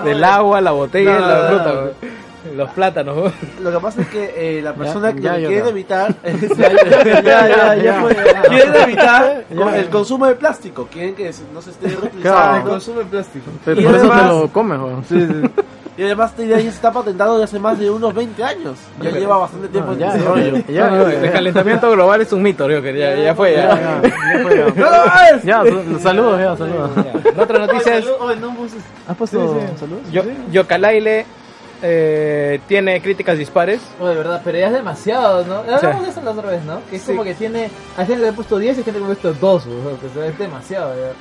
Del agua, la botella,
No,
la
no,
fruta,
no.
weón. los plátanos. weón.
Lo que pasa es que eh, la persona que
ya,
lo que
yo
quiere
no.
evitar. (laughs) ya, ya, ya,
Ya.
fue. Quieren evitar con- el consumo de plástico. Quieren que no se esté
Claro.
reutilizando.
El
consumo de plástico.
Pero
Y
por eso te
además-
lo comes, weón.
Y además esta idea ya se está patentando desde hace más de unos 20 años. Ya lleva bastante tiempo en desarrollo.
Ya,
No, no, el calentamiento global es un mito, creo que ya, ya fue. Ya.
Ya, su- saludos, ya, saludos.
La otra noticia es
pues,
¿Has puesto saludos?
Yo, Yokalaile eh, tiene críticas dispares.
Oh, de verdad, pero ya es demasiado, ¿no? Hablamos de eso la otra vez, ¿no? Que es
Sí.
como que tiene. Hay gente que le ha puesto 10 y hay gente que le ha puesto 2, weón. que sea, pues, es demasiado, ya.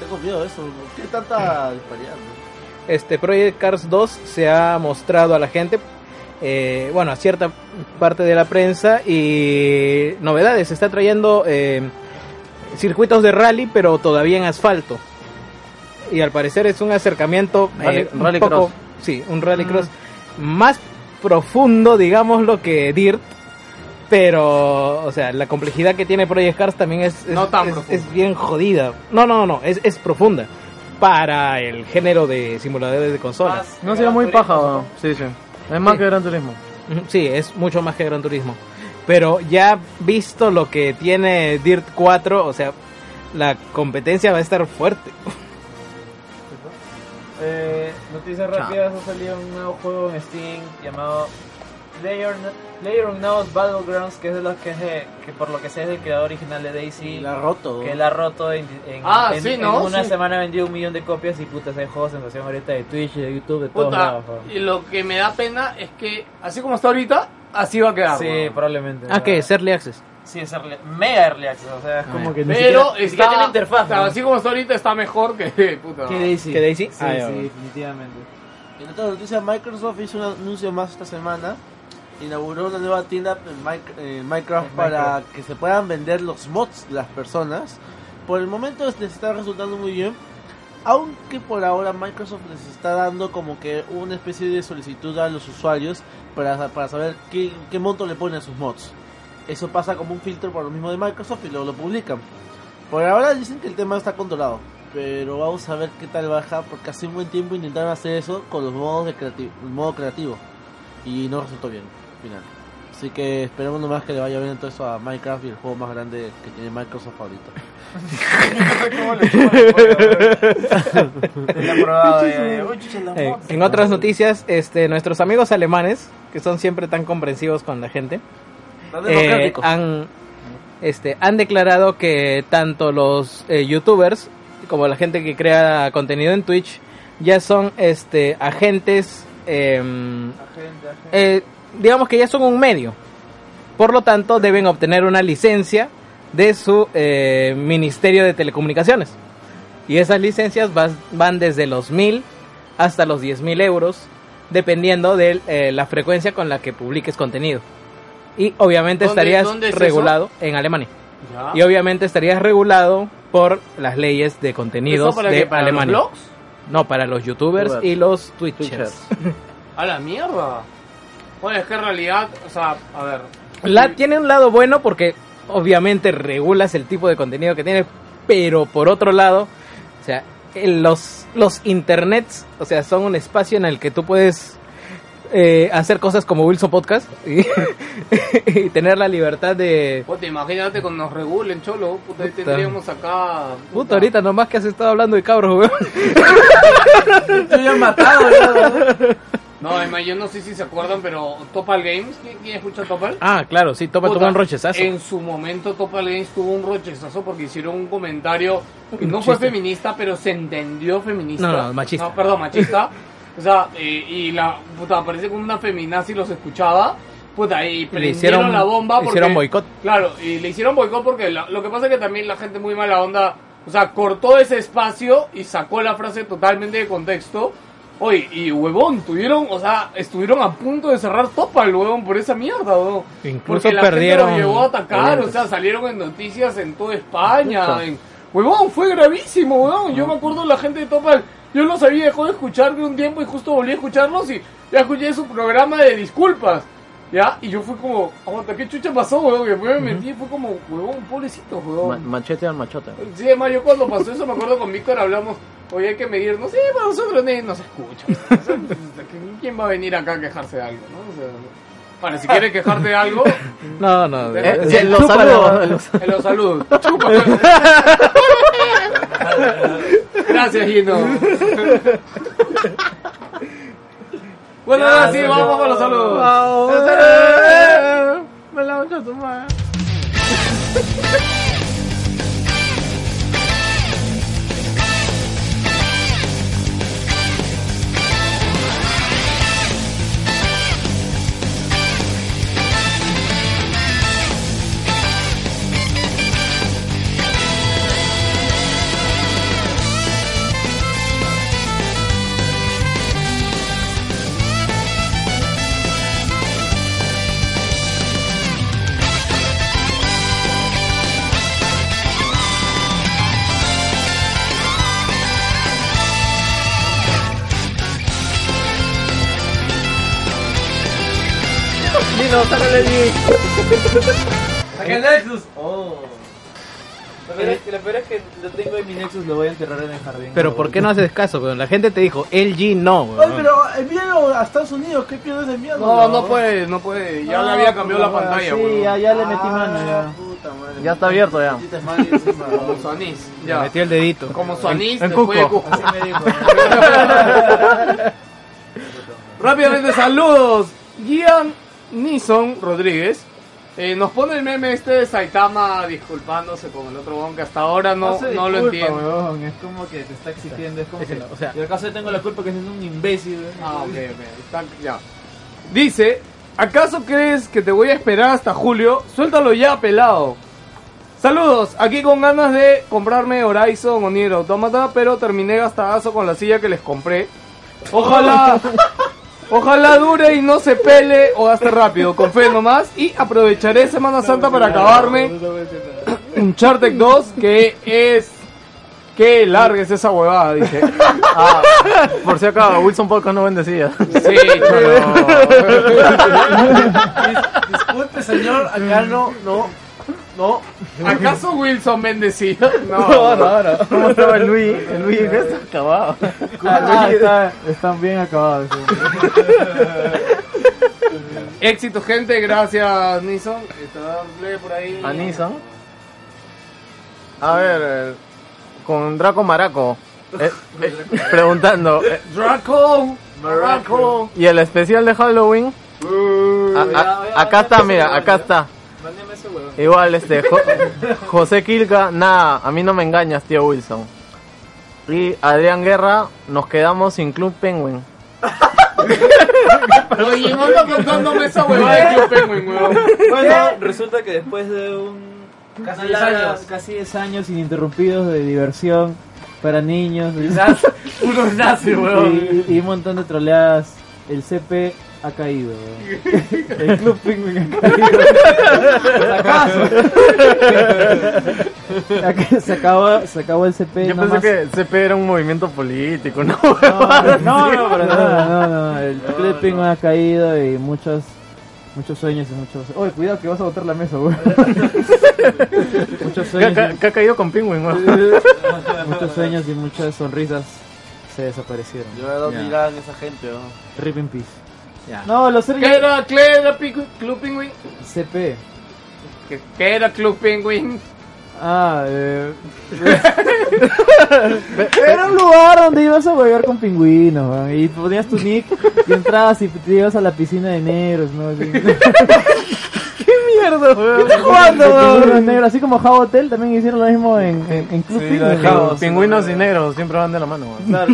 Tengo miedo de eso. ¿Qué tanta disparidad? no?
Este Project Cars 2 se ha mostrado a la gente, eh, bueno, a cierta parte de la prensa y novedades. Está trayendo eh, circuitos de rally, pero todavía en asfalto. Y al parecer es un acercamiento
Rally-
eh, un
rallycross.
poco, sí, un
Mm.
rallycross más profundo, digamos, lo que Dirt. Pero, o sea, la complejidad que tiene Project Cars también es, es-
No tan
es-
profunda.
es bien jodida. No, no, no, es, es profunda para el género de simuladores de consolas.
No, sería muy paja, weón. Sí, sí. Es más que Gran Turismo.
Ujú, Sí, es mucho más que Gran Turismo. Pero ya visto lo que tiene Dirt 4, o sea, la competencia va a estar fuerte.
Eh, noticias rápidas, ha salido un nuevo juego en Steam llamado Player Unknown's Battlegrounds, que es de los que, es de- que por lo que sé es el creador original de Daisy,
Y la ha roto.
que la ha roto en, en-
Ah,
en-
sí,
en
¿no?
una
Sí.
semana vendió un millón de copias y puta ese juego sensación ahorita de Twitch, de YouTube, de todos
Puta,
lados. weón.
y lo que me da pena es que, así como está ahorita, así va a quedar.
Sí,
weón.
probablemente.
Ah, que es Early Access.
Sí, es early- mega early access, o sea, es como que ni
Pero
siquiera- ni siquiera
está,
tiene interfaz.
claro, así como está ahorita, está mejor que. (laughs) Puta.
¿Qué Daisy?
¿Que Daisy?
Sí,
Ah, ya,
sí,
bueno.
definitivamente.
En otra noticia, Microsoft hizo un anuncio más esta semana. Inauguró una nueva tienda en, Mic- en Minecraft para que se puedan vender los mods de las personas. Por el momento les está resultando muy bien. Aunque por ahora Microsoft les está dando como que una especie de solicitud a los usuarios para, para saber qué, qué monto le ponen a sus mods. Eso pasa como un filtro por lo mismo de Microsoft y luego lo publican. Por ahora dicen que el tema está controlado, pero vamos a ver qué tal baja, porque hace un buen tiempo intentaron hacer eso con los modos de creativo, modo creativo y no resultó bien al final. Así que esperemos nomás que le vaya bien entonces a Minecraft y el juego más grande que tiene Microsoft ahorita.
Eh, en otras noticias, este, nuestros amigos alemanes, que son siempre tan comprensivos con la gente,
Tan
eh,
democrático.
ah.
han, este, han declarado que tanto los eh, youtubers como la gente que crea contenido en Twitch ya son este, agentes, em, eh, digamos que ya son un medio. Por lo tanto, deben obtener una licencia de su eh, Ministerio de Telecomunicaciones. Y esas licencias vas- van desde los 1000 hasta los 10.000 euros, dependiendo de eh, la frecuencia con la que publiques contenido. Y obviamente
¿Dónde-
estarías
dónde es eso? Ah.
regulado en Alemania.
Ya.
Y obviamente estarías regulado por las leyes de contenidos
¿Eso para
de
qué? ¿Para los
Alemania.
blogs?
no, para los youtubers y los twitchers.
A la mierda. Bueno, es que en realidad, o sea, a ver.
La tiene un lado bueno porque obviamente regulas el tipo de contenido que tienes, pero por otro lado, o sea, en los, los internets, o sea, son un espacio en el que tú puedes eh, hacer cosas como Wilson Podcast y, (laughs) y tener la libertad de...
Puta, imagínate cuando nos regulen, cholo. Puta, ahí
Puta.
tendríamos acá.
Puta, ahorita nomás que has estado hablando de cabros, weón.
No, además, yo no sé si se acuerdan, pero Topal Games, ¿quién, quién escucha Topal?
Ah, claro, sí, toma,
Puta,
toma un rochezazo.
En su momento Topal Games tuvo un rochezazo porque hicieron un comentario que no fue feminista, pero se entendió feminista.
No, no, machista.
No, perdón,
(laughs)
machista. o sea, eh, y la puta, parece como una feminazi los escuchaba. Puta, y prendieron
hicieron-
la bomba
le
porque...
hicieron boicot.
Claro, y le hicieron boicot porque la- lo que pasa es que también la gente muy mala onda, o sea, cortó ese espacio y sacó la frase totalmente de contexto. Oye, y huevón, tuvieron, o sea, estuvieron a punto de cerrar Topal, huevón, por esa mierda, huevón.
Incluso
Porque la
perdieron
gente lo llegó a atacar,
oyentes.
o sea, salieron en noticias en toda España, en, Huevón, fue gravísimo, huevón. Yo me acuerdo la gente de Topal. Yo los había dejado de escuchar de un tiempo y justo volví a escucharlos y ya escuché su programa de disculpas. ¿Ya? Y yo fui como, aguanta, ¿qué chucha pasó, huevón? Y después me metí y fue como, huevón, pobrecito,
Ma-
huevón.
machete al machote.
Sí, además yo cuando pasó eso me acuerdo con Víctor hablamos, oye, hay que medirnos. Sí, para nosotros ni- no se escucha. O sea, pues, (laughs) ¿Quién va a venir acá a quejarse de algo, no? O sea, para si quieres quejarte de algo,
No, no.
Eh,
eh,
sí,
los
chúpalo.
saludos. los-
te lo saludo. Chupa. Gracias, Gino. Bueno, ahora sí, vamos con los saludos.
Me la voy a tomar.
La peor es que lo tengo en mi Nexus, lo voy a enterrar en el jardín.
Pero ¿por qué no haces caso? weón? La gente te dijo, LG no, weón.
Oye, pero envíalo a Estados Unidos, ¿qué pierdes enviarlo?
No, no puede, no puede. Ya le había cambiado la pantalla,
Ah, Sí, ya,
güey.
ya le metí mano. Ya.
Ya está abierto ya.
Como su anís.
Le
Ya.
metió el dedito.
Como su anís,
en
después de
Cusco.
Cusco. (laughs) Rápidamente, saludos. Gian Nison Rodríguez eh, nos pone el meme este de Saitama disculpándose con el otro bon que hasta ahora no, no,
se
lo
disculpa,
entiendo.
weón, es como que te está exigiendo, es
(laughs)
como que...
O sea-
y acaso yo tengo la culpa que es un imbécil, ¿eh? weón.
Ah, ok, ok. Está- ya. Dice, ¿acaso crees que te voy a esperar hasta julio? Suéltalo ya, pelado. Saludos, aquí con ganas de comprarme Horizon o Nier Automata, pero terminé gastadazo con la silla que les compré.
(laughs)
Ojalá, ojalá dure y no se pele o gaste rápido, con fe nomás. Y aprovecharé Semana Santa para acabarme Uncharted 2, que es... Que largues esa huevada, dice.
Por si acaso, Wilson Podcast no bendecía.
Sí, cholo.
Disculpe, señor, acá no, no, no.
¿Acaso Wilson bendecido?
No, no, no. ¿Cómo estaba el Luis? El Luis está acabado.
Ah,
están bien acabados.
Éxito, gente. Gracias, Nison. Está play por ahí.
Anison. A ver, eh, con Draco Maraco. eh, eh, preguntando. eh,
Draco. Draco.
¿Y el especial de Halloween? A- a- acá está, mira, acá está. Igual, este, (laughs) Jo- José Quilca, nada, a mí no me engañas, tío Wilson. Y Adrián Guerra, nos quedamos sin Club Penguin.
Oye, no ando contándome esa huevada de Club Penguin, huevón.
Bueno, resulta que después de un...
Casi 10 años. Casi 10 años ininterrumpidos de diversión
(laughs)
para niños.
Unos nazis, huevón.
Y, y un montón de troleadas. El CP ha caído. weón. El Club Penguin ha caído. Por (laughs) acaso. Ya que Se acabó, se acabó el CP.
Yo
no
pensé
más.
que el CP era un movimiento político, (laughs) ¿no?
(laughs) No, no, no, para nada, no, no, El Club Penguin ha caído y muchos, muchos sueños y muchos. Oye, cuidado que vas a botar la mesa, (laughs) güey. muchos
Que ha
sueños.
ca- que ha caído con Penguin, ¿no?
y- Muchos sueños y muchas sonrisas se desaparecieron.
Yo veo dónde irán esa gente, ¿no?
Rip in peace.
Ya.
No, los
¿Qué
seres
era, ¿Qué era Picu- Club Penguin?
CP.
¿Qué, qué era Club Penguin?
Ah, eh. Era un lugar donde ibas a beber con pingüinos, weón, y ponías tu nick y entrabas y te ibas a la piscina de negros, ¿no? Así.
Mierda, weón.
De pingüinos negros, así como How Hotel también hicieron lo mismo en, en, en Club Penguin.
Pingü- Pingüinos y negros siempre van de la mano, weón.
Claro,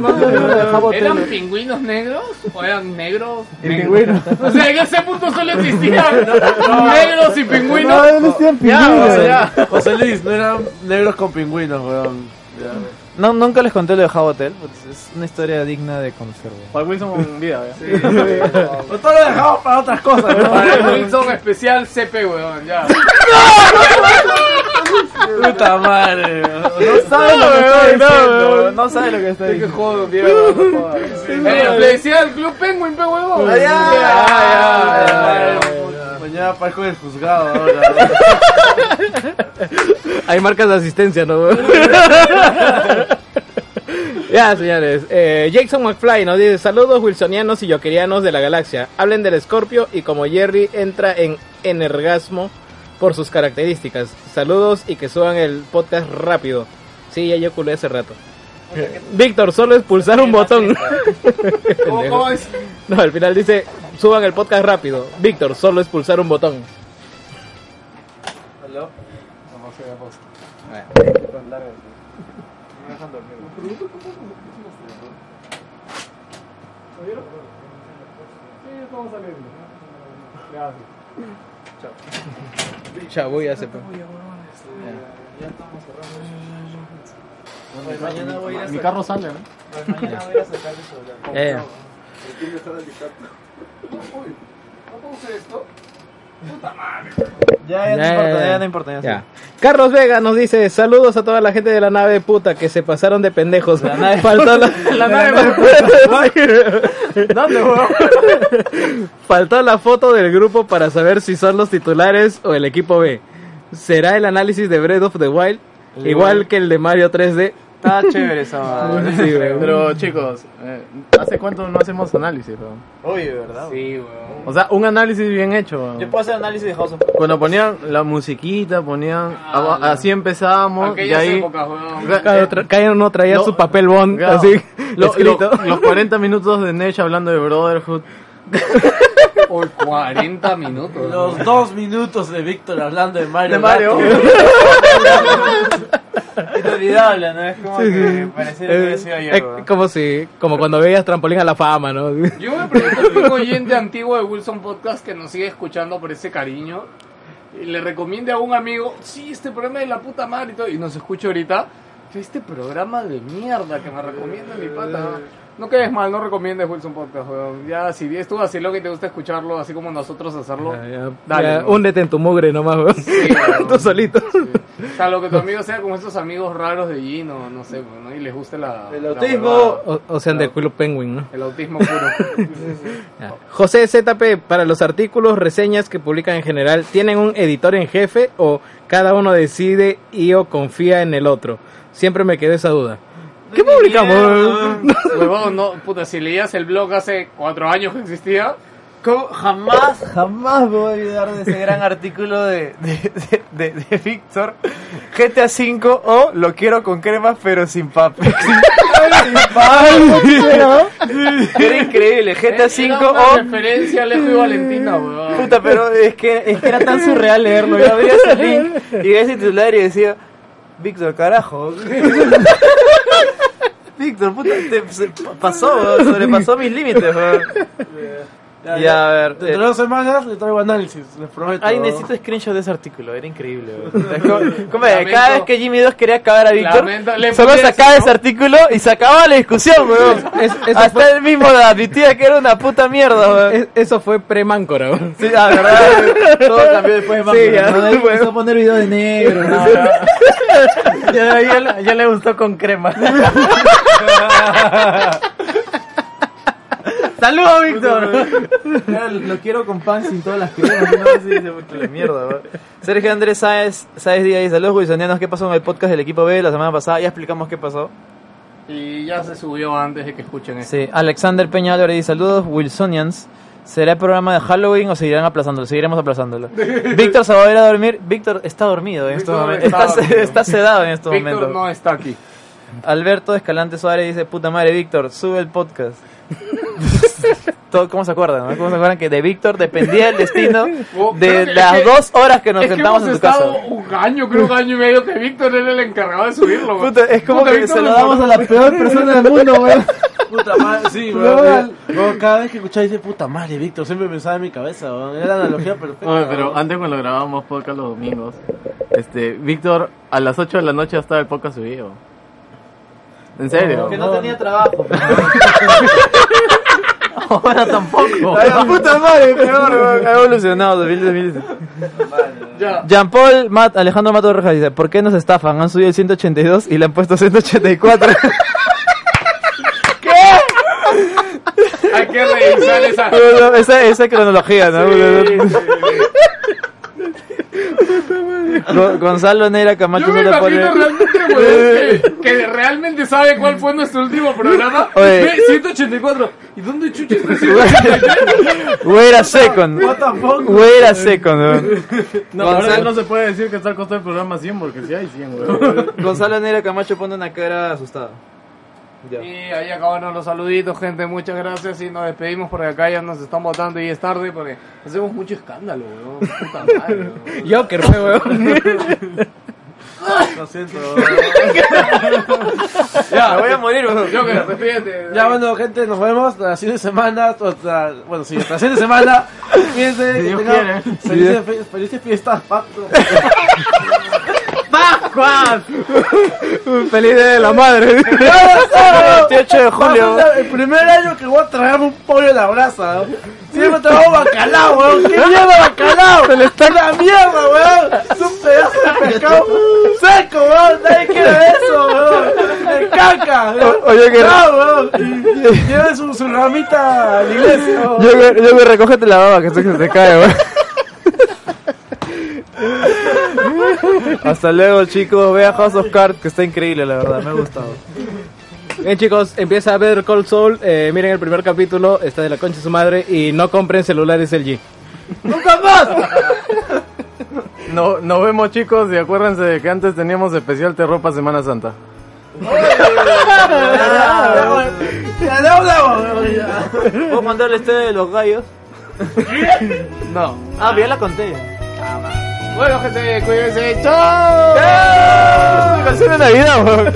claro.
¿Eran pingüinos negros? ¿O eran negros?
Y pingüinos.
O sea, en ese punto solo existían
(laughs)
negros y
No,
pingüinos.
no existían pingüinos.
(laughs)
José Luis, no eran negros con pingüinos, weón.
No, nunca les conté lo de How Hotel, porque es una historia digna de conservar.
Para Wilson vida, weón.
Pero todo lo dejamos para otras cosas, ¿no?
Para Wilson especial CP, huevón, ya.
Puta madre.
No sabe lo que está diciendo. No sabe lo que está diciendo.
jodo, mierda. Eh, Le decía al Club Penguin, pe huevón.
Ah,
Ay, ay, ay, ay,
Mañana parco del juzgado ahora.
Hay marcas de asistencia, ¿no? (laughs) ya, señores. Eh, Jason McFly nos dice: Saludos, wilsonianos y yoquerianos de la galaxia. Hablen del Scorpio y como Jerry entra en energasmo por sus características. Saludos y que suban el podcast rápido. Sí, ya yo culé hace rato. Víctor, solo es pulsar un botón.
(laughs) ¿Cómo, cómo es?
No, al final dice, suban el podcast rápido. Víctor, solo es pulsar un botón. Chabuy hace po-
Mañana voy a ir a
Mi
sacar-
carro sale, ¿no?
mañana voy a ir a sacar mi celular.
Ya, ya.
Ya, ya,
Ya,
no importa,
ya,
ya,
ya.
no importa. Ya,
Ya. Carlos Vega nos dice, saludos a toda la gente de la nave puta que se pasaron de pendejos. (laughs) Faltó la, (laughs) Faltó la foto del grupo para saber si son los titulares o el equipo B. ¿Será el análisis de Breath of the Wild? Igual que el de Mario 3D.
Está chévere esa madre.
(laughs) Sí, weón.
Pero chicos, eh, ¿hace cuánto no hacemos análisis? weón?
Oye, ¿verdad?
Sí, weón.
O sea, un análisis bien hecho. weón.
Yo puedo hacer análisis de House of
Cuando ponían la musiquita, ponían... aba- así
Ah,
empezábamos y
Aquellas
ahí...
épocas, huevón.
(laughs)
Ga-
Cada tra- cada uno traía
No.
su papel bond,
Claro.
así,
Eh, Lo- (laughs)
escrito.
lo- los 40 minutos de Nesh hablando de Brotherhood.
Por 40 minutos.
Los dos minutos de Víctor hablando de Mario.
Inolvidable, ¿no? Es como que parecía que hubiera sido
Eh, Es
ayer, weón.
como si, como cuando veías trampolín a la fama, ¿no?
Yo me pregunto si un oyente antiguo de Wilson Podcast que nos sigue escuchando por ese cariño y le recomiende a un amigo, sí, este programa de la puta madre y todo, y nos escucha ahorita, este programa de mierda que me recomienda mi pata. No quedes mal, no recomiendes Wilson Podcast, weón. Ya, si es tu vacilón que te gusta escucharlo, así como nosotros hacerlo, dale.
Ya,
weón.
Húndete en tu mugre nomás, weón.
weón.
(laughs) Tú solito.
Salvo que tu amigo sea como esos amigos raros de Gino, no sé, weón, ¿no? y les guste la...
El
la
autismo.
huevada.
O, o sean de Club Penguin, ¿no?
El autismo
(laughs)
puro.
Ya. José ZP, para los artículos, reseñas que publican en general, ¿tienen un editor en jefe o cada uno decide y o confía en el otro? Siempre me quedé esa duda. ¿Qué publicamos? (laughs) weón?
Huevón, no, puta, si leías el blog hace cuatro años que existía,
¿Cómo? Jamás, jamás voy a olvidar de ese gran artículo de, de, de, de- de Víctor. GTA V o lo quiero con crema pero sin
(laughs)
papel. Era increíble, GTA
Era una
V o...
referencia a Alejo y Valentina, weón.
Puta, pero es que, es que era tan surreal leerlo. Yo abría ese link y veía ese titular y decía, Víctor, carajo. (laughs) Víctor, puta, te, se- pasó, weón, sobrepasó mis límites, weón. Ya, a ver. eh,
Dentro de dos semanas le traigo análisis, les prometo.
Ay, necesito screenshot de ese artículo, era increíble. weón. Como- como era,
Lamento.
cada vez que Jimmy 2 quería acabar a Víctor,
Lamento, le
solo
pudiera
sacaba
decir,
ese
¿no?
artículo y se acababa la discusión, weón.
Es- eso,
Hasta
fue,
él mismo admitía que era una puta mierda, weón.
es- eso fue pre-Máncora. weón.
Sí, la verdad, todo cambió después de Mambo.
Sí, ya.
¿no? De ahí
Bueno.
empezó a poner video de negro, ¿no?
Ya, ya, le- ya le gustó con crema.
¡Saludos, Víctor!
Ya, Lo quiero con pan sin todas las cremas. ¿no? Sí, sí, porque
La mierda, weón. Sergio Andrés Sáez, Sáez Díaz dice, saludos, wilsonianos, ¿qué pasó con el podcast del equipo B la semana pasada? Ya explicamos qué pasó.
Y ya se subió antes de que escuchen esto.
Sí, Alexander Peña Álvarez dice, saludos, Wilsonians. ¿Será el programa de Halloween o seguirán aplazándolo? Seguiremos
(laughs)
aplazándolo. Víctor se va a ir a dormir. Víctor está dormido en estos
Víctor
momentos.
está
Está,
dormido.
está sedado en estos
Víctor
momentos.
no está aquí.
Alberto Escalante Suárez dice, puta madre, Víctor, sube el podcast. Todo- ¿Cómo se acuerdan? no? ¿Cómo se acuerdan que de Víctor dependía el destino
Oh, creo
de
que-
las
es que-
dos horas que nos
es que
sentamos
hemos
en tu casa?
estado un año, creo un año y medio que Víctor era el encargado de subirlo, weón.
Puta, es como
Puta,
que
Víctor
se lo
me
damos a la peor persona del mundo, weón.
Puta madre,
(laughs)
sí, weón. Weón, Cada vez que escucháis dice puta madre, Víctor, siempre pensaba en mi cabeza, weón. Era la analogía perfecta.
Oye, pero antes cuando grabábamos podcast los domingos, este, Víctor, a las 8 de la noche estaba el podcast subido. ¿En serio?
no tenía trabajo.
(laughs) Ahora tampoco.
La puta madre, peor, weón. Ha evolucionado 2000. Jean-Paul Mat, Alejandro Mato Rojas dice: ¿Por qué nos estafan? Han subido el 182 y le han puesto 184.
Hay que revisar
(laughs)
esa.
(laughs) esa, esa cronología, ¿no? Go- Gonzalo Neira Camacho
Yo me
Soto pone-
imagino realmente,
(laughs)
weón, que, que realmente sabe cuál fue nuestro último programa.
Oye.
Ve, 184. ¿Y dónde chuches está
(laughs)
184?
Güera second. Güera second, weón.
No, ahora ya no se puede decir que está al costado del programa 100 porque si hay 100, weón.
(laughs) Gonzalo Neira Camacho pone una cara asustada.
Y ahí acabaron los saluditos, gente. Muchas gracias y nos despedimos porque acá ya nos están votando y es tarde porque hacemos mucho escándalo, weón. Puta madre, weón.
Joker, fue, weón.
(laughs)
Ya, voy a morir, weón.
Yo que despídete.
Ya, bueno, gente, nos vemos hasta la siguiente semana. hasta- bueno, sí, hasta la siguiente semana. Cuídense. que
Dios
tengan
quiere.
eh.
Felices, fe- felices fiestas,
(laughs)
Paco.
Feliz de la (laughs) madre. 28 de julio.
Vamos a- El primer año que voy a traer un pollo a la brasa. ¿no? Siempre traigo bacalao, weón. ¿Qué mierda bacalao? Se le está la mierda, weón. Es un pedazo de pescado seco, weón. Nadie quiere eso, weón. El caca, weón.
Oye, que.
No, weón. Y- y Lleve su, su ramita a la iglesia, weón.
Yo, güey, yo, güey, recógete la baba que se te cae, güey. (laughs) Hasta luego, chicos. Vean House of Cards, que está increíble, la verdad. Me ha gustado.
Bien chicos, empieza a ver Cold Soul, eh, miren el primer capítulo, está de la concha de su madre y no compren celulares LG.
No, nos vemos, chicos, y acuérdense de que antes teníamos especial de ropa Semana Santa.
Ya, no, no, weón, ya.
¿Puedo mandarle este de los gallos? (laughs) No. Ah, ya la conté.
Bueno, gente, cuídense. ¡Chao!
¡Canción de Navidad, güey!